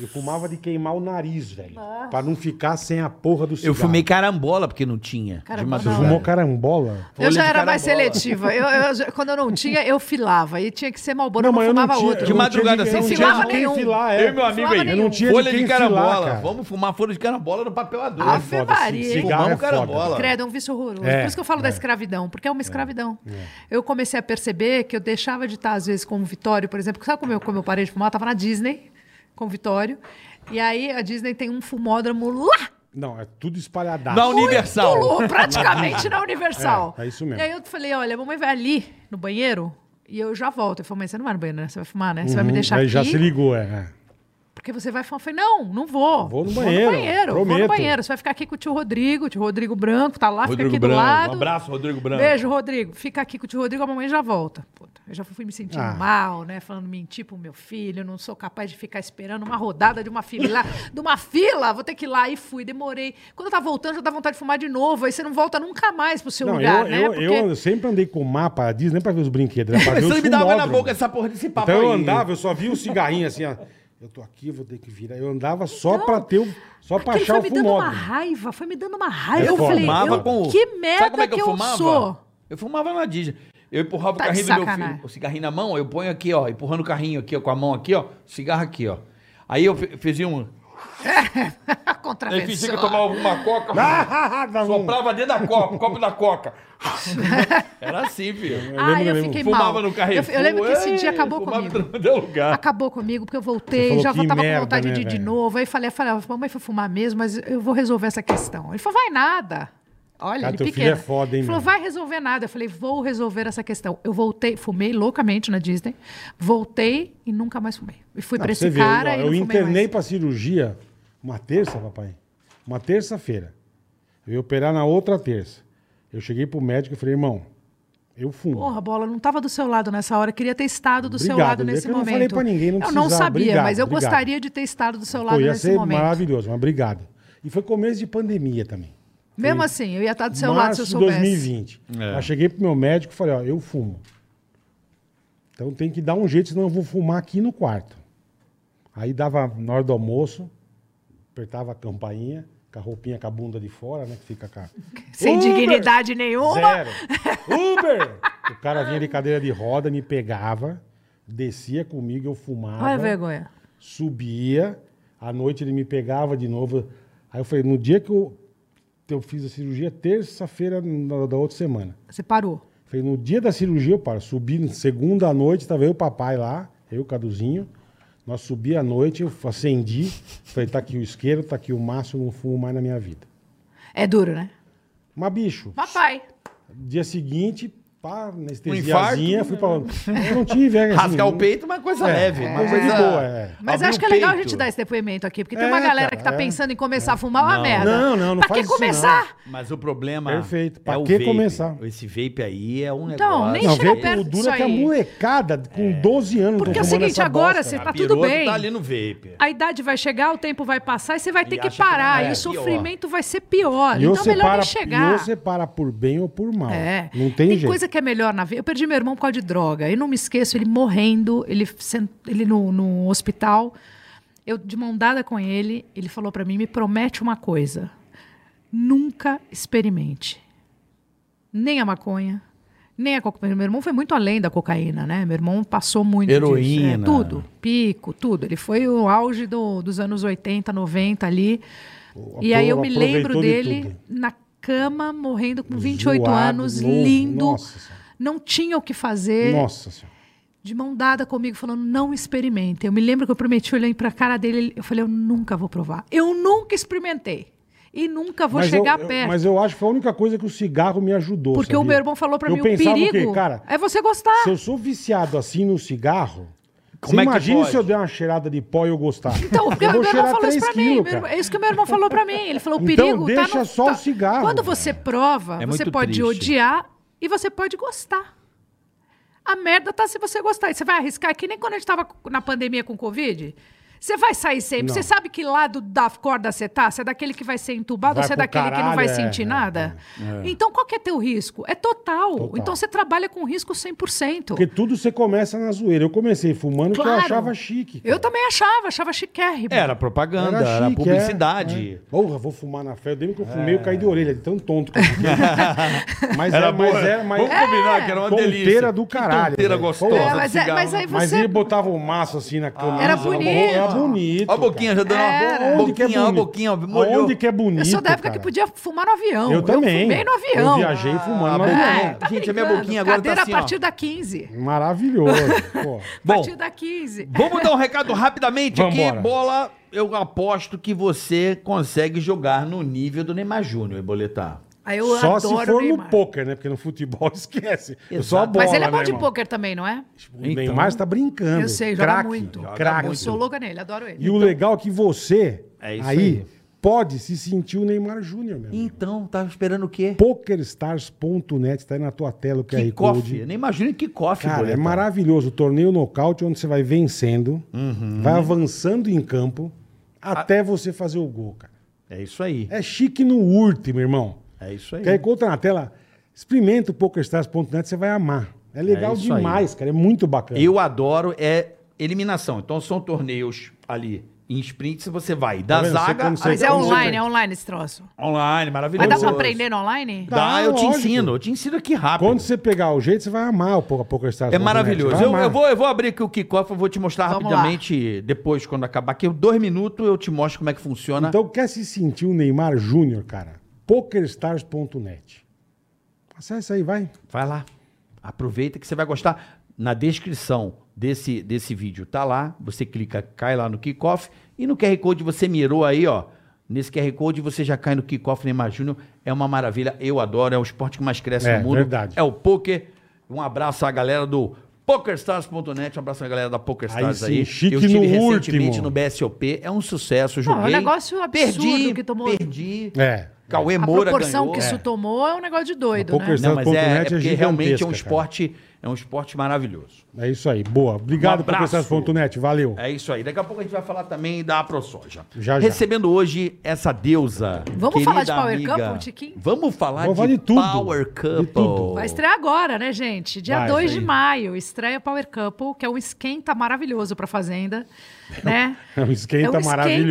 S3: Eu fumava de queimar o nariz, velho. Pra não ficar sem a porra do
S4: Eu
S3: cigarro.
S4: fumei carambola, porque não tinha.
S5: Carambola.
S4: De
S3: Você
S4: madrugada.
S3: fumou carambola?
S5: Eu
S4: Folha
S5: já
S4: de
S5: era mais
S4: carambola.
S5: seletiva. Eu, eu já- quando eu não tinha, eu filava. E tinha que ser malboro, eu não fumava outro.
S4: De madrugada,
S3: eu
S4: sem
S3: não tinha
S5: filava
S3: de quem
S5: nenhum.
S3: filar, é.
S4: Eu e meu amigo
S5: Fumava
S4: aí.
S3: Eu não tinha
S4: folha
S3: de
S4: de,
S3: quem
S4: carambola.
S3: filar, cara.
S4: Vamos fumar folha de carambola no papel a dois.
S5: Ah,
S3: É foda, ci-
S5: Maria.
S3: Cigarro é
S4: Fumamos
S3: foda.
S4: carambola.
S5: Credo, é um vício horroroso.
S3: É,
S5: Por isso que eu falo
S3: é.
S5: da escravidão, porque é uma escravidão. Eu comecei a perceber que eu deixava de estar, às vezes, com o Vitório, por exemplo. Sabe como eu, como eu parei de fumar? Eu tava na Disney, com o Vitório. E aí a Disney tem um fumódromo lá
S3: Não, é tudo espalhadado.
S4: Na Universal.
S5: Muito louco, praticamente na Universal.
S3: É, é isso mesmo.
S5: E aí eu falei, olha, a mamãe vai ali no banheiro e eu já volto. Eu falei, mãe, você não vai no banheiro, né? Você vai fumar, né? Você vai me deixar
S3: Uhum. Aí
S5: aqui.
S3: já se ligou, é, é.
S5: Porque você vai fumar. Eu falei, não, não vou.
S3: Vou no banheiro,
S5: Vou
S3: prometo.
S5: no banheiro. Você vai ficar aqui com o tio Rodrigo, o tio Rodrigo Branco, tá lá,
S4: Rodrigo
S5: fica aqui
S4: Branco.
S5: do lado.
S4: Um abraço, Rodrigo Branco.
S5: Beijo, Rodrigo. Fica aqui com o tio Rodrigo, a mamãe já volta. Puta, eu já fui me sentindo
S3: Ah.
S5: mal, né? Falando, mentir pro meu filho, eu não sou capaz de ficar esperando uma rodada de uma fila, lá- de uma fila, vou ter que ir lá. E fui, demorei. Quando eu tava voltando, já dá vontade de fumar de novo. Aí você não volta nunca mais pro seu
S3: Não,
S5: lugar,
S3: eu,
S5: né?
S3: eu, eu sempre andei com o mapa da Disney, nem pra ver os brinquedos, era pra ver os
S4: Você me dava na
S3: fumódromos.
S4: boca essa porra desse papo
S3: Então eu
S4: aí.
S3: andava, eu só via o cigarrinho assim, ó. Eu tô aqui, eu vou ter que virar. Eu andava só pra ter o, só pra achar
S5: Aquilo Então, foi
S3: o
S5: me dando uma
S3: fumódromo.
S5: raiva, foi me dando uma raiva.
S3: Eu
S5: Eu, falei,
S4: fumava
S5: eu-
S4: com o-
S5: que merda
S4: Sabe como é que, eu, fumava?
S5: sou.
S4: Eu fumava na Disney. Eu empurrava o
S5: Tá de
S4: carrinho do meu
S5: sacanagem.
S4: filho, o cigarrinho na mão, eu ponho aqui, ó, empurrando o carrinho aqui, ó, com a mão aqui, ó, cigarro aqui, ó. Aí eu fe- fazia um.
S5: Tá A
S4: Aí fingia que eu
S5: contravenção.
S4: tomava um- uma coca,
S3: um-
S4: soprava dentro da copa, copo da coca. Era assim, filho.
S3: Eu lembro,
S5: Ah,
S3: eu
S5: eu
S3: lembro.
S5: fiquei mal.
S4: Fumava no carrinho.
S5: Eu, eu lembro que esse dia acabou comigo.
S4: lugar.
S5: Acabou comigo, porque eu
S3: Você
S5: voltei,
S3: falou,
S5: já
S3: "Que
S5: tava
S3: merda,
S5: com vontade
S3: né,
S5: de ir de
S3: velho?"
S5: novo. Aí falei, falei, "Ah, mamãe foi fumar mesmo, mas eu vou resolver essa questão. Ele falou, vai nada. Olha,
S3: Cara,
S5: ele
S3: teu filho é
S5: pequeno.
S3: foda, hein,
S5: Ele falou,
S3: meu?
S5: vai resolver nada. Eu falei, vou resolver essa questão. Eu voltei, fumei loucamente na Disney, voltei e nunca mais fumei. E fui
S3: Não,
S5: pra
S3: pra você
S5: esse
S3: ver,
S5: cara
S3: ó,
S5: e
S3: eu,
S5: não fumei
S3: internei
S5: mais.
S3: pra cirurgia uma terça, papai. Uma terça-feira. Eu ia operar na outra terça. Eu cheguei pro médico e falei, irmão, eu fumo.
S5: Porra, bola, eu não tava do seu lado nessa hora. eu Queria ter estado do seu
S3: Obrigado,
S5: lado
S3: Lê,
S5: nesse
S3: que eu não
S5: momento.
S3: falei pra ninguém, não
S5: eu não
S3: precisava.
S5: sabia,
S3: Obrigado,
S5: mas eu
S3: obrigado.
S5: gostaria de ter estado do seu lado
S3: Pô, ia
S5: nesse
S3: ser
S5: momento.
S3: maravilhoso, mas obrigado. E foi começo de pandemia também.
S5: Mesmo assim, eu ia estar do seu lado
S3: março
S5: se eu
S3: de
S5: soubesse.
S3: 2020.
S4: É.
S3: Aí cheguei pro meu médico e falei, ó, eu fumo. Então tem que dar um jeito, senão eu vou fumar aqui no quarto. Aí dava na hora do almoço, apertava a campainha, com a roupinha com a bunda de fora, né? Que fica com a...
S5: Sem
S3: Uber!
S5: dignidade nenhuma.
S3: Zero. Uber! o cara vinha de cadeira de roda, me pegava, descia comigo, eu fumava
S5: Olha a vergonha.
S3: subia, à noite ele me pegava de novo. Aí eu falei, no dia que eu, que eu fiz a cirurgia, terça-feira na- da outra semana.
S5: Você parou.
S3: Falei, no dia da cirurgia, eu paro, subi na segunda à noite, tava eu e o papai lá, eu e o Caduzinho. Nós subi à noite, eu acendi, falei, tá aqui o isqueiro, tá aqui o maço, eu não fumo mais na minha vida.
S5: É duro, né?
S3: Mas, bicho,
S5: Papai.
S3: dia seguinte, pá,
S4: Um
S3: anestesiazinha, fui pra... Eu não tive... é, assim,
S4: Rasgar o
S3: não-
S4: peito, uma coisa
S3: É,
S4: leve.
S3: é,
S4: uma
S3: coisa de boa, é.
S5: Mas
S4: Abrir
S5: acho
S4: o
S5: que é legal a
S4: peito.
S5: gente dar esse depoimento aqui, porque
S3: É,
S5: tem uma galera que
S3: cara,
S5: tá
S3: é.
S5: pensando em começar a fumar uma merda.
S3: Não, não, não
S5: pra
S3: faz
S5: que
S3: isso, não.
S5: começar?
S4: Mas o problema.
S3: Perfeito. Pra
S4: é o
S3: que
S4: vape.
S3: começar?
S4: Esse vape aí é um
S5: Então,
S4: negócio.
S5: nem
S3: Não,
S5: chega
S3: vê,
S5: perto
S3: o duro
S5: disso
S3: é que a
S5: aí.
S3: molecada com 12 anos
S5: Porque
S3: tão
S5: é o
S3: fumando
S5: seguinte,
S3: essa
S5: agora
S3: bosta,
S5: você
S3: cara.
S5: tá tudo
S4: Piroto
S5: bem.
S4: tá ali no vape.
S5: A idade vai chegar, o tempo vai passar e você vai ter
S4: E
S5: que
S4: acha que não
S5: parar.
S4: é,
S5: e o sofrimento vai ser pior.
S3: E
S5: então
S3: ou
S5: é melhor
S3: separa,
S5: nem chegar.
S3: e ou separa por bem ou por mal.
S5: É.
S3: Não tem, jeito.
S5: coisa que é melhor na vida. Eu perdi meu irmão por causa de droga. Eu não me esqueço, ele morrendo, ele, sent- ele no, no hospital. Eu, de mão dada com ele, ele falou pra mim: me promete uma coisa. Nunca experimente. Nem a maconha, nem a cocaína. Meu irmão foi muito além da cocaína, né? Meu irmão passou muito.
S4: Heroína.
S5: disso, é, tudo. Pico, tudo. Ele foi o auge do- dos anos 80, 90 ali.
S3: Pô,
S5: E aí eu me
S3: aproveitou
S5: lembro
S3: de
S5: dele
S3: tudo.
S5: na cama, morrendo com 28
S3: Zoado,
S5: anos,
S3: novo.
S5: lindo.
S3: Nossa Senhora.
S5: Não tinha o que fazer.
S3: Nossa senhora.
S5: De mão dada comigo, falando, não experimentem. Eu me lembro que eu prometi olhando pra cara dele. Eu falei, eu nunca vou provar. Eu nunca experimentei. E nunca vou
S3: Mas eu-
S5: chegar
S3: eu-
S5: perto.
S3: mas eu acho que foi a única coisa que o cigarro me ajudou.
S5: porque o
S3: sabia?
S5: meu irmão falou pra
S3: eu
S5: mim, o
S3: pensava
S5: perigo
S3: quê, cara?
S5: é você gostar.
S3: Se eu sou viciado assim no cigarro, você
S4: Como é que
S3: imagina
S4: pode?
S3: se eu der uma cheirada de pó e eu gostar.
S5: Então, porque
S3: eu
S5: meu
S3: vou
S5: irmão
S3: cheirar
S5: falou isso
S3: 3
S5: pra mim.
S3: quilos,
S5: meu irmão-
S3: cara.
S5: é isso que o meu irmão falou pra mim. Ele falou: o
S3: Então,
S5: perigo tá
S3: deixa
S5: no.
S3: só
S5: tá-
S3: o cigarro,
S5: Quando
S3: cara.
S5: você prova,
S4: É
S5: você
S4: muito
S5: pode
S4: triste.
S5: odiar e você pode gostar. A merda tá se você gostar. E você vai arriscar, que nem quando a gente tava na pandemia com Covid. Você vai sair sempre.
S3: Não.
S5: Você sabe que lado da corda você tá? Você é daquele que vai ser entubado
S3: Vai
S5: ou você é
S3: pro
S5: daquele que não vai
S3: caralho, é,
S5: sentir
S3: é,
S5: nada? Então, qual que é teu risco? É total.
S3: Total.
S5: Então, você trabalha com risco 100%.
S3: Porque tudo você começa na zoeira. Eu comecei fumando porque eu
S5: Claro.
S3: achava chique. cara.
S5: Eu também achava, achava chiquérrimo.
S4: Era propaganda, era,
S3: chique,
S4: publicidade. É.
S3: é, é. Porra, vou fumar na fé. Eu lembro que eu fumei, eu caí de orelha, de tão tonto que eu fiquei. mas era, mas
S4: boa.
S3: era, mas é
S4: Vamos combinar que era uma
S3: Tonteira
S4: delícia.
S3: do caralho,
S4: Tonteira
S3: velho.
S4: gostosa.
S3: É,
S4: do
S5: mas é-
S4: cigarro.
S5: mas aí
S3: Mas
S5: você-
S3: ele botava o maço assim na camisa.
S5: Era
S3: na boca.
S5: bonito.
S3: Era bonito.
S4: Ó a boquinha já
S3: cara.
S4: dando uma bo-
S3: Onde que é
S4: boquinha, ó a
S3: bonito?
S4: boquinha, ó, molhou.
S3: Onde que é bonito,
S5: Eu sou da época
S3: cara?
S5: que podia fumar no avião.
S3: Eu também.
S5: fumei no
S3: Eu
S5: avião.
S3: viajei
S4: Ah,
S3: fumando no
S4: bom.
S3: avião.
S5: Tá
S4: Gente, a minha
S5: brincando.
S4: boquinha agora
S5: Cadeira
S4: tá assim,
S5: a partir
S4: ó.
S5: da 15.
S3: Maravilhoso. pô.
S5: A
S4: Bom,
S5: partir da 15.
S4: vamos dar um recado rapidamente
S3: é? Vambora.
S4: aqui. Bola, eu aposto que você consegue jogar no nível do Neymar Júnior, Boletar.
S5: Aí eu
S3: Só se
S5: adoro
S3: for
S5: o Neymar.
S3: no pôquer, né? Porque no futebol esquece. Eu Só a
S4: Exato.
S3: bola,
S5: Mas ele é bom
S3: né,
S5: de
S3: irmão?
S5: pôquer também, não é?
S3: O
S4: Então,
S3: Neymar tá- está brincando.
S5: Eu sei, joga
S3: Craque,
S5: muito.
S3: Craque.
S5: Eu sou louca nele, adoro ele.
S3: E o legal é que você
S4: É isso
S3: aí,
S4: aí.
S3: pode se sentir o Neymar Júnior, meu. amigo.
S4: Então, tá esperando o quê?
S3: Pokerstars.net está tá aí na tua tela o QR
S4: Kickoff.
S3: Code.
S4: Nem imagina que kickoff,
S3: Cara, é
S4: Boletar.
S3: maravilhoso. O torneio nocaute, onde você vai vencendo,
S4: Uhum.
S3: vai avançando em campo até você fazer o gol, cara.
S4: É isso aí.
S3: É chique no último, irmão.
S4: É isso aí.
S3: QR Code tá na tela. Experimenta o pokerstars.net, você vai amar. É legal
S4: É isso aí.
S3: demais, cara. É muito bacana.
S4: Eu adoro é eliminação. Então são torneios ali em sprints, você vai da
S3: Tá vendo? Você
S4: zaga
S3: consegue-
S5: Mas é
S3: Então,
S5: online,
S3: você-
S5: é online esse troço.
S4: online,
S5: Mas
S4: maravilhoso.
S5: dá pra aprender né? no online?
S4: Dá, eu te
S3: Tá, Lógico.
S4: ensino, eu te ensino aqui rápido.
S3: Quando você pegar o jeito, você vai amar o Po- PokerStars.
S4: É maravilhoso.
S3: Vai
S4: Eu,
S3: amar.
S4: eu vou, eu vou abrir aqui o kickoff, eu vou te mostrar
S5: Vamos
S4: rapidamente depois, quando acabar aqui. Dois minutos eu te mostro como é que funciona.
S3: Então, quer se sentir o Neymar Júnior, cara? PokerStars.net. Acesse aí, vai.
S4: Vai lá. Aproveita que você vai gostar. Na descrição desse, desse vídeo tá lá. Você clica, cai lá no kickoff. E no QR Code você mirou aí, ó. Nesse QR Code você já cai no kickoff Neymar Júnior. É uma maravilha. Eu adoro. É o esporte que mais cresce
S3: É,
S4: no mundo.
S3: verdade.
S4: É o poker. Um abraço à galera do PokerStars.net. Um abraço à galera da PokerStars
S3: Aí sim,
S4: aí.
S3: chique
S4: Eu estive
S3: no
S4: recentemente
S3: último.
S4: no BSOP. É um sucesso. Eu
S5: Não, é um
S4: Joguei.
S5: negócio absurdo
S4: perdi,
S5: que tomou.
S4: Perdi.
S3: É.
S4: Cauê
S5: A
S4: Moura
S5: proporção
S4: ganhou.
S5: que
S4: É.
S5: isso tomou é um negócio de doido,
S3: Pouco
S5: né?
S3: esse-
S4: Não, mas é,
S3: Ponto
S4: é
S3: net é
S4: porque realmente é um
S3: gigantesca, cara.
S4: esporte, é um esporte maravilhoso.
S3: É isso aí. Boa. Obrigado,
S4: Um abraço.
S3: PokerStars.net. Valeu.
S4: É isso aí. Daqui a pouco a gente vai falar também da ProSoja.
S3: Já, já.
S4: Recebendo hoje essa deusa.
S5: Vamos
S4: querida
S5: falar de Power
S4: amiga.
S5: Couple, um tiquinho?
S4: Vamos falar
S3: Vamos
S4: de,
S3: falar de tudo.
S4: Power
S3: De
S4: Couple.
S3: tudo.
S5: Vai estrear agora, né, gente? Dia
S3: Vai,
S5: 2
S3: isso
S5: de
S3: aí.
S5: maio, estreia Power Couple, que é um esquenta maravilhoso pra Fazenda, né?
S3: É um esquenta
S5: é um esquenta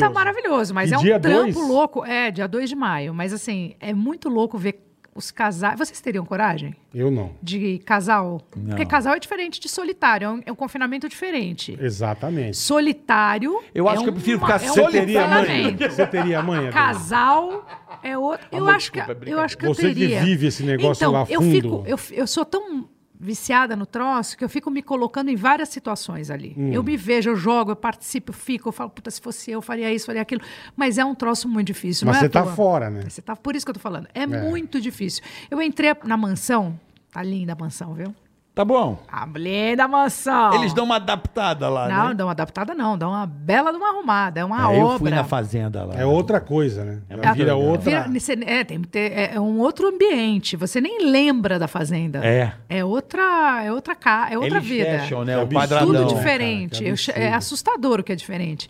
S3: maravilhoso.
S5: maravilhoso, mas
S3: E
S5: é um
S3: dia
S5: trampo
S3: dois?
S5: louco. É, dia 2 de maio, mas assim, é muito louco ver os casais. Vocês teriam coragem
S3: Eu não.
S5: de casal? Porque casal é diferente de solitário, é um, é um confinamento diferente.
S3: Exatamente.
S5: Solitário.
S4: Eu acho
S5: é
S4: que eu prefiro
S5: uma-
S4: ficar
S5: é um
S3: Você teria
S5: confinamento.
S3: amanhã? Você teria amanhã?
S5: Casal é outro. Eu
S4: Amor,
S5: acho que
S4: desculpa, é
S5: eu
S4: brincadeira.
S5: acho que eu
S3: Você que
S5: teria.
S3: vive esse negócio
S5: então,
S3: lá
S5: eu
S3: fundo.
S5: fico, eu, f- eu sou tão viciada no troço que eu fico me colocando em várias situações ali.
S3: Hum.
S5: Eu me vejo, eu jogo, eu participo, eu fico, eu falo, puta, se fosse eu, eu faria isso, faria aquilo. Mas é um troço muito difícil.
S3: Mas
S5: não é
S3: você
S5: à
S3: tá
S5: toa.
S3: fora, né?
S5: Você tá, por isso que eu tô falando. É, muito difícil. Eu entrei na mansão, tá linda a mansão, viu?
S4: Tá bom.
S5: A linda mansão.
S4: Eles dão uma adaptada lá,
S5: Não,
S4: né?
S5: dão uma adaptada, não. Dão uma bela de uma arrumada. É uma
S4: É, eu
S5: obra.
S4: fui na fazenda lá.
S3: É outra coisa, né?
S4: muito
S3: vira
S4: legal.
S3: outra.
S5: Vira- nesse- é, tem que ter- é, é um outro ambiente. Você nem lembra da fazenda.
S4: É.
S5: É outra, é outra ca, é outra
S4: Eles
S5: vida.
S4: fecham, né?
S3: Que
S4: O
S3: absurdo
S4: quadradão.
S5: Tudo
S3: né, cara?
S5: diferente.
S3: Que
S5: Eu che- é
S3: absurdo.
S5: assustador o que é diferente.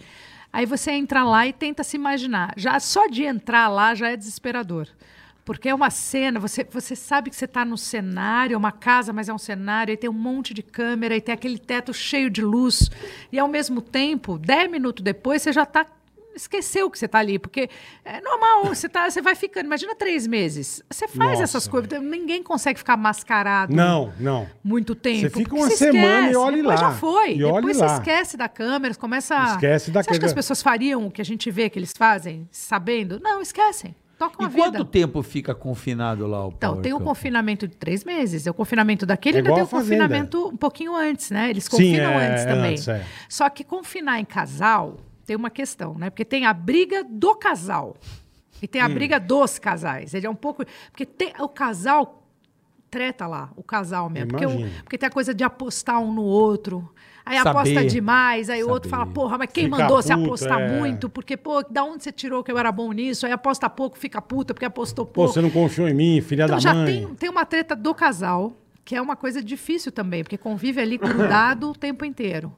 S5: Aí você entra lá e tenta se imaginar. Já só de entrar lá já é desesperador. Porque é uma cena, você, você sabe que você está no cenário, é uma casa, mas é um cenário, aí tem um monte de câmera, aí tem aquele teto cheio de luz. E ao mesmo tempo, 10 minutos depois, você já está esqueceu que você está ali, porque é normal, você, tá, você vai ficando. Imagina três meses. Você faz
S3: Nossa,
S5: essas coisas. então Ninguém consegue ficar mascarado
S3: Não, não.
S5: muito tempo.
S3: Você fica
S5: porque
S3: uma
S5: você
S3: semana e olhe
S5: depois
S3: lá.
S5: já foi.
S3: E olhe
S5: depois você
S3: lá.
S5: esquece da câmera, começa a...
S3: Esquece da
S5: Você acha que
S3: câmera.
S5: as pessoas fariam o que a gente vê que eles fazem, sabendo? Não, esquecem. Tocam
S4: E
S5: a vida.
S4: quanto tempo fica confinado lá o
S5: Então,
S4: Power
S5: tem o
S4: Couple?
S5: confinamento de três meses, é o confinamento daquele,
S3: É
S5: ainda
S3: igual
S5: tem
S3: a
S5: o
S3: Fazenda.
S5: confinamento um pouquinho antes, né? Eles
S3: Sim,
S5: confinam
S3: é,
S5: antes
S3: é
S5: também.
S3: antes, é.
S5: Só que confinar em casal tem uma questão, né? Porque tem a briga do casal e
S3: Hum.
S5: tem a briga dos casais. Ele é um pouco. Porque tem o casal treta lá, o casal mesmo. Porque, o-
S3: Imagino.
S5: porque tem a coisa de apostar um no outro. Aí
S4: Saber.
S5: aposta demais, aí o outro
S4: Saber.
S5: fala, porra, mas quem
S3: Fica
S5: mandou você
S3: puto,
S5: apostar
S3: é.
S5: muito? Porque, pô, da onde você tirou que eu era bom nisso? Aí aposta pouco, fica puta, porque apostou
S3: Pô,
S5: pouco.
S3: você não confiou em mim, filha
S5: Então
S3: da
S5: já
S3: mãe.
S5: tem, tem uma treta do casal, que é uma coisa difícil também, porque convive ali grudado o tempo inteiro.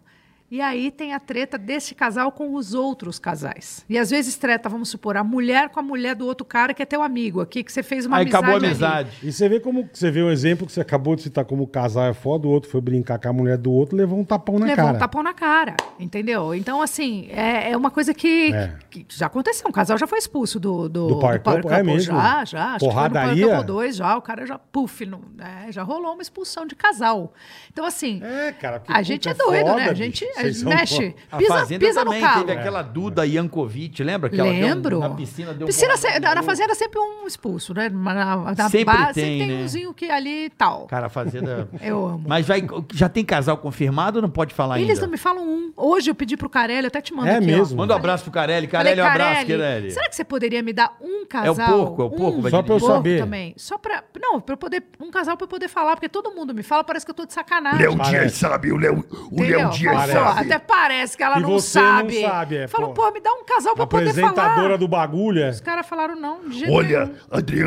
S5: E aí tem a treta desse casal com os outros casais. E às vezes treta, vamos supor, a mulher com a mulher do outro cara que é teu amigo aqui, que você fez uma
S4: Aí
S5: amizade.
S4: acabou a
S5: ali.
S4: amizade.
S3: E você vê como você vê o exemplo que você acabou de citar como o casal é foda, o outro foi brincar com a mulher do outro, levou um tapão na
S5: Levou
S3: cara.
S5: um tapão na cara, entendeu? Então, assim, é, é uma coisa que,
S3: É.
S5: que já aconteceu. Um casal já foi expulso do, do,
S3: Do Power Couple, é mesmo?
S5: Já, já. Acho que foi
S3: Porradaria?
S5: no Power Couple 2 já. O cara já, puf, não, né, já rolou uma expulsão de casal. Então, assim,
S3: É, cara, porque,
S5: a gente é
S3: puta,
S5: doido,
S3: foda,
S5: né? A
S3: bicho.
S5: gente, a
S3: Vocês
S5: gente
S3: são
S5: mexe.
S3: foda.
S4: A
S5: Pisa,
S4: Fazenda
S5: pisa no
S4: também
S5: carro.
S4: teve aquela Duda Yankovic, lembra? Que ela deu um-
S5: Lembro.
S4: na piscina deu um
S5: Piscina
S4: porradão
S5: se-
S4: no
S5: na, na
S4: outro.
S5: fazenda sempre um expulso, né? Na, na- na
S4: Sempre
S5: base
S4: tem,
S5: tem,
S4: né?
S5: umzinho que é ali e tal.
S4: Cara, a Fazenda...
S5: Eu amo.
S4: Mas vai, já tem casal confirmado ou não pode falar ainda?
S5: Eles não me falam um. Hoje eu pedi pro Carelli, eu até te mando
S3: É
S5: aqui, ó.
S3: mesmo?
S4: Manda um abraço pro Carelli.
S5: Falei,
S4: Carelli, um abraço, Carelli.
S5: Será que você poderia me dar um casal?
S4: porco, é o porco,
S5: um,
S4: vai
S3: Só pra eu
S5: porco
S3: saber.
S5: também. Só pra. Não, pra eu poder. Um casal pra eu poder falar, porque todo mundo me fala, parece que eu tô de sacanagem.
S2: Léo
S3: Parece.
S2: Dias sabe, o Léo, o
S5: entendeu?
S2: Léo Dias
S3: Parece.
S5: Fala, "Pô,
S2: sabe.
S5: Até parece que ela
S3: E
S5: não
S3: você não
S5: sabe.
S3: sabe, é,
S5: Fala,
S3: pô.
S5: pô, me dá um casal pra eu poder
S3: Apresentadora
S5: falar.
S3: do bagulho é.
S5: Os caras falaram não, de jeito
S2: Olha,
S5: nenhum.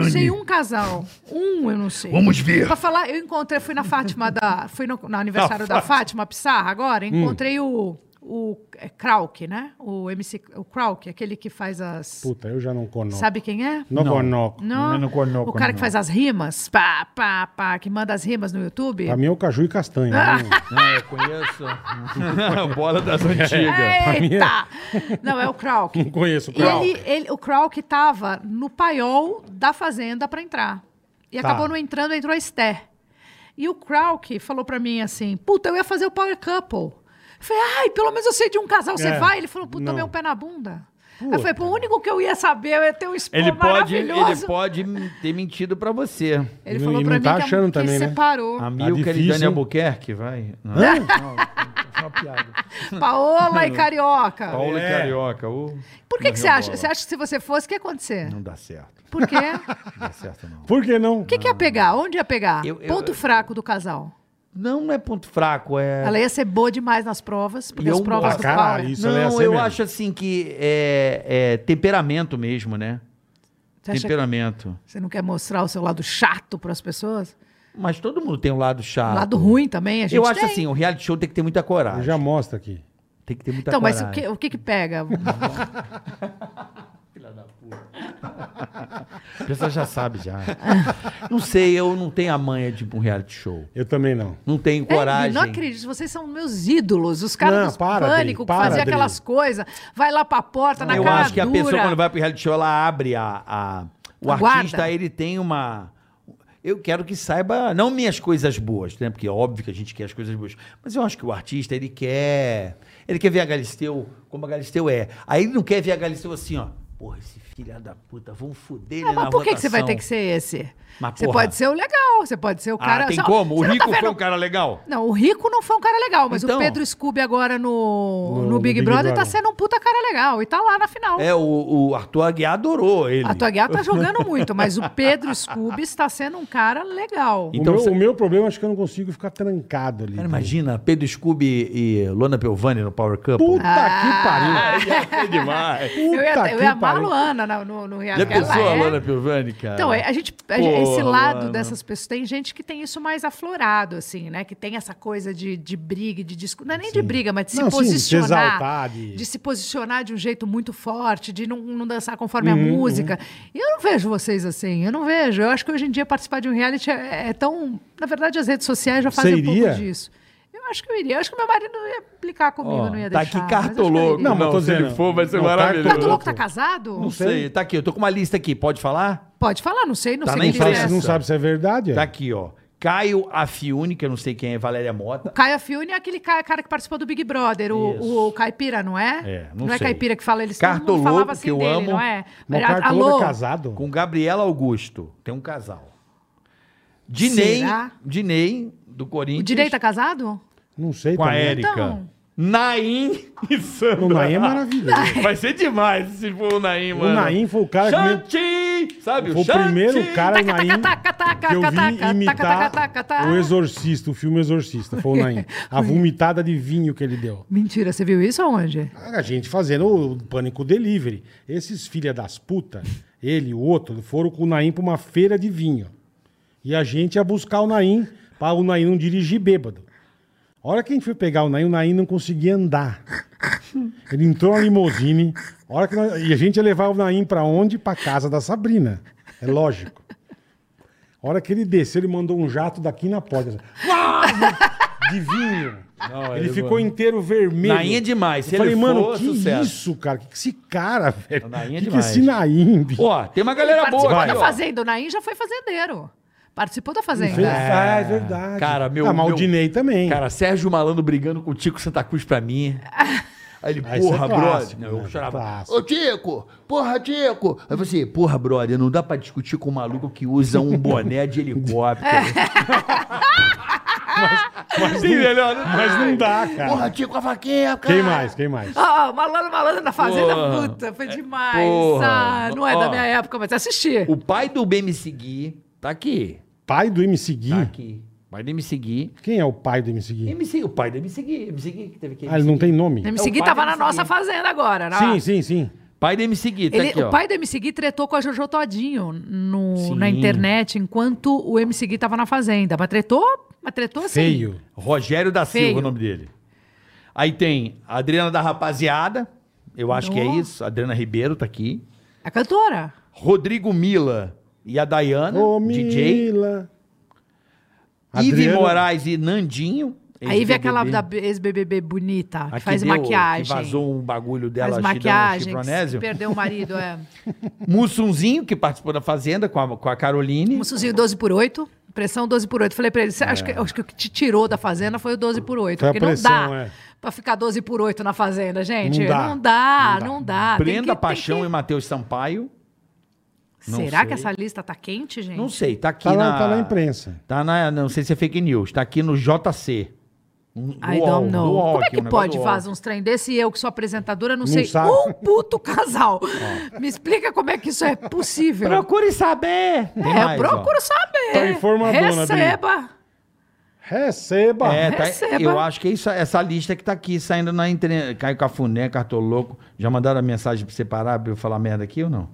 S5: Sei
S2: Adriane,
S5: um casal. Um, eu não sei.
S2: Vamos ver.
S5: Pra falar, eu encontrei, fui na Fátima da. Fui no, no aniversário
S4: Na
S5: da Fátima Pissarra agora, encontrei o. O é, Krauk, né? O MC. O Krauk, aquele que faz as.
S3: Puta, eu já não conoco.
S5: Sabe quem é?
S3: Não é conoco.
S5: Não.
S4: Não, não conoco,
S5: o cara
S4: não.
S5: que faz as rimas, pá, pá, pá, que manda as rimas no YouTube.
S3: Pra mim é o caju e castanha. né?
S4: Ah, eu conheço. Bola das antigas.
S5: Eita! Não, é o Krauk.
S3: Não conheço o
S5: E
S3: Krauk.
S5: ele, ele, o Krauk tava no paiol da fazenda pra entrar. E
S3: Tá.
S5: acabou não entrando, entrou a Esther. E o Krauk falou pra mim assim: Puta, eu ia fazer o Power Couple. Eu falei, ai, pelo menos eu sei de um casal, você
S3: É,
S5: vai? Ele falou, puta,
S3: não.
S5: meu pé na bunda.
S3: Puta.
S5: Eu falei, pô, o único que eu ia saber, eu ia ter um spoiler
S4: Ele pode, ele
S5: maravilhoso.
S4: pode ter mentido pra você.
S5: Ele
S3: E
S5: falou
S3: não
S5: pra
S3: tá
S5: mim que,
S3: achando
S5: a, que
S3: também, né?
S5: separou.
S4: A Milka e
S3: difícil,
S4: Dani
S3: hein?
S4: Albuquerque, vai. Não.
S5: Paola e Carioca.
S4: Paulo
S3: É.
S4: e Carioca. ô.
S5: Por que, que você
S4: Morreu
S5: acha?
S4: bola.
S5: Você acha que se você fosse, o que ia acontecer?
S4: Não dá certo.
S5: Por quê?
S4: Não dá certo, não.
S3: Por que não?
S5: O que, que ia pegar? Onde ia pegar?
S4: Eu- eu-
S5: Ponto fraco do casal.
S4: Não, não é ponto fraco, é...
S5: Ela ia ser boa demais nas provas, porque
S4: E
S5: as
S4: eu-
S5: provas
S4: Ah,
S5: do
S3: caralho,
S5: Paulo.
S3: isso ela ia
S4: não,
S3: ser
S4: eu
S3: mesmo.
S4: acho assim que é, é temperamento mesmo, né?
S5: Você, acha que
S4: temperamento.
S5: você não quer mostrar o seu lado chato pras pessoas?
S4: Mas todo mundo tem um lado chato.
S5: O lado ruim também, a gente
S4: Eu acho
S5: tem.
S4: assim, o reality show tem que ter muita coragem.
S3: Eu já mostra aqui.
S4: Tem que ter muita
S5: Então, mas
S4: coragem.
S5: o que, o que que pega?
S4: A pessoa já sabe já. não sei, eu não tenho a manha de ir pra um reality show.
S3: Eu também não.
S4: Não tenho coragem.
S5: É, não acredito, vocês são meus ídolos. Os caras
S3: Não,
S5: dos
S3: para, Adri,
S5: pânico que
S3: para,
S5: faziam
S3: Adri.
S5: aquelas coisas, vai lá pra porta, na
S4: eu
S5: cara
S4: acho que a
S5: dura.
S4: pessoa, quando vai pro reality show, ela abre a. a- o
S5: A guarda.
S4: artista, ele tem uma. Eu quero que saiba, não minhas coisas boas, né? Porque é óbvio que a gente quer as coisas boas. Mas eu acho que o artista, ele quer. Ele quer ver a Galisteu como a Galisteu é. Aí ele não quer ver a Galisteu assim, ó. Porra, esse filho da puta, vão foder ele
S5: Não, Ah, mas
S4: na
S5: por que, que você vai
S4: votação."
S5: ter que ser esse?
S4: Mas,
S5: você
S4: porra.
S5: pode ser o legal, você pode ser o cara.
S4: Ah, tem
S5: só-
S4: como? O
S5: Você não tá
S4: Rico foi
S5: vendo-
S4: um cara legal?
S5: Não, o Rico não foi um cara legal, mas
S4: Então.
S5: o Pedro Scooby agora no,
S3: No-
S5: no,
S3: no
S5: Big,
S3: Big
S5: Brother, tá
S3: Brother.
S5: sendo um puta cara legal e tá lá na final.
S4: É, o, o Arthur Aguiar adorou ele.
S5: A tua guiada tá jogando muito, mas o Pedro Scooby está sendo um cara legal.
S4: Então
S3: o, meu,
S4: você-
S3: o meu problema acho que eu não consigo ficar trancado ali.
S4: Cara, imagina, Pedro Scooby e Lona Pelvani no Power Cup.
S3: Puta que pariu.
S4: é demais.
S3: Puta
S5: Ah. eu ia, eu
S3: que
S5: ia amar a
S3: pariu.
S5: Luana na- no, no, Rio.
S4: Já
S5: Ela
S4: pensou a
S5: é-
S4: Lona Piovani, cara?
S5: Então, é, a gente, a
S4: Porra,
S5: gente- esse lado
S4: mano.
S5: dessas pessoas, tem gente que tem isso mais aflorado, assim, né? Que tem essa coisa de, de briga, de discussão. Não é nem de briga, mas de
S3: Não,
S5: se
S3: sim, de se
S5: posicionar.
S3: exaltar, de-
S5: se posicionar de um jeito muito forte, de não, não dançar conforme a música. E eu não vejo vocês assim, eu não vejo. Eu acho que hoje em dia participar de um reality é, é tão. Na verdade, as redes sociais já fazem um
S3: Seria?
S5: pouco disso. Eu eu acho que eu iria. Eu acho que meu marido não ia implicar comigo,
S4: Ó,
S5: não ia
S4: tá
S5: deixar.
S4: aqui
S5: mas acho que eu
S4: cartoloco.
S5: iria.
S3: Não, mas tô
S4: se
S3: dizendo-
S4: ele for, vai ser
S3: Não,
S4: maravilhoso.
S3: cartoloco.
S5: Cartoloco tá casado?
S4: Não sei, tá aqui. Eu tô com uma lista aqui. Pode falar?
S5: Pode falar, não sei, não
S4: Tá
S5: sei
S4: na
S5: quem
S3: Não sabe,
S5: interessa.
S4: imprensa.
S3: não sabe se é verdade. é.
S4: Tá aqui, ó. Caio Afiune, que eu não sei quem é, Valéria Mota.
S5: Caio Fiune é aquele ca- cara que participou do Big Brother,
S4: Isso.
S5: o, o, caipira, não é?
S4: É, não
S5: é
S4: sei.
S5: caipira que fala, eles todo
S4: Cartoloco,
S5: mundo falava assim
S4: que eu
S5: dele,
S4: amo.
S5: não é?
S3: Mas o
S5: A-
S3: Cartoloco
S5: Alô?
S3: é casado?
S4: Com Gabriela Augusto. Tem um casal. Dinei.
S5: Será?
S4: Dinei, do
S5: O
S4: Corinthians.
S5: Direi tá casado?
S3: Não sei
S4: Com a
S3: também.
S4: Érica.
S5: Então.
S4: Naim e Sandra.
S3: O Naim é maravilhoso.
S4: Vai ser demais se for o Naim, mano.
S3: O Naim foi o cara que me-
S4: Xanti! Sabe
S3: Foi o
S4: Xanti?
S3: primeiro cara
S5: Taca, taca,
S3: Naim
S5: taca, taca,
S3: que eu vi
S5: taca,
S3: imitar
S5: taca, taca, taca.
S3: o Exorcista, o filme Exorcista, foi o Naim. A vomitada de vinho que ele deu.
S5: Mentira, você viu isso aonde?
S3: A gente fazendo o Pânico Delivery. Esses filha das putas, ele e o outro, foram com o Naim pra uma feira de vinho. E a gente ia buscar o Naim pra o Naim não dirigir bêbado. A hora que a gente foi pegar o Naim, o Naim não conseguia andar. Ele entrou na limusine. A hora que nós- E a gente ia levar o Naim pra onde? Pra casa da Sabrina. É lógico. A hora que ele desceu, ele mandou um jato daqui na porta. assim, "Uau!" De vinho.
S4: Não,
S3: ele
S4: ele-
S3: ficou inteiro vermelho.
S4: Naim é demais. Se
S3: eu falei,
S4: ele
S3: mano,
S4: for,
S3: que
S4: sucesso."
S3: isso, cara? Que, que esse cara, velho?
S4: Naim é
S3: que, que
S4: demais.
S3: esse Naim, bicho?
S4: Ó, tem uma galera
S5: Participou
S4: boa aqui,
S5: da
S4: ó.
S5: Fazenda, o Naim já foi fazendeiro. Participou da
S3: Fez-
S5: Fazenda.
S3: Ah, é verdade.
S4: Cara, meu-
S3: Ah, mas o
S4: meu-
S3: Dinei também.
S4: Cara, Sérgio Malandro brigando com o Tico Santa Cruz pra mim. Aí ele,
S3: Ah, isso é
S4: porra,
S3: clássico,
S4: brother. Não, eu
S3: né?
S4: chorava.
S3: Clássico.
S4: Ô, Tico! Porra, Tico! Aí você, porra, brother, não dá pra discutir com um maluco que usa um boné de helicóptero. mas, Sim, melhor, né?
S3: Mas não dá, cara.
S4: Porra, Tico, a vaquinha, cara.
S3: Quem mais? Quem mais?
S5: Ó, ó, Ah, malandro, malandro na Fazenda,
S4: Porra. É,
S5: puta, foi demais.
S4: Porra.
S5: Ah, não é
S4: Ó.
S5: da minha época, mas assisti.
S4: O pai do bem me seguir tá aqui.
S3: Pai do MC Gui?
S4: Tá aqui. O pai do me seguir.
S3: Quem é o pai do MC Gui?
S4: MC, o pai do me seguir. MC Gui que teve que.
S3: Ah, ele não tem nome?
S5: MC Gui
S4: pai
S5: tava
S4: do
S5: na
S4: MC Gui.
S5: nossa Fazenda agora, né?
S3: Sim, sim, sim.
S4: Pai do MC Gui, tá
S5: Ele-
S4: aqui, ó.
S5: o pai do MC Gui tretou com a Jojo Todinho no-
S4: Sim.
S5: na internet enquanto o MC Gui tava na fazenda. Mas tretou, mas tretou assim.
S3: Feio.
S4: Rogério da
S5: Feio.
S4: Silva, é o nome dele. Aí tem a Adriana da Rapaziada, eu acho que é
S5: Nossa.
S4: isso. Adriana Ribeiro tá aqui.
S5: A cantora.
S4: Rodrigo Mila e a Dayana,
S3: Ô,
S4: DJ.
S3: Mila.
S4: Ive
S3: Adriano-
S4: Moraes e Nandinho.
S5: Aí vem aquela
S4: ex-BBB.
S5: da ex-BBB bonita, que
S4: A que
S5: faz
S4: deu-
S5: maquiagem.
S4: Que vazou um bagulho dela, Chidão
S5: faz maquiagem, que se
S4: um Chifronésio.
S5: perdeu o marido, é.
S4: Mussunzinho, que participou da Fazenda com a, com a Caroline.
S5: Um Suzinho 12 por 8, pressão 12 por 8. Falei pra ele, "Cê
S4: É.
S5: acha que, acho que o que te tirou da fazenda foi o 12 por 8.
S3: Foi a
S5: porque não
S3: pressão,
S5: dá
S3: é.
S5: pra ficar 12 por 8 na fazenda, gente.
S3: Não dá.
S5: Não dá, não dá. Tem que-
S4: Brenda
S5: tem
S4: Paixão
S5: que-
S4: e Matheus Sampaio. Não
S5: Será
S4: sei.
S5: que essa lista tá quente, gente?
S4: Não sei, tá aqui
S3: Tá
S4: na...
S3: na, tá na imprensa.
S4: Tá na, não sei se é fake news, tá aqui no Um, JC. No
S5: I
S4: UOL,
S5: don't know.
S4: no UOL
S5: Como é
S4: aqui,
S5: que
S4: um negócio
S5: pode
S4: do
S5: fazer uns trem desse e eu, que sou apresentadora, não, sei
S3: sabe.
S5: um puto casal? Me explica como é que isso é possível.
S4: UOL. Procure saber! Tem
S5: é,
S4: mais, ó.
S5: procuro saber.
S3: Tá informadona, Adri.
S5: Receba.
S3: Receba.
S4: É, tá-
S5: Receba.
S4: eu acho que é isso, essa lista que tá aqui saindo na internet. Caio Cafuné, Cartoloco. Já mandaram a mensagem pra você parar pra eu falar merda aqui ou não?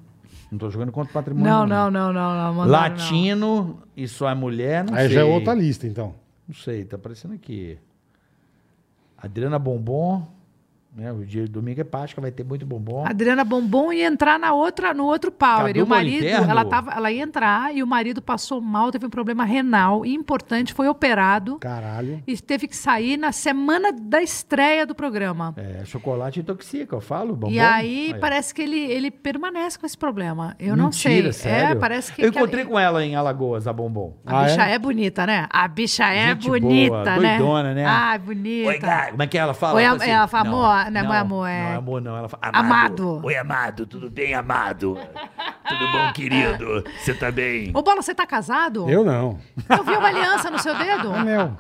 S4: Não tô jogando contra o patrimônio.
S5: Não, não, não, não. não, mandaram, não.
S4: Latino e só é mulher, não
S3: Aí
S4: sei.
S3: já é outra lista, então.
S4: Não sei, tá aparecendo aqui. Adriana Bombom. Né, o dia de domingo é Páscoa, vai ter muito bombom.
S5: Adriana Bombom ia entrar na outra, no outro power.
S4: Cadu
S5: e o marido,
S4: Moliterno?
S5: ela, tava, ela ia entrar e o marido passou mal, teve um problema renal importante, foi operado
S3: Caralho.
S5: e teve que sair na semana da estreia do programa.
S4: É, chocolate intoxica, eu falo, bombom.
S5: E aí,
S4: Tá Aí, ó.
S5: parece que ele, ele permanece com esse problema. Eu não sei.
S4: Mentira, sério?
S5: É, parece que.
S4: Eu
S5: que
S4: encontrei com ela em Alagoas, a Bombom.
S5: A
S3: Ah,
S5: bicha
S3: é?
S5: é? bonita, né? A bicha é
S4: Gente boa,
S5: bonita, né?
S4: doidona, né?
S5: Ah, bonita.
S4: Oi, cara. Como é que ela fala?
S5: Oi,
S4: Fala
S5: am- ela fala, amor,
S4: não,
S5: né,
S4: não,
S5: mãe, amor, é-
S4: Não, é amor, não. Ela fala,
S5: Amado.
S2: Oi, amado, tudo bem, amado? Tudo bom, querido? Você tá bem?
S5: Ô, Bola, você tá casado?
S3: Eu não.
S5: Eu vi uma aliança no seu dedo.
S3: Anel.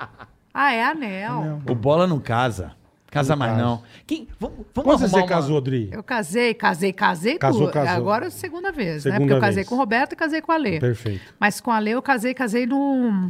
S5: Ah, é anel.
S4: O Bola não casa. Casa mais
S3: casa.
S4: não. Quem, vamos vamos
S3: Quando
S4: arrumar
S3: você
S4: uma-
S3: casou, Adri?
S5: Eu casei, casei, casei.
S3: Casou,
S5: com...
S3: casou.
S5: Agora é a segunda vez, né?
S3: Segunda
S5: Porque eu casei
S3: vez.
S5: com o Roberto e casei com a Lê.
S3: Perfeito.
S5: Mas com a Lê eu casei, casei no...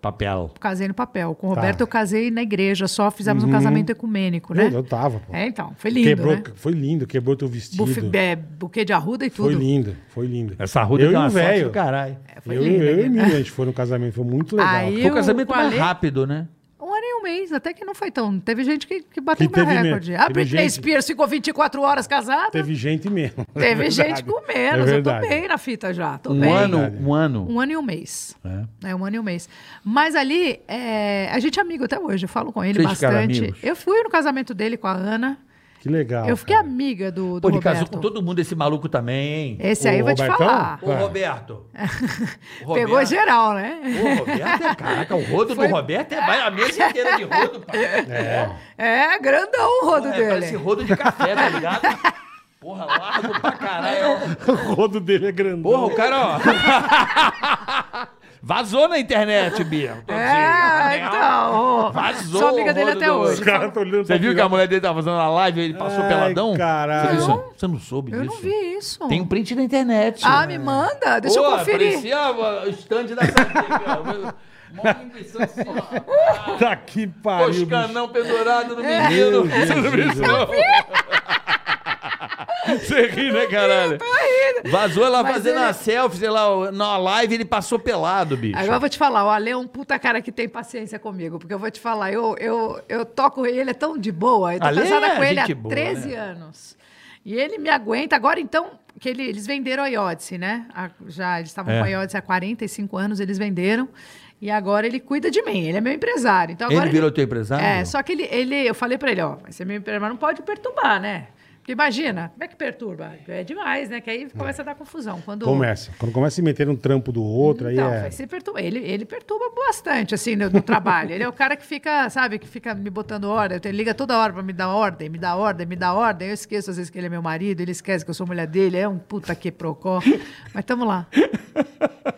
S4: Papel.
S5: Casei no papel. Com o
S3: Tá.
S5: Roberto eu casei na igreja, só fizemos um casamento ecumênico, né?
S3: Eu, eu tava, pô.
S5: É, então, foi lindo,
S3: quebrou,
S5: né?
S3: Foi lindo, quebrou teu vestido.
S5: Bufe, é, buquê de arruda e
S3: Foi
S5: tudo.
S3: lindo, foi lindo.
S4: Essa ruda
S3: eu
S4: é
S3: e o
S4: uma sorte do
S3: velho.
S4: caralho.
S5: É, foi
S3: Eu,
S5: lindo,
S3: eu e o
S5: né?
S3: Emílio, a gente foi no casamento, foi muito legal.
S5: Aí
S4: Foi o
S5: Eu
S4: casamento
S5: com a
S4: mais
S5: Lê-
S4: rápido, né?
S5: Um ano e um mês, até que não foi tão. Teve gente que, que bateu
S3: Que
S5: meu
S3: teve
S5: recorde.
S3: mesmo.
S5: A
S3: Teve
S5: Britney
S3: gente-
S5: Spears ficou 24 horas casada. Teve,
S3: Teve gente mesmo. É
S5: gente
S3: verdade.
S5: com
S3: É
S5: menos. eu tô
S3: verdade.
S5: bem na fita já. Tô
S4: Um
S5: bem.
S4: ano,
S3: Verdade.
S4: um ano.
S5: Um ano e um mês.
S4: É.
S5: É, um ano e um mês. Mas ali, é, a gente é amigo até hoje, eu falo com ele
S4: Vocês ficaram
S5: bastante.
S4: amigos?
S5: Eu fui no casamento dele com a Ana.
S3: Que legal.
S5: eu fiquei
S3: Ah, cara.
S5: amiga do, do
S4: Pô, ele
S5: Roberto.
S4: casou com todo mundo, esse maluco também, hein?
S5: Esse
S3: O
S5: aí eu vou te
S3: Robertão?
S5: falar.
S4: Ô, Roberto. Ô,
S5: Pegou
S4: Roberto.
S5: geral, né?
S4: Ô, Roberto, é- caraca, o rodo
S5: Foi-
S4: do Roberto é vai a mesa inteira de rodo, pai.
S3: É.
S5: É, grandão o rodo
S4: Porra, é,
S5: dele.
S4: parece rodo de café, tá ligado? Porra, largo pra caralho.
S3: O rodo dele é grandão.
S4: Porra, o cara, ó. Vazou na internet, Bia.
S5: É, então.
S4: Ah, Vazou
S5: Sou amiga
S4: o
S5: dele
S4: rodo
S5: até
S4: do-
S5: hoje.
S3: Os caras estão tá olhando
S4: Você
S3: pra
S4: viu que a
S3: piroca.
S4: mulher dele tava fazendo a live e ele passou
S3: Ai,
S4: peladão?
S3: caralho.
S4: Você, viu isso? Você não soube
S5: Eu
S4: disso?
S5: não vi isso.
S4: Tem um print na internet.
S5: Ah, me manda, deixa eu
S4: Pô,
S5: conferir.
S4: Parecia ó, o stand da Sabica. Mó impressão assim, ó.
S3: Tá que pariu. bicho.
S4: Toscanão pendurado no
S3: Meu
S4: menino.
S3: Deus
S4: Você não
S3: do
S4: viu isso,
S3: céu.
S4: não? Você ri, né, caralho?
S5: é
S4: Vazou ela
S5: Mas
S4: fazendo
S5: ele-
S4: a selfie, sei lá, na live ele passou pelado, bicho.
S5: Agora eu vou te falar, o Ale é um puta cara que tem paciência comigo, porque eu vou te falar, eu, eu, eu toco ele, ele é tão de boa, eu tô
S4: Ale
S5: casada
S4: é
S5: com ele há
S4: gente boa,
S5: 13
S4: né?
S5: anos. E ele me aguenta, agora então, que ele- eles venderam a Iodice, né? A- já, eles estavam
S4: É.
S5: com a Iodice há 45 anos, eles venderam, e agora ele cuida de mim, ele é meu empresário. Então, agora
S4: ele virou teu empresário?
S5: É, só que ele, ele eu falei pra ele, ó, vai ser meu empresário, mas não pode perturbar, né? Porque imagina, como é que perturba? É demais, né? Que aí começa a dar confusão. Quando
S3: Começa. Quando começa a meter um trampo do outro, é? aí
S5: então,
S3: é.
S5: vai se perturba. Ele, ele perturba bastante, assim, no, no trabalho. Ele é o cara que fica, sabe, que fica me botando ordem. Ele liga toda hora pra me dar ordem, me dar ordem, me dar ordem. Eu esqueço, às vezes, que ele é meu marido, ele esquece que eu sou mulher dele. É um puta que procó. Mas tamo lá.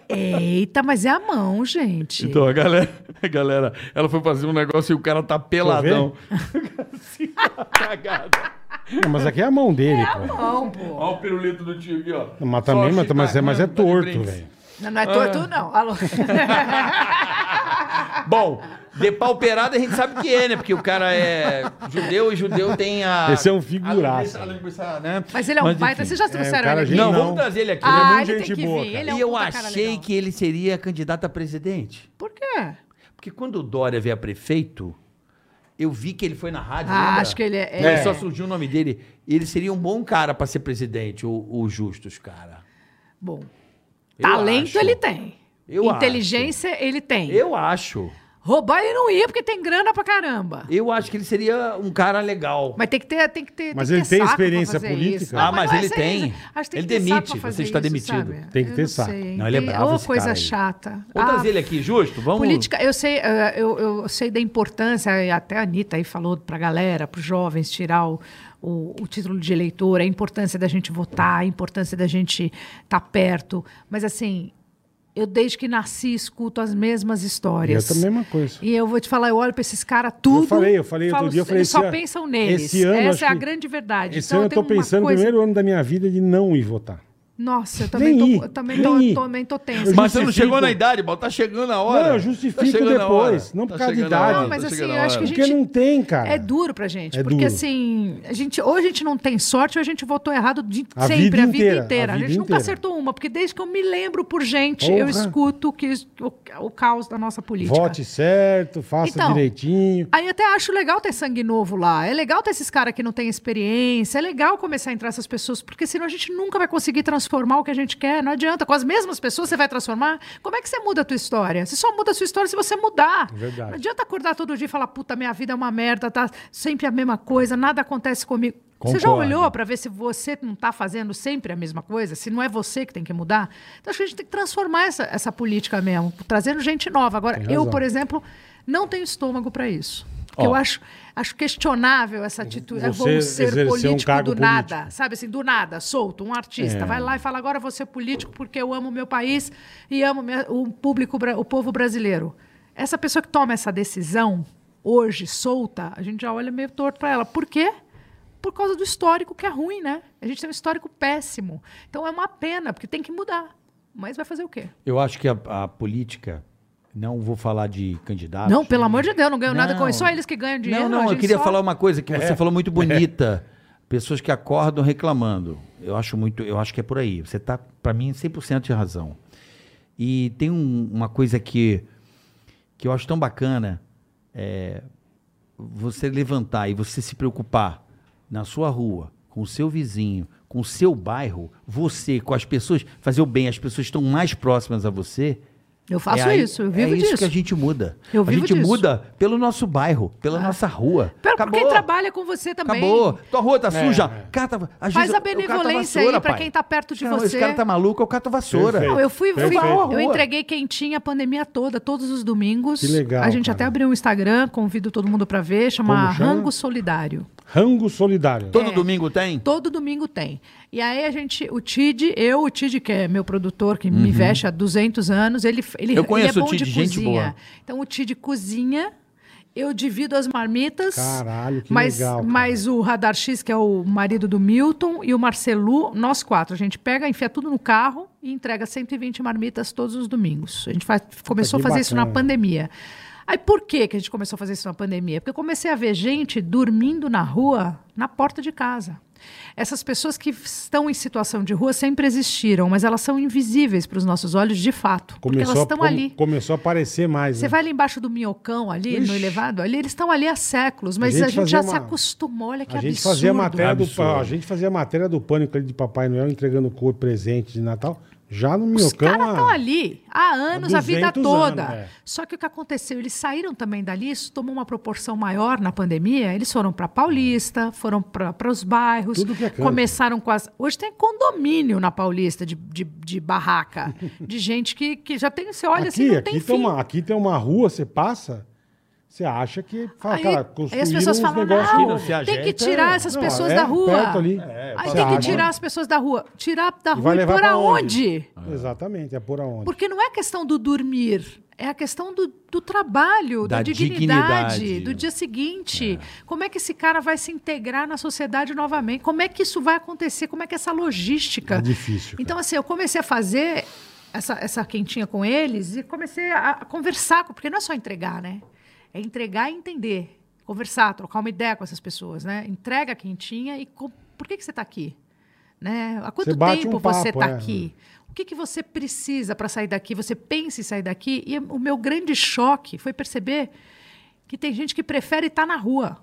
S5: Eita, mas é a mão, gente.
S4: Então, a galera, a galera, ela foi fazer um negócio e o cara tá peladão. Assim, cagada.
S3: Não, mas aqui é a mão dele, pô.
S5: Mão, pô.
S4: Olha o pirulito do tio aqui, ó.
S3: Mas também, mas, mas é, mas é torto,
S4: brinks.
S3: velho.
S5: Não, não é torto, não. Alô.
S4: Bom, depauperado a gente sabe que é, né? Porque o cara é judeu e judeu tem a.
S3: Esse é um figuraço.
S4: a linguiça- a linguiça, né?
S5: Mas ele é um
S4: Mas,
S5: baita.
S4: enfim.
S5: Vocês já trouxeram
S3: cara
S5: ele?
S3: gente-
S5: aqui?
S4: Não,
S3: Não.
S4: vamos trazer ele aqui. né?
S3: é
S5: Ah,
S3: muito
S5: ele tem
S3: gente
S5: que
S3: boa,
S5: vir.
S3: cara.
S5: Ele é um
S4: e eu
S5: puta cara
S4: achei
S5: legal.
S4: que Ah, ele seria candidato a presidente.
S5: Por quê?
S4: Porque quando o Dória veio a prefeito, eu vi que ele foi na rádio.
S5: Ah,
S4: lembra?
S5: acho que ele é-
S4: Quando
S5: é.
S4: só surgiu o nome dele. Ele seria um bom cara pra ser presidente, o, o Justus, cara.
S5: Bom,
S4: Eu
S5: talento
S4: acho.
S5: ele tem.
S4: Eu
S5: Inteligência ele tem.
S4: Eu acho.
S5: Roubar ele não ia, porque tem grana pra caramba.
S4: Eu acho que ele seria um cara legal.
S5: Mas tem que ter, tem que ter.
S3: Mas
S5: que
S3: ele
S5: ter
S3: tem
S5: saco pra
S3: experiência
S5: fazer
S3: política?
S5: isso.
S3: Ah,
S5: Não, mas
S4: mas
S5: não é
S4: ele
S5: só
S4: tem.
S5: isso. Acho que
S4: Ele
S5: ter saco
S4: demite,
S5: pra fazer
S4: você está
S5: isso,
S4: demitido.
S5: sabe?
S3: Tem que
S5: Eu
S3: ter
S5: não
S3: saco.
S5: sei.
S4: Não, ele é
S5: Tem-
S4: bravo
S5: Ô,
S4: esse
S5: coisa
S4: cara aí.
S5: chata.
S4: Vou
S5: Ah,
S4: trazer ele aqui, justo? Vamos.
S5: Política, eu sei, eh, eu, eu sei da importância, e até a Anitta aí falou pra galera, pros jovens, tirar o, o, o título de eleitor, a importância da gente votar, a importância da gente estar perto. Mas assim, eu desde que nasci escuto as mesmas histórias.
S3: E é a mesma coisa.
S5: E eu vou te falar, eu olho pra esses caras tudo.
S3: Eu falei, eu falei outro
S5: falo,
S3: dia, eu falei,
S5: Eles
S3: esse
S5: só
S3: ano-
S5: pensam neles.
S3: esse ano, acho
S5: Essa é a
S3: que-
S5: grande verdade.
S3: Esse
S5: Então,
S3: ano eu tô
S5: tenho uma
S3: pensando no
S5: coisa-
S3: primeiro ano da minha vida de não ir votar.
S5: Nossa, eu também
S3: Nem
S5: tô,
S3: ir,
S5: também tô,
S3: nem ir.
S5: também tô tensa.
S3: Eu
S4: Mas você não
S3: justifico-
S4: chegou na idade, Bal. Tá chegando a hora. Tá
S3: Não, eu justifico
S4: chegando a
S3: depois,
S4: hora.
S3: não por causa de
S4: chegando a
S3: idade.
S4: hora,
S5: Não, mas
S4: tá
S5: assim,
S4: chegando
S5: eu
S4: a
S5: acho que a
S4: hora.
S5: gente-
S3: Porque não tem, cara.
S5: É duro pra gente,
S3: É
S5: porque
S3: duro.
S5: assim, a gente, ou a gente não tem sorte, ou a gente votou errado de,
S3: A
S5: sempre,
S3: vida
S5: a vida
S3: inteira,
S5: inteira.
S3: a
S5: A, gente
S3: vida
S5: nunca
S3: inteira.
S5: acertou uma, porque desde que eu me lembro por gente, eu
S3: Porra.
S5: escuto que isso- o, o caos da nossa política.
S3: Vote certo, faça
S5: Então,
S3: direitinho.
S5: Aí eu até acho legal ter sangue novo lá. É legal ter esses caras que não têm experiência. É legal começar a entrar essas pessoas, porque senão a gente nunca vai conseguir transformar o que a gente quer. Não adianta. Com as mesmas pessoas você vai transformar. Como é que você muda a tua história? Você só muda a sua história se você mudar.
S3: É Verdade.
S5: Não adianta acordar todo dia e falar, puta, minha vida é uma merda, tá sempre a mesma coisa, nada acontece comigo. Você já
S3: Concordo.
S5: olhou para ver se você não está fazendo sempre a mesma coisa? Se não é você que tem que mudar? Então acho que a gente tem que transformar essa, essa política mesmo, trazendo gente nova. Agora,
S3: Tem
S5: eu,
S3: razão.
S5: por exemplo, não tenho estômago para isso. Porque
S4: Ó.
S5: Eu acho, acho questionável essa atitude. Eu
S3: Você
S5: vou É ser
S3: exercer um
S5: político
S3: cargo
S5: do nada. Sabe assim, do nada, solto, um artista.
S3: É.
S5: Vai lá e fala, agora eu vou ser político porque eu amo meu país e amo minha- o público, bra- o povo brasileiro. Essa pessoa que toma essa decisão hoje, solta, a gente já olha meio torto para ela. Por quê? Por causa do histórico que é ruim, né? A gente tem um histórico péssimo. Então é uma pena, porque tem que mudar. Mas vai fazer o quê?
S4: Eu acho que a, a política, não vou falar de candidatos.
S5: não, pelo amor de Deus, não ganho nada com
S4: Ah, Não.
S5: isso. Só eles que ganham dinheiro.
S4: Não, não,
S5: a
S4: eu
S5: gente
S4: queria
S5: só-
S4: falar uma coisa que você falou muito bonita. Pessoas que acordam reclamando. Eu acho muito, eu acho que é por aí. Você tá, para mim, 100% de razão. E tem um- uma coisa que que eu acho tão bacana, é, você levantar e você se preocupar na sua rua, com o seu vizinho, com o seu bairro, você, com as pessoas, fazer o bem, as pessoas estão mais próximas a você.
S5: Eu faço
S4: aí-
S5: isso, eu vivo
S4: é
S5: disso.
S4: isso que a gente muda.
S5: Eu
S4: a
S5: vivo
S4: gente
S5: disso. Ah.
S4: muda pelo nosso bairro, pela nossa rua.
S5: Pera, por
S4: Acabou.
S5: quem trabalha com você também.
S4: Acabou. Tua rua tá suja.
S3: é.
S4: Cata, ajuda,
S5: Faz a
S4: o cara tá
S5: benevolência
S4: vassoura,
S5: aí pra
S4: pai.
S5: quem tá perto de
S4: Não,
S5: você.
S4: Esse cara tá maluco, é o cata vassoura.
S3: Perfeito.
S5: Não, eu fui, fui-
S3: Perfeito.
S5: eu entreguei quentinha a pandemia toda, todos os domingos.
S3: Que legal,
S5: A gente
S3: cara.
S5: até abriu um Instagram, convido todo mundo pra ver, chama
S3: Como chama?
S5: Rango Solidário.
S3: Rango Solidário.
S5: É.
S4: Todo domingo tem?
S5: Todo domingo tem. E aí a gente, o Tid, eu, o Tid, que é meu produtor, que
S3: Uhum.
S5: me veste há 200 anos, ele, ele,
S4: Eu conheço
S5: ele é
S4: o
S5: bom
S4: Tid,
S5: de
S4: gente
S5: cozinha.
S4: boa.
S5: Então o Tid cozinha, eu divido as marmitas.
S3: Caralho, que
S5: mas,
S3: legal, cara.
S5: Mas o Radar X, que é o marido do Milton, e o Marcelu, nós quatro. A gente pega, enfia tudo no carro e entrega 120 marmitas todos os domingos. A gente faz- começou a
S3: que
S5: fazer isso na
S3: Tá bacana.
S5: pandemia. Aí por que, que a gente começou a fazer isso na pandemia? Porque eu comecei a ver gente dormindo na rua, na porta de casa. Essas pessoas que estão em situação de rua sempre existiram, mas elas são invisíveis para os nossos olhos de fato. porque
S3: Começou,
S5: elas
S3: a-
S5: estão
S3: come-
S5: ali.
S3: começou a aparecer mais.
S5: Você
S3: né?
S5: vai ali embaixo do minhocão, ali, no
S3: Ixi.
S5: elevado, ali, eles estão ali há séculos, mas a
S3: gente
S5: gente, já
S3: fazia
S5: se
S3: uma-
S5: acostumou, olha que
S3: a, gente
S5: absurdo.
S3: fazia a matéria do,
S4: Absurdo.
S3: a gente fazia a matéria do pânico ali de Papai Noel entregando cor presente de Natal. Já no
S5: Os
S3: Minhocão. ah,
S5: caras
S3: a-
S5: estão ali há anos, a vida
S3: 200
S5: toda.
S3: anos, é.
S5: Só que o que aconteceu? Eles saíram também dali, isso tomou uma proporção maior na pandemia. Eles foram para Paulista, foram para os bairros,
S3: Tudo que é canto.
S5: começaram com as. Hoje tem condomínio na Paulista de, de, de barraca, de gente que, que já tem. Você olha assim,
S3: aqui,
S5: não
S3: aqui,
S5: tem
S3: tem
S5: fim.
S3: uma, aqui tem uma rua, você passa, você acha que. Fala,
S5: Aí,
S3: cara,
S5: aí as
S3: construíram
S5: pessoas
S3: uns
S5: falam,
S3: negócios
S5: não,
S4: não se
S5: tem que
S4: ajeita, É,
S5: tirar essas
S3: Não,
S5: pessoas
S3: é
S5: da rua.
S3: perto ali.
S5: Aí
S3: Você
S5: tem que
S3: acha,
S5: tirar
S3: né?
S5: as pessoas da rua. Tirar da
S3: vai
S5: rua e
S3: levar
S5: por
S3: pra
S5: aonde?
S3: Exatamente, é por aonde.
S5: Porque não é questão do dormir, é a questão do, do trabalho, da,
S4: Da
S5: dignidade,
S4: dignidade.
S5: do dia seguinte. Como é que esse cara vai se integrar na sociedade novamente? Como é que isso vai acontecer? Como é que é essa logística?
S3: É difícil, cara.
S5: Então, assim, eu comecei a fazer essa, essa quentinha com eles e comecei a a conversar, com- porque não é só entregar, né? É entregar e entender. Conversar, trocar uma ideia com essas pessoas, né? Entrega a quentinha e co- por que, que você está aqui? Né? Há quanto
S3: Você bate
S5: tempo
S3: um
S5: você
S3: papo,
S5: está
S3: é.
S5: aqui? O que, que você precisa para sair daqui? Você pensa em sair daqui? E o meu grande choque foi perceber que tem gente que prefere estar na rua.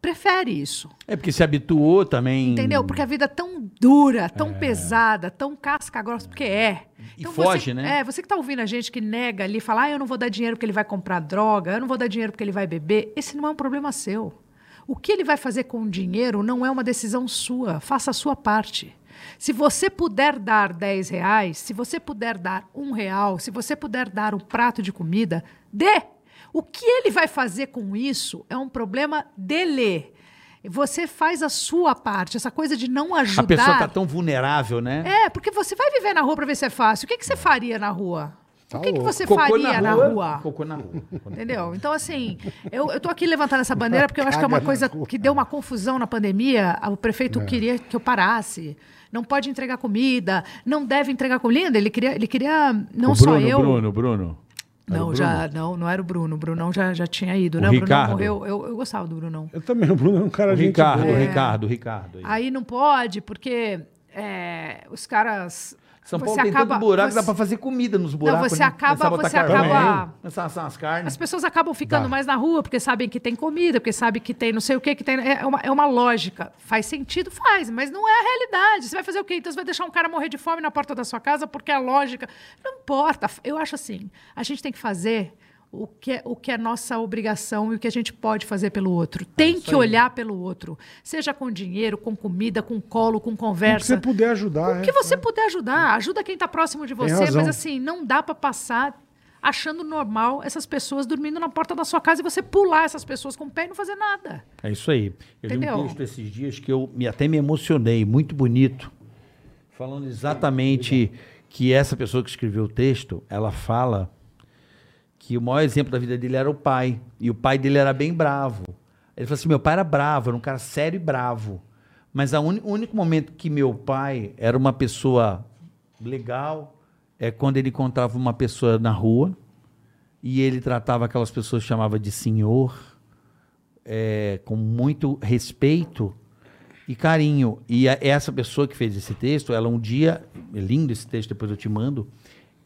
S5: Prefere isso.
S4: É porque se habituou também.
S5: Entendeu? Porque a vida é tão dura, tão pesada, tão casca grossa, porque é.
S4: É. E foge,
S5: você,
S4: né?
S5: É, você que tá ouvindo a gente que nega ali, fala, ah, eu não vou dar dinheiro porque ele vai comprar droga, eu não vou dar dinheiro porque ele vai beber. Esse não é um problema seu. O que ele vai fazer com o dinheiro não é uma decisão sua. Faça a sua parte. Se você puder dar 10 reais, se você puder dar um real, se você puder dar um prato de comida, dê. O que ele vai fazer com isso é um problema dele. Você faz a sua parte. Essa coisa de não
S4: A
S5: ajudar.
S4: pessoa tá tão vulnerável, né?
S5: É, porque você vai viver na rua pra ver se é fácil. O que, que você faria na rua?
S3: Tá
S5: o que, que
S3: louco.
S5: você faria na rua?
S4: Cocô na rua.
S5: Entendeu? Então, assim, eu, eu tô aqui levantando essa bandeira porque eu acho que é uma
S3: Caga na
S5: coisa
S3: rua.
S5: que deu uma confusão na pandemia. O prefeito
S4: É.
S5: queria que eu parasse. Não pode entregar comida, não deve entregar comida. Ele queria, ele queria não
S4: o Bruno,
S5: só eu.
S4: Bruno, Bruno. Era o
S5: Não,
S4: Bruno?
S5: já, não, não era o Bruno. O Brunão já, já tinha ido,
S4: O
S5: né?
S4: Ricardo.
S5: O Brunão morreu. Eu, eu gostava do Brunão.
S3: Eu também, o Bruno é um cara
S4: O
S3: gente
S4: Ricardo,
S3: boa.
S4: o Ricardo, o Ricardo. aí.
S5: Aí não pode, porque é, os caras.
S4: São
S5: você
S4: Paulo tem
S5: acaba-
S4: tanto buraco,
S5: você-
S4: dá pra fazer comida nos buracos.
S5: você
S4: né?
S5: acaba-
S4: Começar a botar
S5: você
S4: carvão.
S5: acaba-
S4: Também. Começar a assar as
S5: As
S4: carnes.
S5: pessoas acabam ficando
S4: Dá.
S5: mais na rua porque sabem que tem comida, porque sabem que tem não sei o que, que tem. É uma, é uma lógica. Faz sentido? Faz, mas não é a realidade. Você vai fazer o quê? Então você vai deixar um cara morrer de fome na porta da sua casa porque é a lógica. Não importa. Eu acho assim: a gente tem que fazer. O que, é, o que é nossa obrigação e o que a gente pode fazer pelo outro. Tem que olhar pelo outro. Seja com dinheiro, com comida, com colo, com
S3: O que você
S5: conversa.
S3: puder ajudar.
S5: O
S3: é.
S5: que você puder ajudar, ajuda quem está próximo de você,
S3: razão.
S5: mas assim, não dá para passar achando normal essas pessoas dormindo na porta da sua casa e você pular essas pessoas com o pé e não fazer nada.
S4: É isso aí. Eu li
S5: Entendeu?
S4: um texto esses dias que eu me, até me emocionei, muito bonito, falando exatamente que essa pessoa que escreveu o texto, ela fala que o maior exemplo da vida dele era o pai, e o pai dele era bem bravo. Ele falou assim, meu pai era bravo, era um cara sério e bravo, mas a uni- o único momento que meu pai era uma pessoa legal é quando ele encontrava uma pessoa na rua, e ele tratava aquelas pessoas que chamava de senhor, é, com muito respeito e carinho. E a- essa pessoa que fez esse texto, ela um dia, é lindo esse texto, depois eu te mando,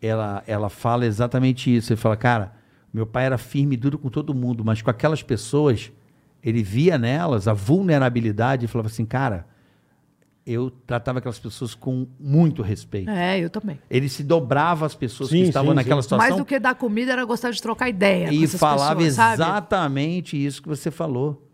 S4: ela, ela fala exatamente isso. Ele fala, cara, Meu pai era firme e duro com todo mundo, mas com aquelas pessoas, ele via nelas a vulnerabilidade e falava assim, cara, eu tratava aquelas pessoas com muito respeito.
S5: É, eu também.
S4: Ele se dobrava às pessoas
S3: Sim,
S4: que estavam
S3: sim,
S4: naquela
S3: sim.
S4: situação.
S5: Mais do que dar comida era gostar de trocar ideia. com
S4: E
S5: essas
S4: falava
S5: É, pessoas, sabe?
S4: exatamente isso que você falou.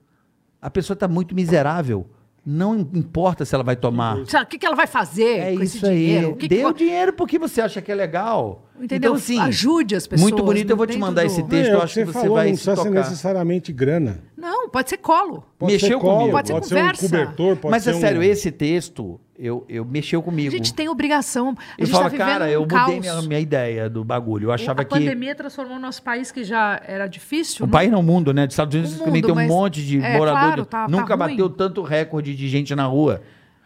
S4: A pessoa está muito miserável. Não importa se ela vai tomar.
S5: Sabe, O que, que ela vai fazer
S4: É
S5: com esse
S4: isso
S5: dinheiro?
S4: aí.
S5: O que que
S4: Dê o
S5: vo-
S4: dinheiro porque você acha que é legal.
S5: Entendeu?
S4: Então, sim.
S5: Ajude as pessoas.
S4: muito bonito, eu vou te
S5: dentro
S4: mandar esse texto,
S3: é,
S4: eu
S3: o
S4: acho que você
S3: falou,
S4: vai
S3: não
S4: se
S3: precisa ser
S4: tocar.
S3: necessariamente grana.
S5: Não, pode ser colo.
S4: Mexeu comigo.
S5: Pode ser conversa.
S3: um cobertor, pode
S4: Mas
S3: ser
S4: é sério,
S3: um...
S4: esse texto eu, eu mexeu
S5: A
S4: comigo.
S5: gente tem obrigação. A
S4: eu
S5: gente
S4: falo,
S5: tá vivendo
S4: cara,
S5: um
S4: eu
S5: caos.
S4: mudei minha, minha ideia do bagulho. Eu achava
S5: a
S4: que.
S5: pandemia transformou nosso país, que já era difícil,
S4: O
S5: num
S4: país não, o mundo, né? Dos Estados Unidos
S5: O
S4: também
S5: mundo,
S4: tem um
S5: mas-
S4: monte de
S5: é,
S4: morador.
S5: claro,
S4: de-
S5: tá- tá
S4: Nunca
S5: ruim.
S4: bateu tanto recorde de gente na rua.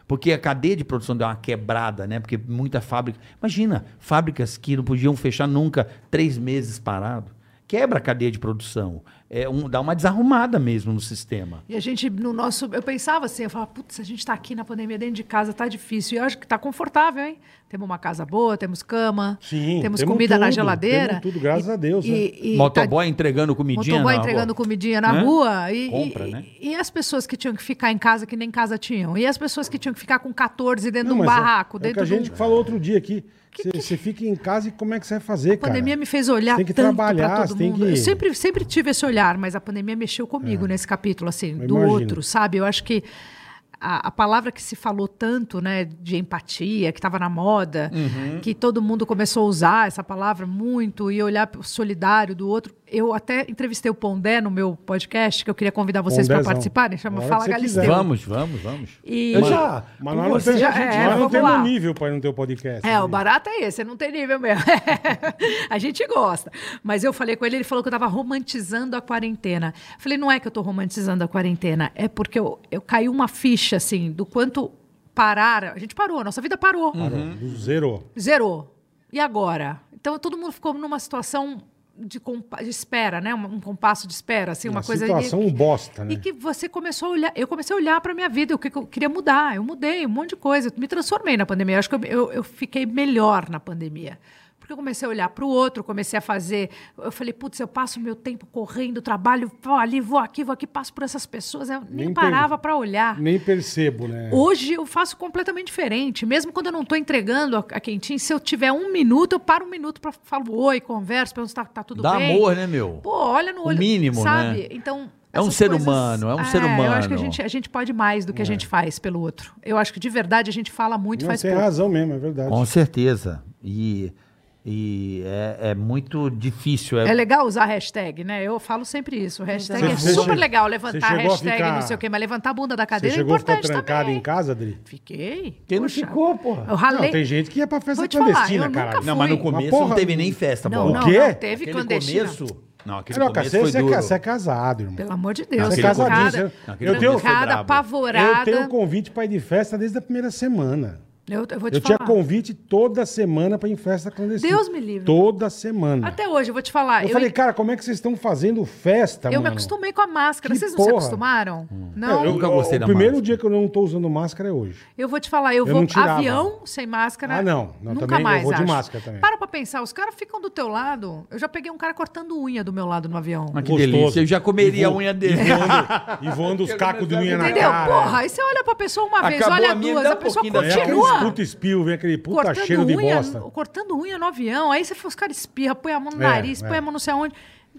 S4: Porque a cadeia de produção deu uma quebrada, né? Porque muita fábrica. Imagina, fábricas que não podiam fechar nunca, três meses parado. Quebra a cadeia de produção. É um, dá uma desarrumada mesmo no sistema.
S5: E a gente, no nosso. Eu pensava assim, eu falava, putz, a gente tá aqui na pandemia dentro de casa, tá difícil. E eu acho que tá confortável, hein? Temos uma casa boa, temos cama,
S3: Sim,
S5: temos,
S3: temos
S5: comida na
S3: tudo,
S5: geladeira.
S3: temos tudo, graças
S5: E-
S3: a Deus,
S5: E,
S3: né?
S5: e
S4: Motoboy entregando
S5: tá,
S4: comidinha.
S5: motoboy
S4: na rua.
S5: entregando comidinha na
S4: Né?
S5: rua. E,
S4: Compra,
S5: e-
S4: né?
S5: e as pessoas que tinham que ficar em casa, que nem casa tinham. E as pessoas que tinham que ficar com 14 dentro
S3: Não,
S5: de um
S3: mas é,
S5: barraco,
S3: é o que
S5: dentro
S3: a gente
S5: de um.
S3: falou outro dia aqui. Você você fica em casa e como é que você vai fazer,
S5: A pandemia
S3: cara?
S5: me fez olhar
S3: Tem que
S5: tanto
S3: trabalhar,
S5: pra
S3: você
S5: todo
S3: tem
S5: mundo.
S3: que- É.
S5: Eu sempre, sempre tive esse olhar, mas a pandemia mexeu comigo nesse capítulo, assim,
S3: Eu
S5: do
S3: imagino.
S5: outro, sabe? Eu acho que a, a palavra que se falou tanto, né, de empatia, que estava na moda,
S3: Uhum.
S5: que todo mundo começou a usar essa palavra muito e olhar pro solidário do outro. Eu até entrevistei o Pondé no meu podcast, que eu queria convidar vocês para
S3: Pondézão.
S5: participarem, chama
S3: Na hora
S5: Fala
S3: que você
S5: Galisteu.
S3: quiser.
S4: Vamos, vamos, vamos.
S5: E-
S4: Eu já.
S3: Mas nós não
S4: Você
S3: temos,
S5: já-
S3: nós
S5: é,
S3: não
S5: vamos
S3: temos um
S5: lá.
S3: nível para não ter o podcast.
S5: É,
S3: né?
S5: o barato é esse, não tem nível mesmo. a gente gosta. Mas eu falei com ele, ele falou que eu tava romantizando a quarentena. Eu Falei, não é que eu tô romantizando a quarentena, é porque eu, eu caí uma ficha, assim, do quanto parar. A gente parou, a nossa vida parou.
S3: Parou, do zero.
S5: Zerou. E agora? Então todo mundo ficou numa situação de, compa- de espera, né? Um, um compasso de espera, assim, uma,
S3: Uma
S5: coisa.
S3: situação bosta, né?
S5: E que você começou a olhar, eu comecei a olhar para minha vida, o que que eu queria mudar, eu mudei um monte de coisa, me transformei na pandemia, eu acho que eu, eu, eu fiquei melhor na pandemia. Porque eu comecei a olhar para o outro, comecei a fazer. Eu falei, putz, eu passo meu tempo correndo, trabalho, vou ali, vou aqui, vou aqui, passo por essas pessoas. Eu nem,
S3: Nem
S5: parava
S3: pergunto.
S5: para olhar.
S3: Nem percebo, né?
S5: Hoje eu faço completamente diferente. Mesmo quando eu não estou entregando a, a quentinha, se eu tiver um minuto, eu paro um minuto para falo oi, converso, pergunto se tá, tá tudo
S4: Dá
S5: bem.
S4: amor, né, meu?
S5: Pô, olha no
S4: O
S5: olho.
S4: mínimo,
S5: sabe?
S4: né?
S5: Então.
S4: É um
S5: essas
S4: ser humano, é um ser
S5: Eu acho
S4: humano. É.
S5: que a gente, a gente pode mais do que a gente faz pelo outro. Eu acho que de verdade a gente fala muito, e
S3: Não,
S5: faz
S3: tem
S5: pouco.
S3: razão mesmo, é verdade.
S4: Com certeza. E, e é, é muito difícil.
S5: É legal usar hashtag, né? Eu falo sempre isso. Hashtag
S3: Você-
S5: é
S3: você
S5: super
S3: che-
S5: legal
S3: você
S5: levantar
S3: chegou a
S5: hashtag,
S3: ficar-
S5: não sei o quê, mas levantar a bunda da
S3: Você
S5: cadeira é
S3: chegou a ficar
S5: importante
S3: trancado
S5: também.
S3: em casa, Adri?
S5: Fiquei.
S4: Quem não
S5: Poxa,
S4: ficou, porra?
S5: Eu ralei.
S3: Não, tem gente que ia pra festa
S5: Vou te falar,
S3: clandestina,
S5: eu nunca
S3: caralho.
S5: fui.
S4: Não, mas no
S5: Mas
S4: começo
S3: porra,
S4: não teve nem festa,
S5: Não,
S4: bola.
S5: não,
S3: tá O quê?
S5: não, teve
S4: Aquele
S5: clandestina.
S4: começo. Não, aquele
S3: Não,
S4: começo
S3: você,
S4: foi
S3: você, é
S4: duro.
S3: ca- você é casado, irmão.
S5: Pelo amor de Deus.
S3: Você
S4: é casadinho,
S5: trancada,
S3: você-
S4: Aquele começo foi
S5: trancada,
S4: brabo.
S5: apavorada.
S3: Eu tenho um convite pra ir de festa desde a primeira semana.
S5: Eu, eu vou te
S3: Eu tinha
S5: falar.
S3: convite toda semana pra ir em festa clandestina.
S5: Deus me livre.
S3: Toda semana.
S5: Até hoje, eu vou te falar.
S3: eu, falei, cara, como é que vocês estão fazendo festa,
S5: eu
S3: mano?
S5: me acostumei com a
S3: Tá
S5: máscara.
S3: Que
S5: Vocês não se
S3: porra.
S5: acostumaram?
S4: Hum.
S3: Eu,
S5: Não?
S3: eu,
S4: Nunca gostei
S3: o
S4: da
S3: primeiro
S4: máscara.
S3: dia que eu não tô usando máscara é hoje.
S5: Eu vou te falar,
S3: Eu
S5: eu, vou
S3: não tirava.
S5: avião sem máscara.
S3: Ah, não. Não,
S5: nunca
S3: também eu
S5: mais.
S3: vou de
S5: acho.
S3: máscara também.
S5: Para pra pensar, os caras ficam do teu lado. Eu já peguei um cara cortando unha do meu lado no avião.
S4: Mas que
S3: Gostoso.
S4: delícia. Eu já comeria
S3: E
S4: a
S3: vo-
S4: unha dele.
S3: E voando, e voando os cacos de unha na
S5: Entendeu?
S3: cara.
S5: Porra, aí você olha pra pessoa uma vez,
S4: Acabou
S5: olha
S4: a minha,
S5: duas,
S4: dá
S5: a
S4: um
S5: pessoa
S4: pouquinho da
S3: É aquele
S5: continua.
S3: puta espio, vem aquele puta
S5: cortando
S3: cheiro de
S5: unha,
S3: bosta.
S5: cortando unha no avião. Aí você fala, os caras espirra, põe a mão no
S3: É,
S5: nariz,
S3: é.
S5: põe a mão não sei aonde.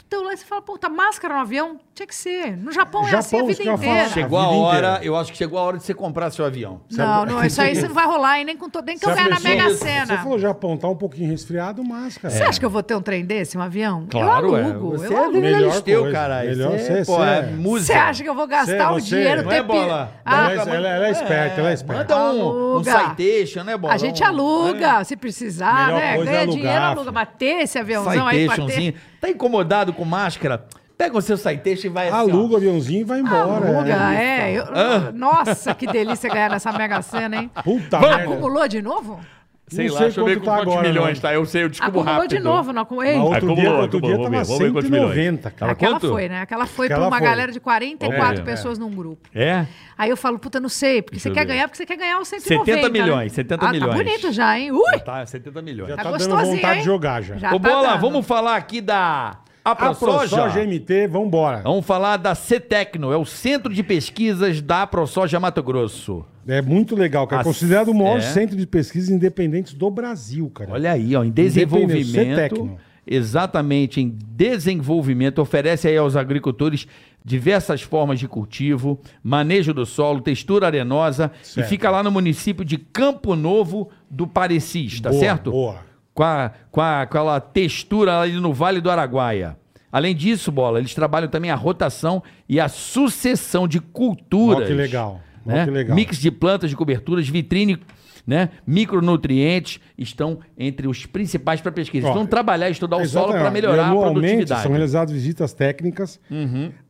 S5: Então lá você fala, puta, máscara no avião? Tinha que ser. No Japão é
S3: Japão,
S5: assim a
S3: isso
S5: vida
S3: que eu ia falar.
S5: inteira.
S4: Chegou
S3: A
S4: a,
S3: vida
S4: hora,
S3: inteira.
S4: eu acho que chegou a hora de você comprar seu avião.
S5: Não, não, isso aí você não vai rolar, hein? Nem, com to... nem que eu
S3: Se a
S5: ganhar então na
S3: pessoa-
S5: Mega
S3: Você
S5: Sena.
S3: falou, Japão, tá um pouquinho resfriado, máscara.
S5: Você acha que eu vou ter um trem desse, um avião? eu
S4: é.
S5: alugo.
S4: Você
S5: eu
S4: é
S5: alugo.
S4: do
S3: Melhor
S4: Galisteu,
S3: coisa.
S4: caralho.
S3: Melhor
S4: Você,
S3: você-
S4: pô,
S3: você-
S4: é música.
S5: Você acha que eu vou gastar o
S3: você-
S5: dinheiro?
S4: Não é
S5: ter pi-
S4: bola.
S5: Ah,
S3: Ela- ela- ela é esperta, ela é esperta.
S4: Manda um, um
S5: Aluga.
S4: citation, né, bola?
S5: a gente
S4: Um-
S5: aluga, se precisar,
S3: Melhor
S5: né?
S3: coisa é
S5: Ganha
S3: alugar,
S5: dinheiro, aluga.
S3: filho.
S5: Mas ter esse aviãozão aí pra ter...
S4: É. Citationzinho. Tá incomodado com máscara? Pega o seu citation e vai assim, ó.
S3: Aluga o aviãozinho e vai embora.
S5: Ah, Aluga,
S3: é.
S5: é. eu- Nossa, que delícia ganhar nessa Mega Sena, hein?
S3: Puta merda.
S5: Acumulou de novo?
S1: Sei
S3: Não
S1: lá,
S3: sei
S1: deixa eu ver
S3: quanto
S1: com
S3: tá
S1: quantos
S3: agora,
S1: milhões
S3: não.
S1: tá. Eu sei, eu descubro
S5: Acumulou
S1: rápido.
S5: de novo, não acumulei?
S3: Mas outro
S1: Acumulou,
S3: dia, outro dia
S1: acumulou,
S3: tava
S1: vamos ver quantos milhões.
S3: 190, cara.
S1: Tava
S5: Aquela
S1: quanto?
S5: foi, né? Aquela foi
S3: Aquela
S5: pra uma
S3: foi.
S5: galera de 44
S1: É,
S5: pessoas num grupo.
S1: É?
S5: Aí eu falo, puta, não sei, porque
S1: Deixa
S5: você
S1: eu
S5: quer
S1: ver.
S5: ganhar, porque você quer ganhar os 190.
S1: 70
S5: né?
S1: milhões, 70
S5: ah, tá
S1: milhões.
S5: bonito já, hein? Ui!
S4: é
S1: Tá, 70 milhões.
S3: Já
S5: Tá
S3: tá, dando
S5: gostosinho,
S3: vontade
S5: hein?
S3: de jogar já. Ah,
S5: Já
S4: Ô,
S5: tá
S4: Bola,
S5: dando.
S4: vamos falar aqui da A
S3: A
S4: ProSoja.
S3: ProSoja é MT, vambora.
S4: Vamos falar da CETECNO, é o Centro de Pesquisas da ProSoja Mato Grosso.
S3: É muito legal, cara.
S4: As-
S3: Considerado o maior
S4: é.
S3: centro de pesquisas independentes do Brasil, cara.
S4: Olha aí, ó, em desenvolvimento.
S3: CETECNO.
S4: Exatamente, em desenvolvimento, oferece aí aos agricultores diversas formas de cultivo, manejo do solo, textura arenosa
S3: Certo.
S4: e fica lá no município de Campo Novo do Parecis, tá
S3: Boa,
S4: certo?
S3: Boa.
S4: com, a, com, a, com aquela textura ali no Vale do Araguaia. Além disso, Bola, eles trabalham também a rotação e a sucessão de culturas.
S3: Ó, que legal. Ó,
S4: né?
S3: que legal.
S4: Mix de plantas, de coberturas, vitrine, né? micronutrientes estão entre os principais para pesquisa.
S3: Ó,
S4: Então, trabalhar e estudar o solo
S3: Exatamente.
S4: para melhorar a
S3: é, Anualmente,
S4: produtividade.
S3: São realizadas visitas técnicas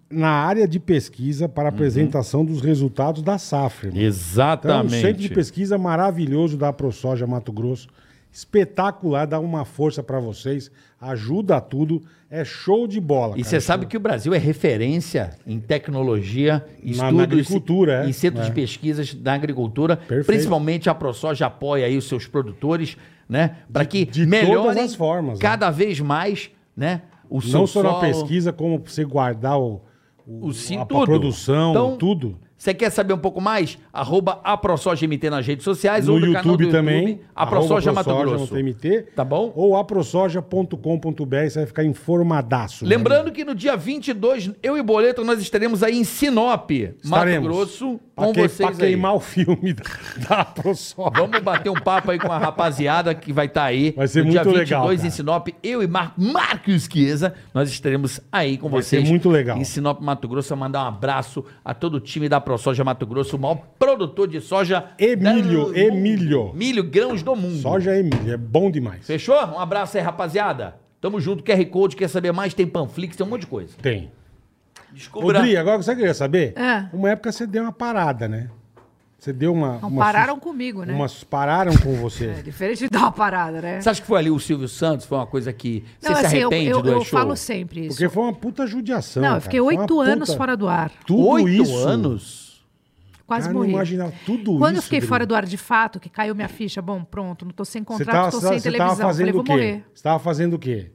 S3: na área de pesquisa para apresentação dos resultados da safra. irmão. Então, é um
S4: Exatamente.
S3: centro de pesquisa maravilhoso da ProSoja Mato Grosso. Espetacular, dá uma força para vocês, ajuda a tudo, é show de bola.
S4: E
S3: cara.
S4: você sabe que o Brasil é referência em tecnologia,
S3: na
S4: estudos
S3: agricultura, é.
S4: e centros
S3: É.
S4: de pesquisas da agricultura.
S3: Perfeito.
S4: Principalmente a ProSoja apoia aí os seus produtores, né? Para que
S3: de
S4: melhorem
S3: todas as formas, né?
S4: cada vez mais, né? O seu
S3: Não só na
S4: solo.
S3: pesquisa, como pra você guardar o,
S4: O sim,
S3: a, a
S4: tudo.
S3: produção,
S4: Então,
S3: tudo.
S4: Você quer saber um pouco mais? Arroba a ProSoja MT nas redes sociais
S3: No
S4: ou no canal do
S3: YouTube
S4: YouTube.
S3: também.
S4: A ProSoja
S3: arroba
S4: Mato Grosso.
S3: ProSoja.mt,
S4: Tá bom?
S3: Ou aprosoja.com.br, você vai ficar informadaço. né?
S4: Lembrando que no dia 22, eu e Boleto, nós estaremos aí em Sinop, Mato
S3: Estaremos.
S4: Grosso,
S3: pra
S4: com
S3: que- Pra
S4: vocês aí.
S3: queimar o filme da, da ProSoja.
S4: Vamos bater um papo aí com a rapaziada que vai estar aí.
S3: Vai ser
S4: no
S3: muito
S4: dia
S3: legal, cara.
S4: em Sinop, eu e Mar Marcos Chiesa, nós estaremos aí com
S3: Vai ser
S4: vocês.
S3: muito legal.
S4: Em Sinop, Mato Grosso, mandar um abraço a todo o time da ProSoja Mato Grosso, o maior produtor de soja.
S3: Emílio,
S4: do
S3: Emílio.
S4: mundo. Milho, grãos do mundo.
S3: Soja Emílio, é bom demais.
S4: Fechou? Um abraço aí, rapaziada. Tamo junto, QR Code, quer saber mais? Tem Panflix, tem um monte de coisa.
S3: Tem.
S4: Descubra.
S3: Rodri, agora você queria saber?
S5: Ah.
S3: Uma época você deu uma parada, né? Você deu uma.
S5: Não,
S3: uma
S5: pararam
S3: sus-
S5: comigo, né?
S3: Umas pararam com
S5: É
S3: você.
S5: diferente de dar uma parada, né? assim,
S4: Você acha que foi ali o Silvio Santos? Foi uma coisa que você se
S5: eu,
S4: arrepende
S5: eu,
S4: do
S5: eu
S4: show?
S5: falo sempre isso.
S3: Porque foi uma puta judiação.
S5: Não, eu
S3: cara.
S5: fiquei
S3: Foi uma
S5: oito
S3: puta-
S5: anos fora do ar.
S3: Tudo
S4: Oito
S3: isso.
S4: anos?
S5: Quase
S3: Cara, não
S5: morri.
S3: imaginava tudo
S5: Quando
S3: isso,
S5: eu fiquei
S3: Adriano.
S5: fora do ar de fato, que caiu minha ficha, bom, pronto, não tô sem
S3: Você
S5: contrato,
S3: tava,
S5: tô
S3: você
S5: sem
S3: você tava
S5: televisão. Falei,
S3: fazendo
S5: vou
S3: o quê?
S5: morrer.
S3: Você tava fazendo o quê?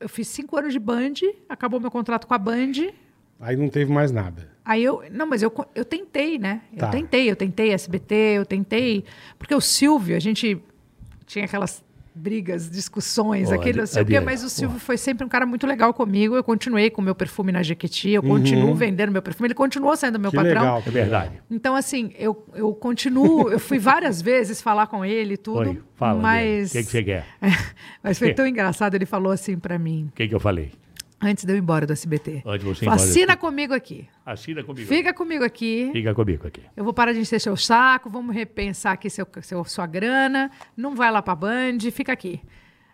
S5: Eu fiz cinco anos de Band, acabou meu contrato com a Band.
S3: Aí não teve mais nada.
S5: Aí eu. Não, mas eu, co- eu tentei, né?
S3: Tá.
S5: Eu tentei, eu tentei SBT, eu tentei. Porque o Silvio, a gente tinha aquelas brigas, discussões,
S4: Ó,
S5: aquele não sei o quê,
S4: Adriana,
S5: mas o Silvio foi sempre um cara muito legal comigo. Eu continuei com o meu perfume na Jequiti,
S2: Uhum.
S5: eu continuo vendendo meu perfume, ele continuou sendo meu
S3: que
S5: patrão.
S3: legal.
S4: É verdade.
S5: Então, assim, eu, eu continuo, eu fui várias vezes falar com ele e tudo.
S2: Oi, fala.
S5: mas.
S2: Adriano. O que, que você É. quer?
S5: mas foi tão engraçado, ele falou assim pra mim,
S2: O que, que eu falei?
S5: antes de eu ir embora do SBT.
S2: Antes de você ir
S5: Falou,
S2: embora do
S5: Assina comigo aqui.
S2: Assina comigo.
S5: Fica comigo aqui.
S2: Fica comigo aqui.
S5: Eu vou parar de encher seu saco, vamos repensar aqui seu, seu- sua grana. Não vai lá pra Band, fica aqui.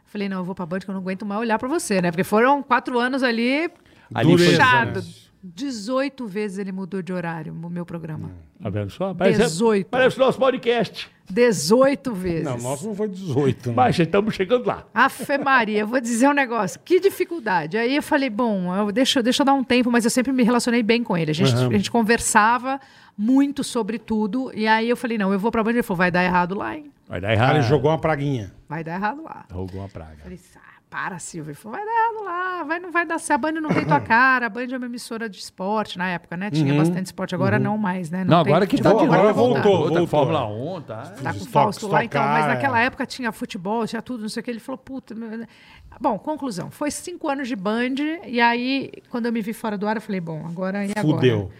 S5: Falei, não, eu vou pra Band que eu não aguento mais olhar pra você, né? Porque foram quatro anos ali,
S4: Ali foi-
S5: puxado.
S3: né?
S5: 18 vezes ele mudou de horário o meu programa.
S2: Tá vendo só? Parece,
S5: 18.
S2: Parece o nosso podcast.
S5: 18 vezes.
S3: Não, nosso não foi 18. né?
S2: Mas estamos chegando lá.
S5: Afe Maria, eu vou dizer um negócio. Que dificuldade. Aí eu falei, bom, eu- deixa, eu- deixa eu dar um tempo, mas eu sempre me relacionei bem com ele. A gente, a gente conversava muito sobre tudo. E aí eu falei, não, eu vou pra Band. Ele falou, vai dar errado lá, hein?
S2: Vai dar
S3: Cara,
S2: errado.
S3: ele jogou uma praguinha.
S5: Vai dar errado lá.
S2: Rogou uma praga.
S5: Eu falei, ah, para, Silvio. Ele falou, vai dar errado lá, vai, não vai dar certo. A Band não tem tua cara, a Band é uma emissora de esporte na época, né? Tinha bastante esporte, agora não mais, né?
S4: Uhum. Não,
S5: tem
S4: agora que tá
S5: futebol,
S4: de
S3: agora
S4: novo.
S3: voltou, voltou.
S4: Fórmula 1, tá?
S5: Tá com o
S3: Estoque,
S5: Fausto lá,
S3: estocar,
S5: então, mas
S3: é.
S5: naquela época tinha futebol, tinha tudo, não sei o que. Ele falou, puta. meu- né?" Bom, conclusão. Foi cinco anos de Band, e aí, quando eu me vi fora do ar, eu falei, bom, agora e agora?
S3: Fudeu.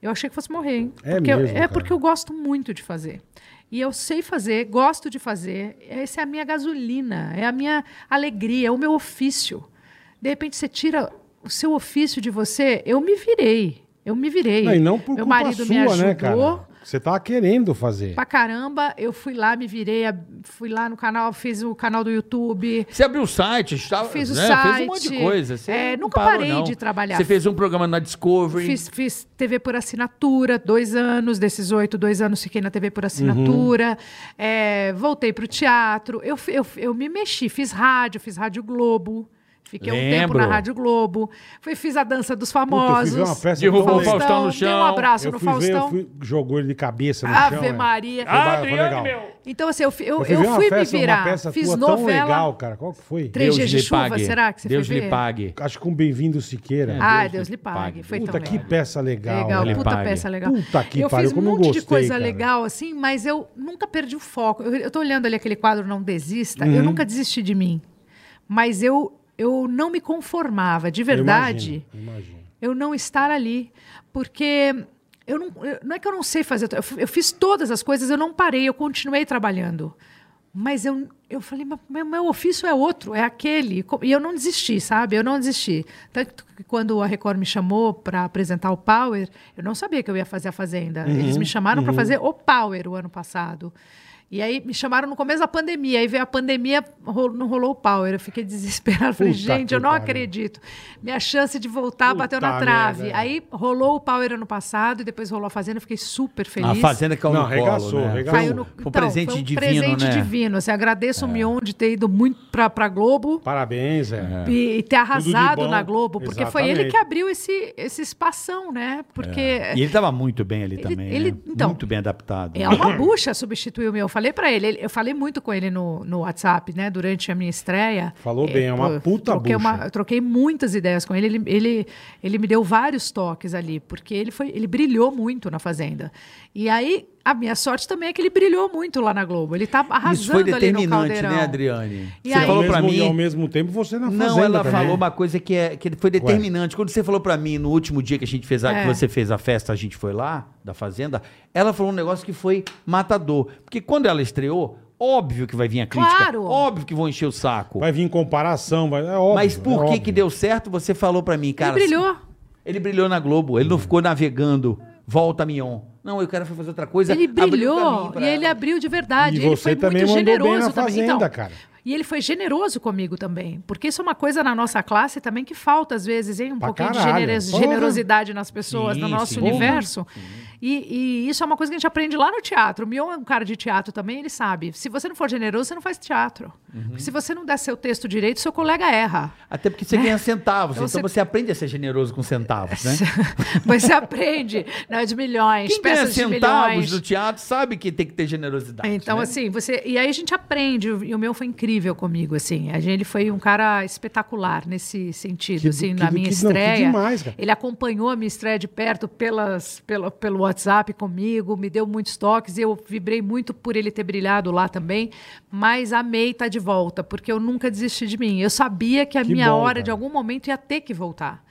S5: Eu achei que fosse morrer, hein?
S3: É
S5: porque eu-
S3: mesmo,
S5: é
S3: cara.
S5: porque eu gosto muito de fazer. E eu sei fazer, gosto de fazer. Essa é a minha gasolina, é a minha alegria, é o meu ofício. De repente você tira o seu ofício de você, eu me virei. Eu me virei.
S3: Não, e não por
S5: meu
S3: culpa
S5: marido
S3: sua,
S5: me ajudou
S3: né, cara? Você tava querendo fazer.
S5: pra caramba. Eu fui lá, me virei, a- fui lá no canal, fiz o canal do YouTube.
S4: Você abriu o site, estava,
S5: Fiz o
S4: né? fez um
S5: site.
S4: monte de coisa. Você
S5: É,
S4: não
S5: nunca
S4: parou,
S5: parei
S4: não.
S5: de trabalhar.
S4: Você fez um programa na Discovery.
S5: Fiz, fiz TV por assinatura, dois anos, desses oito, dois anos fiquei na TV por assinatura.
S3: Uhum.
S5: É, voltei pro teatro. Eu, fi- eu, fi- eu me mexi, fiz rádio, fiz Rádio Globo. Fiquei um tempo
S4: Lembro.
S5: na Rádio Globo. Fui, fiz a dança dos
S3: Puta, eu fui
S5: famosos.
S3: ver uma peça
S5: do
S3: que eu
S4: Derrubou o
S3: falei.
S4: Faustão no
S5: Dei
S4: chão.
S5: um abraço
S3: Eu
S5: no
S3: fui ver, eu
S5: Faustão.
S3: fui- jogou ele de cabeça no chão.
S5: Ave
S3: é.
S5: Maria.
S3: Foi ba- foi legal.
S5: Então, assim, eu, fi- eu,
S3: Eu
S5: eu
S3: fui ver uma
S5: fui, me
S3: peça, uma
S5: virar.
S3: peça
S5: Fiz
S3: tua
S5: novela.
S3: tão legal, cara. Qual que foi?
S5: Três dias de
S4: lhe
S5: chuva,
S4: pague.
S5: será que você
S4: Deus
S5: foi
S4: lhe
S5: ver?
S4: pague.
S3: Acho que um Bem-vindo Siqueira.
S5: Ah, Deus, lhe pague. Foi
S3: Puta,
S5: tão
S3: que
S5: legal.
S3: peça legal.
S5: Legal,
S3: né?
S4: Ele
S5: puta
S4: paga.
S5: peça legal.
S3: Puta que
S5: eu
S3: pariu,
S5: fiz um
S3: como eu
S5: monte de
S3: gostei,
S5: coisa
S3: cara.
S5: legal, assim, mas eu nunca perdi o foco. Eu, eu tô olhando ali aquele quadro Não Desista,
S3: Uhum.
S5: eu nunca desisti de mim. Mas eu, eu não me conformava, de
S3: Eu
S5: verdade
S3: imagino, eu imagino.
S5: eu não estar ali, porque eu não, eu- não é que eu não sei fazer, eu, f- eu fiz todas as coisas, eu não parei, eu continuei trabalhando. Mas eu, eu falei, mas meu, meu ofício é outro, é aquele. Co- E eu não desisti, sabe? Eu não desisti. Tanto que quando a Record me chamou para apresentar o Power, eu não sabia que eu ia fazer a Fazenda.
S3: Uhum,
S5: Eles me chamaram para fazer o Power o ano passado. E aí me chamaram no começo da pandemia. Aí veio a pandemia, rol- não rolou o Power. Eu fiquei desesperada. Falei,
S3: Puta
S5: gente,
S3: que
S5: eu não
S3: pariu.
S5: acredito acredito. Minha chance de voltar
S3: Puta
S5: Ah, bateu na
S3: merda,
S5: trave.
S3: é.
S5: Aí rolou o Power ano passado e depois rolou a Fazenda. eu Fiquei super
S4: A
S5: feliz.
S4: Fazenda caiu
S3: Não,
S4: no colo,
S3: arregaçou,
S4: né?
S3: arregaçou.
S5: Caiu no,
S4: Foi um presente
S5: foi um
S4: divino,
S5: presente
S4: né?
S5: divino. Assim, agradeço o Mion de ter ido muito pra, pra Globo
S3: Parabéns, é.
S5: e, e ter arrasado
S3: bom.
S5: na Globo, porque foi
S3: Exatamente.
S5: ele que abriu esse, esse espação, né? Porque.
S4: E ele estava muito bem ali também.
S5: ele-
S4: né?
S5: então,
S4: muito bem adaptado.
S5: É uma
S3: Uhum.
S5: bucha substituir o meu. Eu falei pra ele, ele- eu falei muito com ele no, no WhatsApp, né, durante a minha estreia.
S3: Falou bem, é uma
S5: pô, eu
S3: puta
S5: troquei
S3: bucha.
S5: eu troquei muitas ideias com ele, ele, ele, ele me deu vários toques ali, porque ele foi, ele brilhou muito na Fazenda. E aí, a minha sorte também é que ele brilhou muito lá na Globo. Ele tá arrasando
S4: Isso foi
S5: ali no
S4: determinante,
S5: caldeirão.
S4: né, Adriane?
S5: E
S4: você
S5: aí-
S4: falou
S3: Ao
S4: pra
S3: mesmo- E ao
S4: mim.
S3: mesmo tempo você na fazenda
S4: Não, ela
S3: Tá também.
S4: falou uma coisa que, é, que foi determinante. Quando você falou pra mim no último dia que a gente fez a,
S5: É.
S4: que você fez a festa, a gente foi lá da fazenda, ela falou um negócio que foi matador, porque quando ela estreou, óbvio que vai vir a crítica,
S5: Claro.
S4: óbvio que vão encher o saco.
S3: Vai vir em comparação, vai... é óbvio.
S4: Mas por
S3: é
S4: que
S3: óbvio.
S4: que deu certo? Você falou pra mim, cara.
S5: ele brilhou.
S4: Ele brilhou na Globo,
S3: Hum.
S4: ele não ficou navegando, volta Mion. Não, eu quero fazer outra coisa.
S5: Ele
S4: abriu
S5: brilhou
S4: caminho pra
S5: e ele
S4: ela.
S5: abriu de verdade.
S3: E
S5: ele
S3: você
S5: foi
S3: também
S5: muito
S3: mandou bem
S5: generoso
S3: na
S5: também.
S3: Fazenda,
S5: então,
S3: cara.
S5: E ele foi generoso comigo também. Porque isso é uma coisa na nossa classe também que falta, às vezes, hein? Um
S3: Pra
S5: pouquinho
S3: caralho.
S5: de generos-
S3: Porra.
S5: generosidade nas pessoas,
S4: Sim,
S5: no nosso
S4: sim.
S5: universo. E, e isso é uma coisa que a gente aprende lá no teatro. O Mion é um cara de teatro também, ele sabe. Se você não for generoso, você não faz teatro.
S4: Uhum.
S5: Porque se você não der seu texto direito, seu colega erra.
S4: Até porque você ganha centavos,
S5: Então
S4: então
S5: você- É
S4: você... aprende a ser generoso com centavos, né?
S5: Mas você aprende, não é de milhões,
S4: Quem ganha
S5: peças de
S4: centavos
S5: milhões.
S4: do teatro sabe que tem que ter generosidade.
S5: Então,
S4: né?
S5: assim, você. E aí a gente aprende, e o meu foi incrível comigo, assim. A gente, ele foi um cara espetacular nesse sentido,
S3: Que-
S5: assim,
S3: que-
S5: na
S3: que-
S5: minha
S3: não, que
S5: estreia.
S3: demais, cara.
S5: Ele acompanhou a minha estreia de perto pelas, pelo, pelo WhatsApp comigo, me deu muitos toques, e eu vibrei muito por ele ter brilhado lá também. Mas amei estar de volta, porque eu nunca desisti de mim. Eu sabia que a
S3: Que
S5: minha
S3: bom,
S5: hora,
S3: cara.
S5: de algum momento, ia ter que voltar.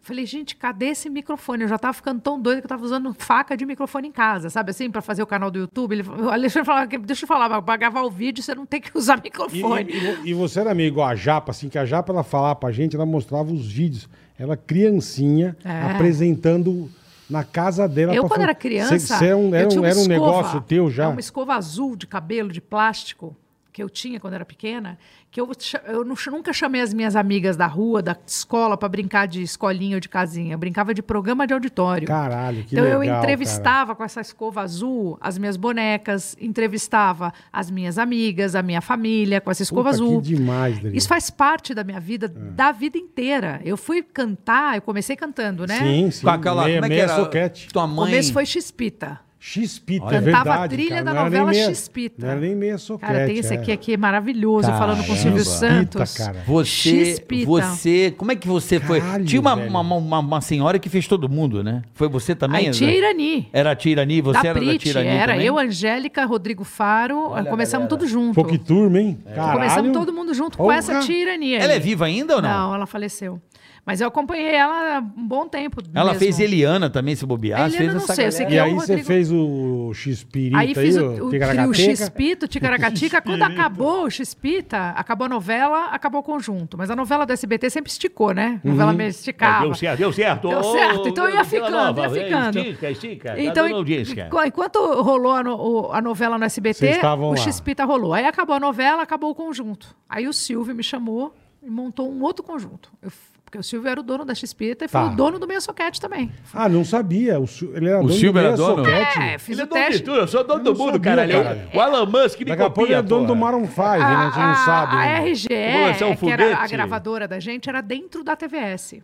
S5: Falei, gente, cadê esse microfone? Eu já tava ficando tão doida que eu tava usando faca de microfone em casa, sabe assim, pra fazer o canal do YouTube. Ele, o Alexandre falava, que, deixa eu falar, mas pra gravar o vídeo você não tem que usar
S3: E,
S5: microfone.
S3: e, e vo- e você era meio igual a Japa, assim, que a Japa ela falava pra gente, ela mostrava os vídeos. Ela criancinha
S5: É.
S3: apresentando na casa dela.
S5: eu,
S3: pra
S5: quando
S3: fam-
S5: era criança,
S3: Cê- cê era um, era
S5: eu
S3: um-
S5: tinha uma
S3: era um
S5: escova, É
S3: negócio teu já?
S5: Uma escova azul de cabelo, de plástico, que eu tinha quando era pequena, que eu, cha- eu nu- nunca chamei as minhas amigas da rua, da escola, pra brincar de escolinha ou de casinha. Eu brincava de programa de auditório.
S3: Caralho, que
S5: então
S3: legal,
S5: eu
S3: cara.
S5: entrevistava com essa escova azul as minhas bonecas, entrevistava as minhas amigas, a minha família com essa escova
S3: Puta,
S5: azul.
S3: Que É. demais, Dri.
S5: Isso faz parte da minha vida, da vida inteira. Eu fui cantar, eu comecei cantando, né?
S3: Sim, sim.
S4: com aquela.
S3: meia,
S4: como é que
S3: meia
S4: era?
S3: soquete.
S4: Tua
S5: O
S4: mãe.
S5: começo foi Xpita.
S3: Chispita,
S4: Olha.
S3: é
S5: Cantava
S3: verdade.
S5: a trilha
S3: cara,
S5: da
S3: não era nem
S5: novela
S3: meia-
S5: Chispita.
S3: Não era nem meia soquete.
S5: Cara, tem esse aqui, aqui maravilhoso,
S4: Caramba.
S5: falando com o Silvio
S3: é. Chispita,
S5: Santos.
S3: cara.
S4: Você,
S5: Chispita.
S4: você, como é que você foi?
S3: Caralho,
S4: Tinha uma,
S3: velho.
S4: uma, uma, uma senhora que fez todo mundo, né? Foi você também?
S5: Aí tinha
S4: André?
S5: Irani.
S4: Era a Tirani, É você
S5: da
S4: era da
S5: Prit,
S4: Tirani
S5: era
S4: também?
S5: eu, Angélica, Rodrigo Faro.
S4: Olha a
S5: começamos
S4: galera.
S5: tudo junto.
S3: Pô, que turma, hein? Caralho.
S5: Começamos todo mundo junto com
S3: Porra.
S5: essa tirania.
S4: Ela é
S5: aí.
S4: viva ainda ou não?
S5: Não, ela faleceu. Mas eu acompanhei ela há um bom tempo.
S4: Ela
S5: mesmo.
S4: fez Eliana também, se bobear.
S5: Eliana,
S4: fez
S5: não
S4: essa
S5: sei, eu sei
S4: galera.
S5: que
S3: E
S5: é o
S3: aí você
S5: Rodrigo-
S3: fez o Chispirita
S5: Aí fiz o, o
S3: Ticaracateca.
S5: trio Xpito, Ticaracatica. Quando acabou o Xpita, acabou a novela, acabou o conjunto. Mas a novela do SBT sempre esticou, né? A novela meio
S2: Mas
S5: esticava.
S2: Deu certo, deu certo.
S5: Deu
S2: Ô,
S5: certo, então eu ia
S2: Vila
S5: ficando,
S2: Nova,
S5: ia ficando.
S2: Estica,
S4: tá
S2: estica.
S5: Então,
S2: Então, não diz, cara.
S5: enqu- enquanto rolou a, no- o- a novela no
S3: Vocês
S5: SBT,
S3: estavam
S5: o
S3: lá.
S5: Xpita rolou. Aí acabou a novela, acabou o conjunto. Aí o Silvio me chamou e montou um outro conjunto. Eu f- porque Porque o Silvio era o dono da XPeta e foi
S3: Tá.
S5: o dono do Meia Soquete também.
S3: Ah, não sabia. O, Sil- ele era dono
S4: Silvio
S3: do
S4: era
S3: Meia
S4: dono?
S3: Soquete.
S5: É, fiz
S2: Ele é
S5: o
S2: dono de
S5: teste.
S2: tudo, eu sou dono
S3: Eu
S2: do
S3: não
S2: mundo,
S3: sabia,
S2: caralho.
S3: cara.
S2: O Alan Musk me
S3: Daqui a pouco ele
S2: copia,
S3: é dono do
S2: porra.
S3: Maroon 5, né? a gente não sabe. né?
S5: Ah, a
S3: ainda.
S5: RGE,
S2: Vou lançar um
S5: que era a
S2: foguete.
S5: gravadora da gente, era dentro da TVS.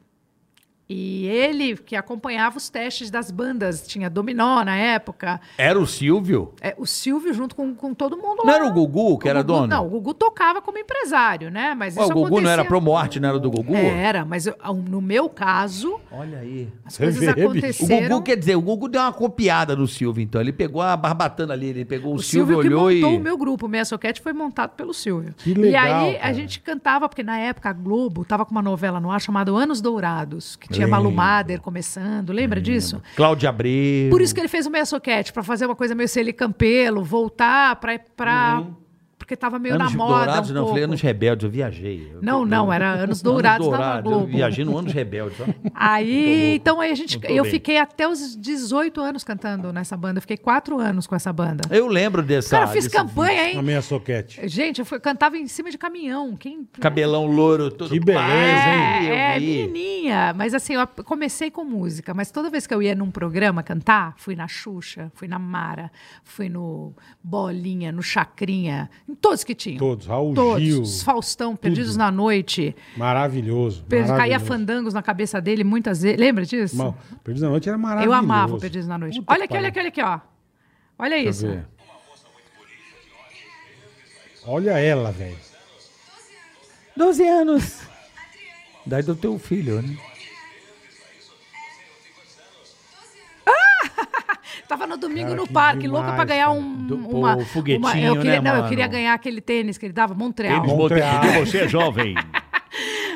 S5: E ele que acompanhava os testes das bandas, tinha Dominó na época,
S4: Era o Silvio?
S5: é, o Silvio junto com, com todo mundo
S4: Não
S5: lá.
S4: era o Gugu que era
S5: Gugu-
S4: dono?
S5: Não, o Gugu tocava como empresário, né? Mas
S4: Ué,
S5: isso
S4: o Gugu não era
S5: acontecia-
S4: pro
S5: É.
S4: morte, não era do Gugu?
S5: Era, mas eu- no meu caso,
S4: Olha aí.
S5: as
S3: Você
S5: coisas
S3: vê, bicho. O Gugu
S4: O
S5: aconteceram.
S4: Gugu, quer dizer, o Gugu deu uma copiada no Silvio, então. Ele pegou a barbatana ali, ele pegou o,
S5: O
S4: Silvio,
S5: Silvio, que
S4: olhou
S5: montou
S4: e...
S5: o meu grupo, o Meia Soquete, foi montado pelo Silvio.
S3: Que legal,
S5: e aí
S3: cara.
S5: a gente cantava, porque na época a Globo tava com uma novela no ar chamada Anos Dourados, que tinha
S3: Lembro.
S5: Malu Mader começando, lembra disso?
S4: Cláudio Abreu.
S5: Por isso que ele fez o Meia Soquete, pra fazer uma coisa meio Celi Campelo, voltar pra... pra... Porque tava meio
S4: anos
S5: na moda
S4: dourados,
S5: um
S4: não, eu
S5: pouco.
S4: falei anos rebeldes, eu viajei. Eu-
S5: Não, não, era Anos Dourados da
S4: Dourados,
S5: Globo.
S4: Eu viajei no anos rebeldes. ó.
S5: Aí, então aí a gente,
S4: Não tô
S5: eu
S4: bem.
S5: fiquei até os 18 anos cantando nessa banda. Eu fiquei quatro anos com essa banda.
S4: Eu lembro dessa...
S5: Cara, eu fiz
S4: desse
S5: campanha,
S3: A
S5: hein?
S3: Meia Soquete.
S5: Gente, eu fui- cantava em cima de caminhão. Quem
S4: vídeo. Cabelão louro, tudo.
S3: Que beleza,
S4: Ah,
S3: hein?
S4: eu
S5: é, é,
S4: vi.
S5: menininha. Mas assim, eu ap- comecei com música, mas toda vez que eu ia num programa cantar, fui na Xuxa, fui na Mara, fui no Bolinha, no Chacrinha, em todos que tinham.
S3: Todos. Raul
S5: Todos.
S3: Gil.
S5: Os Faustão, Perdidos na Noite.
S3: Maravilhoso.
S5: Per- Caía
S3: maravilhoso.
S5: fandangos na cabeça dele muitas vezes. Lembra disso?
S3: Mal- Perdidos na Noite era
S5: Eu
S3: maravilhoso.
S5: amava o Perdidos na Noite.
S3: Puta
S5: olha
S3: que
S5: aqui, olha aqui,
S3: pariu.
S5: olha aqui, ó. Olha isso.
S3: Deixa eu ver. Olha ela, velho.
S4: 12 anos. Daí do teu filho, né?
S5: Tava no domingo
S3: Cara,
S5: no
S3: que
S5: parque,
S3: demais,
S5: louca pra ganhar
S3: cara.
S5: um
S4: Do- pô,
S5: uma,
S4: foguetinho,
S5: uma- eu
S4: né,
S5: queria, não,
S4: mano?
S5: eu queria ganhar aquele tênis que ele dava, Montreal.
S2: Tênis
S3: Montreal.
S2: Montreal. E você é jovem.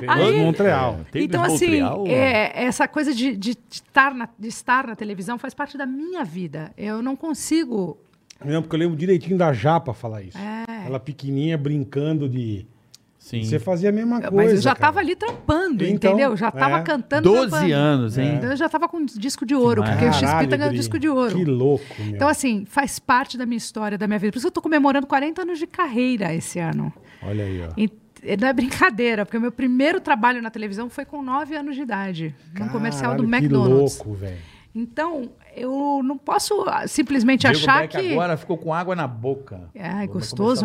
S3: Aí... é Montreal.
S2: Tênis
S5: então, assim,
S2: Montreal.
S5: é, essa coisa de, de, de estar na, de estar na televisão faz parte da minha vida. Eu não consigo.
S3: Eu lembro porque eu lembro direitinho da Japa falar isso.
S5: É.
S3: Ela pequenininha brincando de.
S4: Sim.
S3: Você fazia a mesma coisa.
S5: mas eu já
S3: cara.
S5: tava ali trampando,
S3: Então,
S5: entendeu? Já tava
S3: é.
S5: cantando.
S4: 12
S5: trampando.
S4: anos, hein?
S5: Então, eu já tava com disco de ouro, porque o
S3: Caralho,
S5: X-Pita ganhou
S3: Guri,
S5: disco de ouro.
S3: Que louco, meu.
S5: Então, assim, faz parte da minha história, da minha vida. Por isso que eu tô comemorando 40 anos de carreira esse ano.
S3: Olha aí, ó.
S5: E t- não é brincadeira, porque o meu primeiro trabalho na televisão foi com 9 anos de idade, num comercial do
S3: Caralho,
S5: McDonald's.
S3: Que louco, velho.
S5: Então, eu não posso ah, simplesmente
S4: Diego
S5: achar
S4: Beck
S5: que.
S4: é
S5: É,
S4: agora ficou com água na boca.
S5: Ai,
S4: Vamos
S5: gostoso,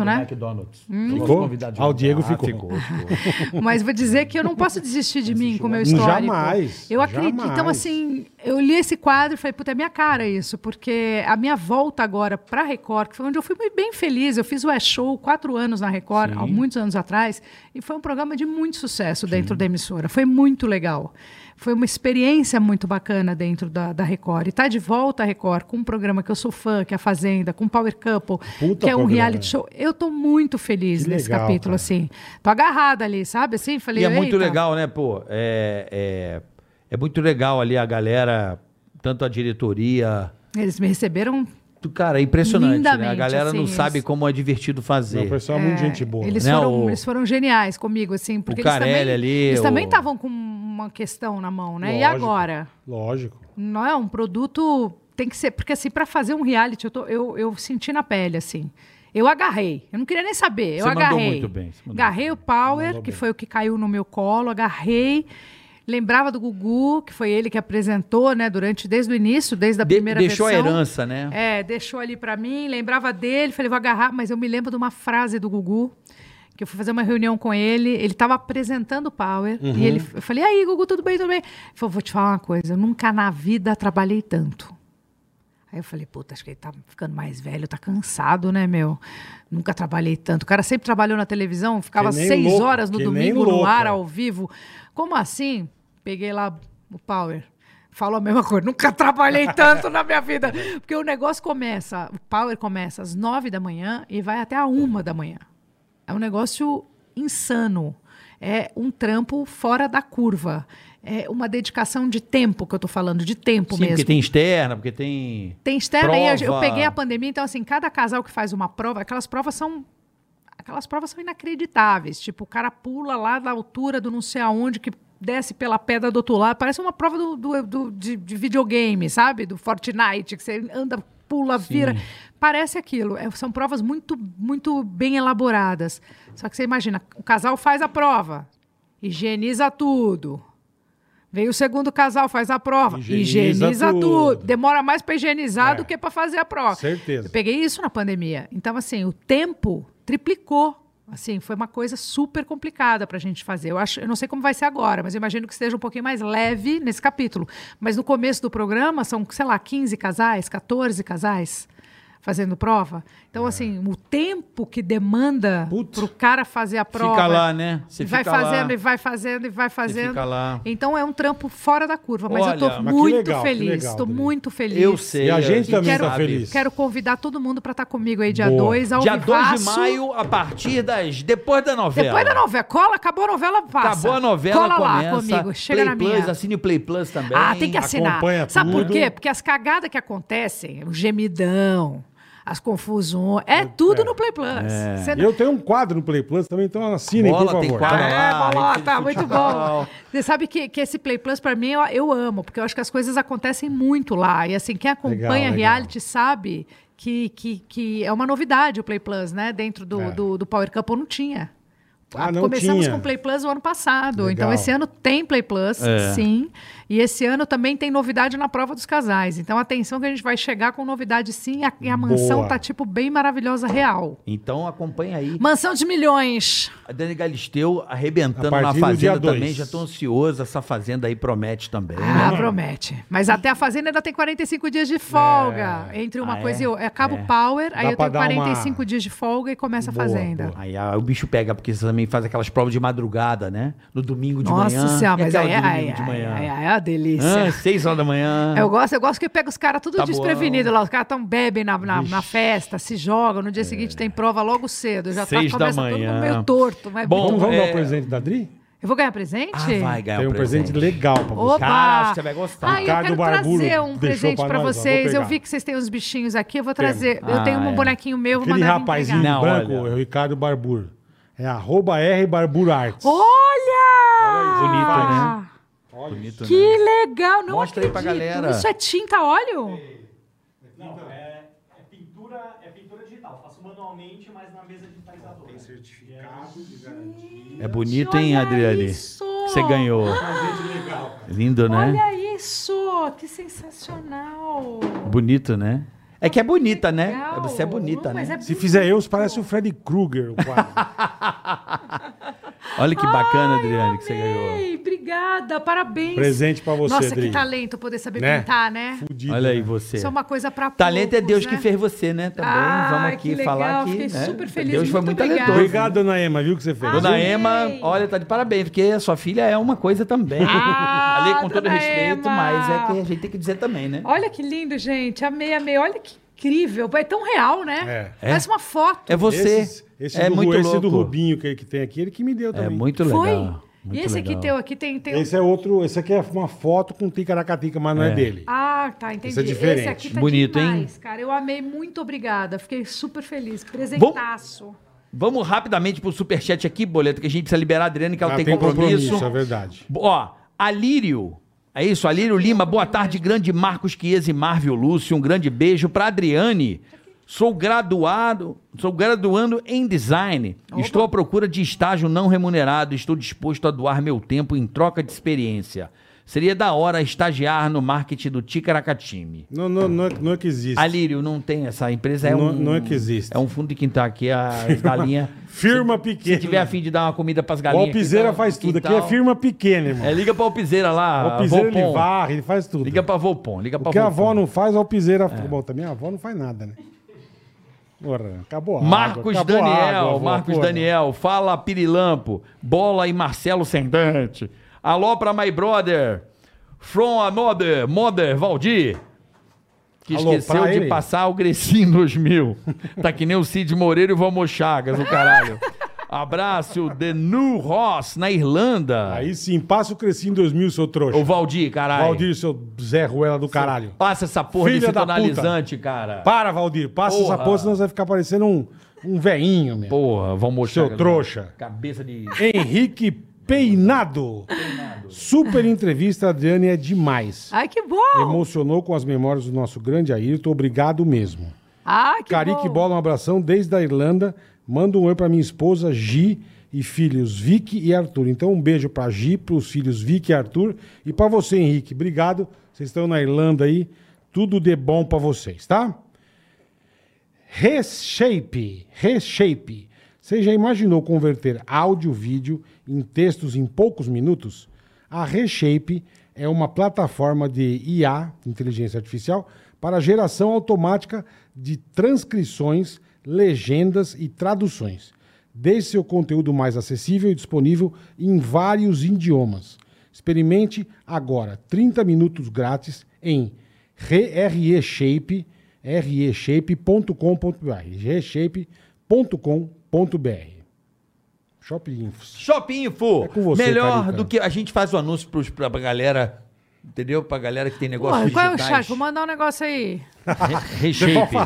S4: começar no
S5: né?
S4: McDonald's. Eu gosto de
S3: Ficou?
S4: convidar
S3: Ah, o Diego
S4: Ah,
S3: ficou.
S4: ficou.
S5: Mas vou dizer que eu não posso desistir de mim com o meu
S3: Não,
S5: histórico.
S3: jamais,
S5: Eu acredito.
S3: jamais.
S5: Então, assim, eu li esse quadro e falei, puta, é minha cara isso, porque a minha volta agora para Record, que foi onde eu fui muito bem feliz. Eu fiz o É Show quatro anos na Record, há muitos anos atrás, e foi um programa de muito sucesso dentro da emissora. Foi muito legal. Foi uma experiência muito bacana dentro da, da Record. E tá de volta à Record com um programa que eu sou fã, que é a Fazenda, com Power Couple,
S3: Puta
S5: que é um
S3: programa.
S5: reality show. Eu tô muito feliz
S3: Que
S5: nesse
S3: legal,
S5: capítulo,
S3: cara.
S5: assim. Tô agarrada ali, sabe? Assim, falei,
S4: E é muito
S5: "Eita".
S4: legal, né, pô? É, é, é muito legal ali a galera, tanto a diretoria.
S5: Eles me receberam.
S4: Tu- Cara, é impressionante, né? A
S5: Lindamente,
S4: galera
S5: assim,
S4: não
S5: eles-
S4: sabe como é divertido
S3: Não,
S4: fazer.
S3: o pessoal é muito gente boa.
S5: Eles,
S4: Né,
S5: foram,
S4: o-
S5: eles foram geniais comigo, assim, porque eles
S4: Carelli
S5: também
S4: ali,
S5: eles
S4: o-
S5: também estavam com uma questão na mão, né? E
S3: Lógico.
S5: agora?
S3: Lógico.
S5: Não é um produto. Tem que ser. Porque, assim, para fazer um reality, eu, tô- eu, eu senti na pele, assim. Eu agarrei. Eu não queria nem saber. Eu
S4: Você mandou
S5: agarrei.
S4: muito bem, você mandou
S5: agarrei o Power,
S3: Mandou
S5: que
S3: bem.
S5: foi o que caiu no meu colo, agarrei. Lembrava do Gugu, que foi ele que apresentou, né, durante, desde o início, desde a
S4: De-
S5: primeira
S4: deixou a
S5: versão.
S4: herança, né?
S5: É, deixou ali pra mim, lembrava dele, falei, vou agarrar, mas eu me lembro de uma frase do Gugu, que eu fui fazer uma reunião com ele, ele tava apresentando o Power, e ele, eu falei, e aí, Gugu, tudo bem, tudo bem? Ele falou, vou te falar uma coisa, eu nunca na vida trabalhei tanto. Aí eu falei, puta, acho que ele tá ficando mais velho, tá cansado, né, meu? Nunca trabalhei tanto. O cara sempre trabalhou na televisão, ficava
S3: Que nem
S5: seis
S3: louco,
S5: horas no
S3: que nem
S5: domingo,
S3: louco,
S5: no ar,
S3: é.
S5: ao vivo. Como assim? Peguei lá o Power. Falo a mesma coisa, nunca trabalhei tanto na minha vida. Porque o negócio começa, o Power começa às nove da manhã e vai até a uma da manhã. É um negócio insano. É um trampo fora da curva. É uma dedicação de tempo que eu tô falando, de tempo
S4: Sim, porque
S5: mesmo.
S4: tem externa, porque tem.
S5: Tem externa e eu- eu
S4: Prova.
S5: peguei a pandemia, então assim, cada casal que faz uma prova, aquelas provas são aquelas provas são inacreditáveis, tipo, o cara pula lá da altura do não sei aonde que desce pela pedra do outro lado, parece uma prova do, do- do- de, de videogame, sabe? Do Fortnite, que você anda, pula, vira. Parece aquilo. É, são provas muito, muito bem elaboradas. Só que você imagina, o casal faz a prova, higieniza tudo, Vem o segundo casal, faz a prova.
S3: Higieniza
S5: Higieniza, tudo.
S3: tudo.
S5: Demora mais para
S3: É.
S5: higienizar do que para fazer a prova.
S3: Certeza.
S5: Eu peguei isso na pandemia. Então, assim, o tempo triplicou. Assim, foi uma coisa super complicada para a gente fazer. Eu, acho, eu não sei como vai ser agora, mas eu imagino que esteja um pouquinho mais leve nesse capítulo. Mas no começo do programa são, sei lá, 15 casais, 14 casais fazendo prova. Então, assim, o tempo que demanda
S4: É. Putz.
S5: para o cara fazer a prova.
S4: Fica lá, né? Você
S5: E vai
S4: fica lá.
S5: fazendo e vai fazendo e vai fazendo.
S4: fica lá.
S5: Então é um trampo fora da curva, mas eu
S4: Olha,
S5: tô
S3: mas que
S5: muito
S3: legal, que
S5: feliz.
S3: legal,
S5: tô
S3: Dani.
S5: muito feliz.
S4: Eu sei.
S3: E a gente também
S5: tá
S3: feliz.
S5: Quero convidar todo mundo pra estar comigo aí dia
S3: Boa.
S5: 2 ao
S4: Dia 2 de
S5: vivaço.
S4: maio, a partir das. Depois da novela.
S5: Depois da novela, cola, acabou a novela, passa.
S4: Acabou a novela,
S5: Cola
S4: começa.
S5: lá comigo, chega
S4: Play
S5: na
S4: Plus,
S5: minha.
S4: assine o Play Plus também.
S5: Ah, tem que assinar.
S3: acompanha
S5: Sabe por
S3: tudo.
S5: quê? Porque as cagadas que acontecem, o gemidão, as confusões, é tudo no Play Plus.
S4: É.
S5: Você não-
S3: Eu tenho um quadro no Play Plus também, então assinem, por
S4: Bola,
S3: favor.
S4: tem quadro.
S3: Tá?
S5: É,
S4: Ah, rede
S5: bolota,
S4: de
S5: muito
S4: futebol.
S5: bom. Você sabe que, que esse Play Plus, pra mim, eu, eu amo, porque eu acho que as coisas acontecem muito lá. E assim, quem acompanha
S3: Legal, legal.
S5: reality sabe que, que, que é uma novidade o Play Plus, né? Dentro do,
S3: É.
S5: do, do Power Couple não tinha.
S3: Ah, não
S5: Começamos
S3: tinha.
S5: com o Play Plus o ano passado.
S3: Legal.
S5: Então, esse ano tem Play Plus,
S4: É.
S5: sim. E esse ano também tem novidade na prova dos casais. Então, atenção que a gente vai chegar com novidade, sim. E a, e a mansão
S3: Boa.
S5: tá, tipo, bem maravilhosa, real.
S4: Então acompanha aí.
S5: Mansão de milhões.
S4: A Dani Galisteu
S3: A
S4: arrebentando
S3: partir
S4: na
S3: do dia
S4: fazenda
S3: dois.
S4: também. Já tô ansioso. Essa fazenda aí promete também.
S5: Ah,
S4: né?
S5: promete. Mas até a fazenda ainda tem 45 dias de folga. Entre uma
S4: Ah, é?
S5: coisa e outra. Acaba o power, aí
S3: Dá
S5: eu
S3: pra
S5: tenho
S3: dar uma-
S5: 45 dias de folga e começa a
S3: Boa,
S5: fazenda.
S3: boa.
S4: Aí, ah, o bicho pega, porque você também faz aquelas provas de madrugada, né? No domingo de
S5: Nossa
S4: manhã.
S5: senhora,
S4: E
S5: mas
S4: aquela
S5: aí, é-
S4: do
S5: aí,
S4: domingo de
S5: aí,
S4: manhã.
S5: aí, aí é uma delícia.
S4: Ah, seis horas da manhã.
S5: Eu gosto, eu gosto que pega os caras tudo
S4: Tá
S5: desprevenido
S4: bom.
S5: lá. Os caras tão bebem na, na, na festa, se jogam. No dia seguinte tem prova logo cedo. Já
S4: É. Seis
S5: tá,
S4: da
S5: começa todo
S4: manhã.
S5: mundo meio torto. Mas é
S4: Bom,
S5: bom.
S3: Então Vamos, vamos dar o
S4: É.
S3: presente da Dri?
S5: Eu vou ganhar presente?
S4: Ah, vai ganhar
S3: Tem um
S4: um
S3: presente legal pra você.
S5: Opa!
S4: Cara, acho que você vai gostar.
S5: Ah, eu
S3: Ricardo
S5: quero
S3: Barburo
S5: trazer um
S3: deixou
S5: presente
S3: pra
S5: pra
S3: nós, ó, vou
S5: vocês. Eu
S3: pegar.
S5: vi que vocês têm uns bichinhos aqui, eu vou trazer.
S4: Temos.
S5: eu tenho
S4: Ah,
S5: um
S4: é.
S5: bonequinho meu, vou
S3: Aquele
S5: mandar vir
S3: rapazinho
S5: pegar.
S4: Não,
S3: branco,
S4: olha.
S3: é o Ricardo Barbur. É arroba R Barbur Arts.
S5: Oh! Olha! Ah,
S4: Bonito, né?
S3: Olha isso.
S4: Bonito, né?
S5: Que legal, não
S4: Mostra aí pra
S5: acredito.
S4: galera.
S5: Isso é tinta óleo?
S1: Não, é, é pintura, é pintura digital. Faço manualmente, mas na mesa digitalizadora. Tem certificado.
S4: É bonito, hein,
S5: Olha
S4: Adriane?
S5: isso!
S4: Você ganhou. Lindo, né?
S5: Olha isso, que sensacional.
S4: Bonito, né? É que é bonita, né?
S5: Legal.
S4: Você é bonita,
S5: Não,
S4: né?
S5: mas é
S3: Se fizer eu, parece o Freddy Krueger, o quadro.
S4: Olha que bacana, Adriane,
S5: Ai,
S4: que você ganhou.
S5: amei, Obrigada, parabéns.
S3: presente pra você,
S5: Nossa,
S3: Dri.
S5: que talento poder saber
S3: Né?
S5: pintar, né?
S3: Fudido,
S4: Olha aí
S3: né?
S4: você.
S5: Isso é uma coisa pra
S4: Talento é
S5: poucos,
S4: Deus
S5: né?
S4: que fez você, né? Também.
S5: Ah,
S4: Vamos aqui
S5: que
S4: falar
S5: legal,
S4: aqui.
S5: fiquei
S4: né?
S5: super feliz,
S4: Deus foi
S5: muito
S4: muito
S5: obrigada.
S4: talentoso.
S3: Obrigado, dona Ema, viu o que você fez?
S4: Dona
S5: Amei.
S4: Ema, olha, tá de parabéns, porque a sua filha é uma coisa também.
S5: Ah,
S4: Ali, com todo
S5: dona
S4: respeito,
S5: Ema.
S4: mas é que a gente tem que dizer também, né?
S5: Olha que lindo, gente. Amei, amei. Olha que incrível. É tão real, né?
S4: É.
S5: Parece uma foto.
S4: É você.
S3: Esse, esse
S4: é
S3: do,
S4: muito
S3: esse
S4: louco.
S3: do Rubinho que, que tem aqui, ele que me deu
S4: É
S3: também.
S4: muito legal.
S5: Foi.
S4: muito
S5: e esse aqui
S4: legal.
S5: teu aqui tem, tem...
S3: Esse é outro, esse aqui é uma foto com ticaracatica, mas não é, dele.
S5: Ah, tá, entendi.
S3: Esse é diferente.
S5: aqui tá
S4: Bonito, hein?
S5: demais, cara. Eu amei, muito obrigada. Fiquei super feliz. Presentaço.
S4: Vamos rapidamente pro superchat aqui, boleto, que a gente precisa liberar a Adriane, que ela
S3: Ah,
S4: tem, compromisso.
S3: é verdade.
S4: Ó, Alírio. É isso, Alírio Lima. Boa tarde, grande Marcos Chiesa e Marvel Lúcio. Um grande beijo pra Adriane. Sou graduado, sou graduando em design. Estou à procura de estágio não remunerado. Estou disposto a doar meu tempo em troca de experiência. Seria da hora estagiar no marketing do Ticaracatime.
S3: Não, não, não, é, não é que existe.
S4: Alírio, não tem essa empresa. É
S3: Não-
S4: um,
S3: não é que existe.
S4: É um fundo de quintal aqui, a galinha.
S3: Firma pequena.
S4: Se tiver a fim de dar uma comida pras galinhas. aqui
S3: Palpizeira
S4: do
S3: faz tudo. Aqui é
S4: quintal.
S3: firma pequena, irmão.
S4: É, liga pra Alpizeira lá.
S3: Alpizeira ele
S4: Volpon.
S3: varre, ele faz tudo.
S4: Liga pra Volpon, liga pra É.
S3: O que a avó
S4: Volpon.
S3: não faz, a Alpizeira... Bom, também a avó não faz nada, né? Porra, acabou a água,
S4: Marcos
S3: acabou a
S4: Daniel,
S3: água, avó,
S4: Marcos
S3: porra.
S4: Daniel, fala Pirilampo, bola e Marcelo Sendante. Alô pra my brother, from another, mother, Valdir. Que
S3: Alô,
S4: esqueceu
S3: pra
S4: de
S3: ele.
S4: passar o Grecinho 2000. Tá que nem o Cid Moreira e o Valmor Chagas, o caralho. Abraço, The New Ross, na Irlanda.
S3: Aí sim, passa o Crescinho 2000, seu trouxa.
S4: o Valdir, caralho.
S3: Valdir, seu Zé Ruela do caralho.
S4: Passa essa porra
S3: Filha
S4: desse
S3: da puta.
S4: tonalizante, cara.
S3: Para, Valdir, passa
S4: Porra.
S3: essa porra, senão você vai ficar parecendo um, um veinho, meu.
S4: Porra, Valmor
S3: Seu
S4: Chagas.
S3: trouxa.
S4: Cabeça de...
S3: Henrique Peinado. Super entrevista, Adriane, é demais.
S5: Ai, que bom.
S3: Emocionou com as memórias do nosso grande Ayrton, obrigado mesmo.
S5: Ai, que
S3: Carique
S5: bom.
S3: Bola, um abração desde a Irlanda. Manda um oi pra minha esposa, Gi, e filhos Vicky e Arthur. Então um beijo pra Gi, pros filhos Vicky e Arthur e pra você, Henrique. Obrigado. Vocês estão na Irlanda aí. Tudo de bom pra vocês, tá? Reshape, Reshape. Você já imaginou converter áudio, vídeo em textos em poucos minutos? A Reshape é uma plataforma de IA, inteligência artificial, para geração automática de transcrições, legendas e traduções. Deixe seu conteúdo mais acessível e disponível em vários idiomas. Experimente agora 30 minutos grátis em reshape.com reshape.com.br. reshape.com.br. Shopping Infos.
S4: Shopping Info.
S3: É com você,
S4: melhor
S3: Carica.
S4: do que a gente faz o anúncio pros, pra galera, entendeu? Pra galera que tem negócio
S5: Porra, qual é o
S4: digitais.
S5: chat? Vou mandar um negócio aí.
S4: Re- Reshape.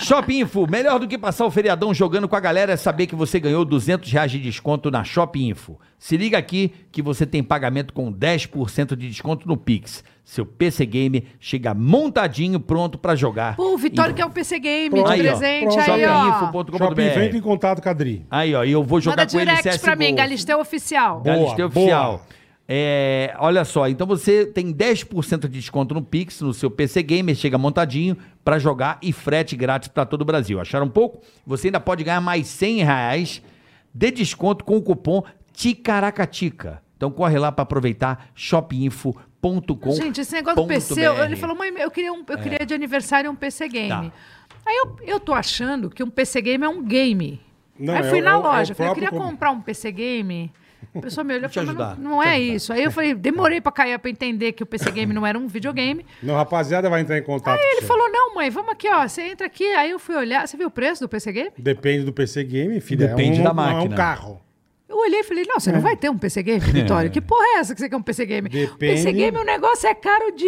S4: Shop Info. Melhor do que passar o feriadão jogando com a galera é saber que você ganhou 200 reais de desconto na Shop Info. Se liga aqui que você tem pagamento com 10% de desconto no Pix. Seu PC Game chega montadinho, pronto pra jogar.
S5: Pô, o Vitório
S4: E-
S5: quer um PC Game
S3: Pronto.
S5: de
S3: Aí, ó.
S5: presente.
S3: Pronto.
S5: Aí, ó.
S3: Shopping Invento em
S4: Shopinfo.com.br.
S3: contato com a Dri.
S4: Aí, ó, e eu vou jogar
S5: Manda
S4: com ele
S5: direct pra mim,
S4: CSGO.
S5: Galisteu Oficial.
S3: Boa,
S4: Galisteu
S3: boa.
S4: Oficial. É, olha só, então você tem 10% de desconto no Pix, no seu PC Gamer, chega montadinho pra jogar e frete grátis pra todo o Brasil. Acharam pouco? Você ainda pode ganhar mais 100 reais de desconto com o cupom TICARACATICA. Então corre lá pra aproveitar shopinfo.com.
S5: Gente, esse negócio do PC, eu- ele falou, mãe, eu queria, um, eu queria de aniversário um PC Game.
S4: É. Tá.
S5: Aí eu, eu tô achando que um PC Game é um game.
S3: Não,
S5: Aí
S3: é
S5: fui
S3: o- é
S5: na
S3: o- é o
S5: loja, falei, eu
S3: próprio
S5: queria
S3: como-
S5: comprar um PC Game. A pessoa me olhou e
S4: Vou te
S5: falou, não,
S4: ajudar,
S5: não é isso. Aí eu falei, demorei pra cair, pra entender que o PC Game não era um videogame.
S3: Não, rapaziada vai entrar em contato
S5: Aí
S3: com
S5: ele
S3: você.
S5: falou, não, mãe, vamos aqui, ó, você entra aqui. Aí eu fui olhar, você viu o preço do PC Game?
S3: Depende do PC Game, filho.
S4: Depende
S3: é um,
S4: da
S3: não, É um
S4: máquina.
S3: carro.
S5: Eu olhei e falei, não, você não vai ter um PC Game, Vitório? Que porra é essa que você quer um PC Game?
S3: É. Depende-
S5: PC Game, o negócio é caro
S4: É porque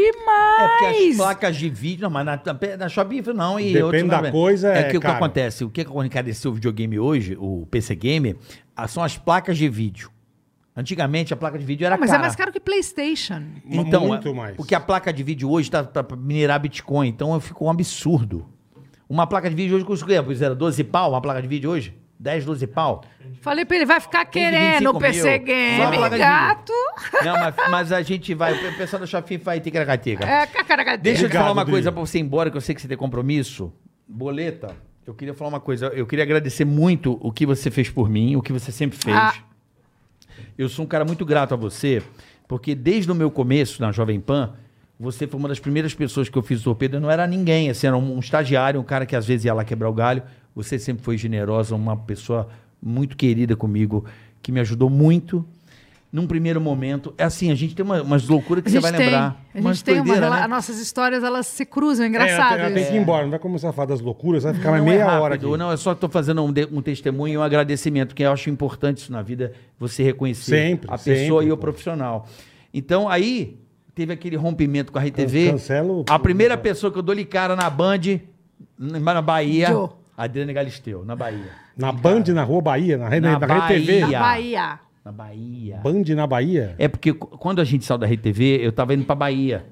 S4: as
S5: demais.
S4: placas de vídeo, não, mas na, na- na Shop Info não. E
S3: Depende
S4: outros-
S3: da coisa,
S4: É
S3: é
S4: que o que
S3: caro.
S4: acontece? O que encareceu o videogame hoje, o PC Game, ah, são as placas de vídeo. Antigamente a placa de vídeo era
S5: Mas
S4: cara.
S5: é mais caro que PlayStation.
S4: Então,
S3: Muito
S4: é-
S3: mais.
S4: Porque a placa de vídeo hoje está para minerar Bitcoin, então ficou um absurdo. Uma placa de vídeo hoje custa o quê? Pois era 12 pau, uma placa de vídeo hoje? 10, 12 pau.
S5: Falei pra ele, vai ficar
S4: 15,
S5: querendo
S4: 25
S5: o PC
S4: mil. Só
S5: Game,
S4: placa de
S5: gato.
S4: Não, mas, mas a gente vai. O pessoal da Shop Info vai ter que
S5: É, cacaracadeira.
S4: Deixa eu te
S3: Obrigado,
S4: falar uma
S3: Rodrigo.
S4: coisa pra você ir embora, que eu sei que você tem compromisso. Boleta, eu queria falar uma coisa. Eu queria agradecer muito o que você fez por mim, o que você sempre fez.
S5: Ah.
S4: Eu sou um cara muito grato a você, porque desde o meu começo na Jovem Pan, você foi uma das primeiras pessoas que eu fiz o torpedo. Eu não era ninguém, assim, era um, um estagiário, um cara que às vezes ia lá quebrar o galho. Você sempre foi generosa, uma pessoa muito querida comigo, que me ajudou muito. Num primeiro momento, é assim, a gente tem uma- umas loucuras que você vai lembrar.
S5: A
S4: Umas
S5: gente tem uma,
S4: doideiras, né?
S5: rela- as nossas histórias, elas se cruzam, é
S3: Engraçado.
S5: engraçado.
S3: ela, tem
S5: isso.
S3: que ir embora, não vai começar a falar das loucuras, vai ficar mais
S4: Não
S3: meia
S4: é rápido,
S3: hora aqui.
S4: Não, eu só estou fazendo um, de- um testemunho e um agradecimento, que eu acho importante isso na vida, você reconhecer
S3: Sempre,
S4: a pessoa
S3: sempre,
S4: e o
S3: pô.
S4: profissional. Então, aí, teve aquele rompimento com a RTV.
S3: Cancela o-
S4: A primeira pessoa que eu dou-lhe cara na Band, na na Bahia,
S5: Joe.
S4: Adriane Galisteu, na Bahia.
S3: Na Band, na Rua Bahia, na, Rede-
S4: Na
S3: na, Rede
S4: Bahia.
S3: TV.
S5: Na Bahia.
S4: Na Bahia.
S3: Band na Bahia?
S4: É porque cu- quando a gente saiu da RTV, eu tava indo pra Bahia.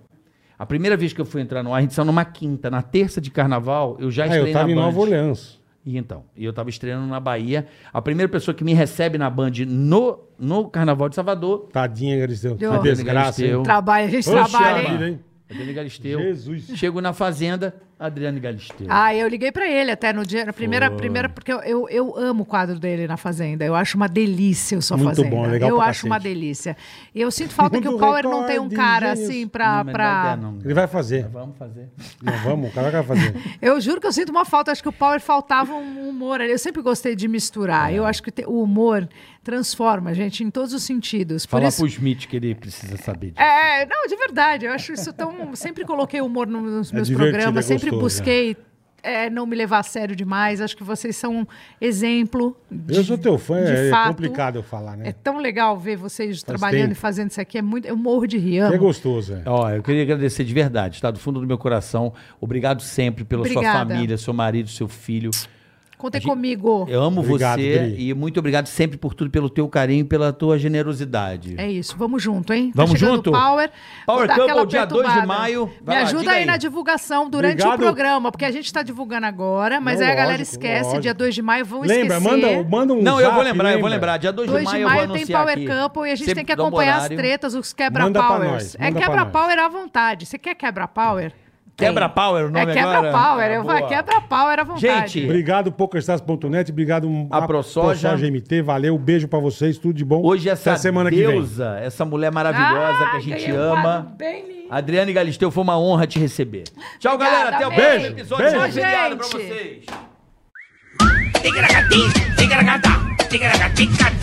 S4: A primeira vez que eu fui entrar no ar, a gente saiu numa quinta. Na terça de carnaval, eu já
S3: Ah, eu
S4: estreiei na Band.
S3: tava em Nova Orleans.
S4: E então, e eu tava estreando na Bahia. A primeira pessoa que me recebe na Band no, no Carnaval de Salvador
S3: Tadinha, Galisteu. Que
S5: Deu.
S3: desgraça, hein?
S4: Galisteu.
S5: Trabalha, a gente
S3: Poxa
S5: trabalha, hein?
S3: vida, hein?
S4: Adriane É Galisteu.
S3: Jesus.
S4: Chego na Fazenda, Adriane Galisteu.
S5: Ah, eu liguei pra ele até no dia, na primeira, primeira porque eu, eu, eu amo o quadro dele na Fazenda. Eu acho uma delícia o sua
S3: Muito
S5: Fazenda.
S3: bom, é legal
S5: eu
S3: pra
S5: acho uma
S3: cacete.
S5: delícia. E eu sinto falta que o
S3: Mundo
S5: Power não tem um
S3: Record,
S5: cara
S3: gênios.
S5: assim pra.
S4: Não, mas
S5: pra-
S4: não é ideia, não.
S3: Ele vai fazer.
S4: Mas Vamos fazer.
S3: Não, vamos, o cara vai fazer.
S5: Eu juro que eu sinto uma falta. Acho que o Power faltava um humor ali. Eu sempre gostei de
S3: É.
S5: misturar. Eu acho que te- o humor transforma a gente em todos os sentidos. Por
S4: Falar
S5: isso
S4: pro Smith que ele precisa saber disso.
S5: É, não, de verdade, eu acho isso tão. sempre coloquei humor no- nos
S3: É
S5: meus
S3: divertido,
S5: programas,
S3: é
S5: sempre
S3: gostoso,
S5: busquei é, não me levar a sério demais. Acho que vocês são um exemplo. De,
S3: Eu sou teu fã,
S5: de
S3: é,
S5: fato.
S3: complicado eu falar,
S5: É
S3: né?
S5: tão legal ver vocês trabalhando
S3: tempo.
S5: e fazendo isso aqui. É muito, eu morro de rir. amo.
S3: É gostoso, é.
S4: Ó, eu queria agradecer de verdade, tá? Do fundo do meu coração. Obrigado sempre pela
S5: Obrigada.
S4: sua família, seu marido, seu filho.
S5: Contem
S4: A gente-
S5: comigo.
S4: Eu amo
S3: Obrigado,
S4: você
S3: Dri.
S4: e muito obrigado sempre por tudo, pelo teu carinho, e pela tua generosidade.
S5: É isso, vamos junto, hein? Tá
S4: Vamos
S5: chegando
S4: junto?
S5: o Power. Vou
S4: Power
S5: dar
S4: Couple,
S5: aquela
S4: dia 2 de
S5: perturbada.
S4: maio.
S5: Me
S4: Vai lá,
S5: ajuda
S4: diga
S5: aí
S4: aí.
S5: na divulgação durante
S3: Obrigado.
S5: o programa, porque a gente está divulgando agora, mas
S3: Não,
S5: aí a galera
S3: lógico,
S5: esquece,
S3: lógico.
S5: dia 2 de maio, vão
S3: Lembra,
S5: esquecer.
S3: manda, manda um
S4: Não, eu vou
S3: zap,
S4: lembrar, eu vou
S3: lembra?
S4: lembrar. Dia 2 de
S5: 2
S4: maio, eu vou
S5: tem
S4: anunciar
S5: Power
S4: aqui.
S5: Campo e a gente
S4: Sempre
S5: tem que
S4: dá um
S5: acompanhar as
S4: horário.
S5: tretas, os
S3: Manda pra
S5: quebra-powers.
S3: nós,
S5: É
S3: manda pra
S5: quebra-power à vontade. Você quer quebra-power? Tem.
S4: Quebra-power o
S5: É
S4: nome agora?
S5: quebra-power, eu vou
S4: Boa.
S5: quebra-power à vontade.
S4: Gente,
S3: Obrigado, PokerStars.net. Obrigado, um
S4: A ProSoja.
S3: MT. Valeu, beijo pra vocês. Tudo de bom.
S4: Hoje essa
S3: Até semana que vem.
S4: deusa, essa mulher maravilhosa
S5: Ah,
S4: que a gente
S5: ganhei um quadro
S4: ama.
S5: bem lindo.
S4: Adriane Galisteu, foi uma honra te receber. Tchau, galera. Até o
S5: beijo.
S4: próximo episódio.
S3: Beijo.
S4: Bom feriado pra
S5: Gente.
S4: vocês.
S2: Tigra-gatim, tigra-gata, tigra-gatica,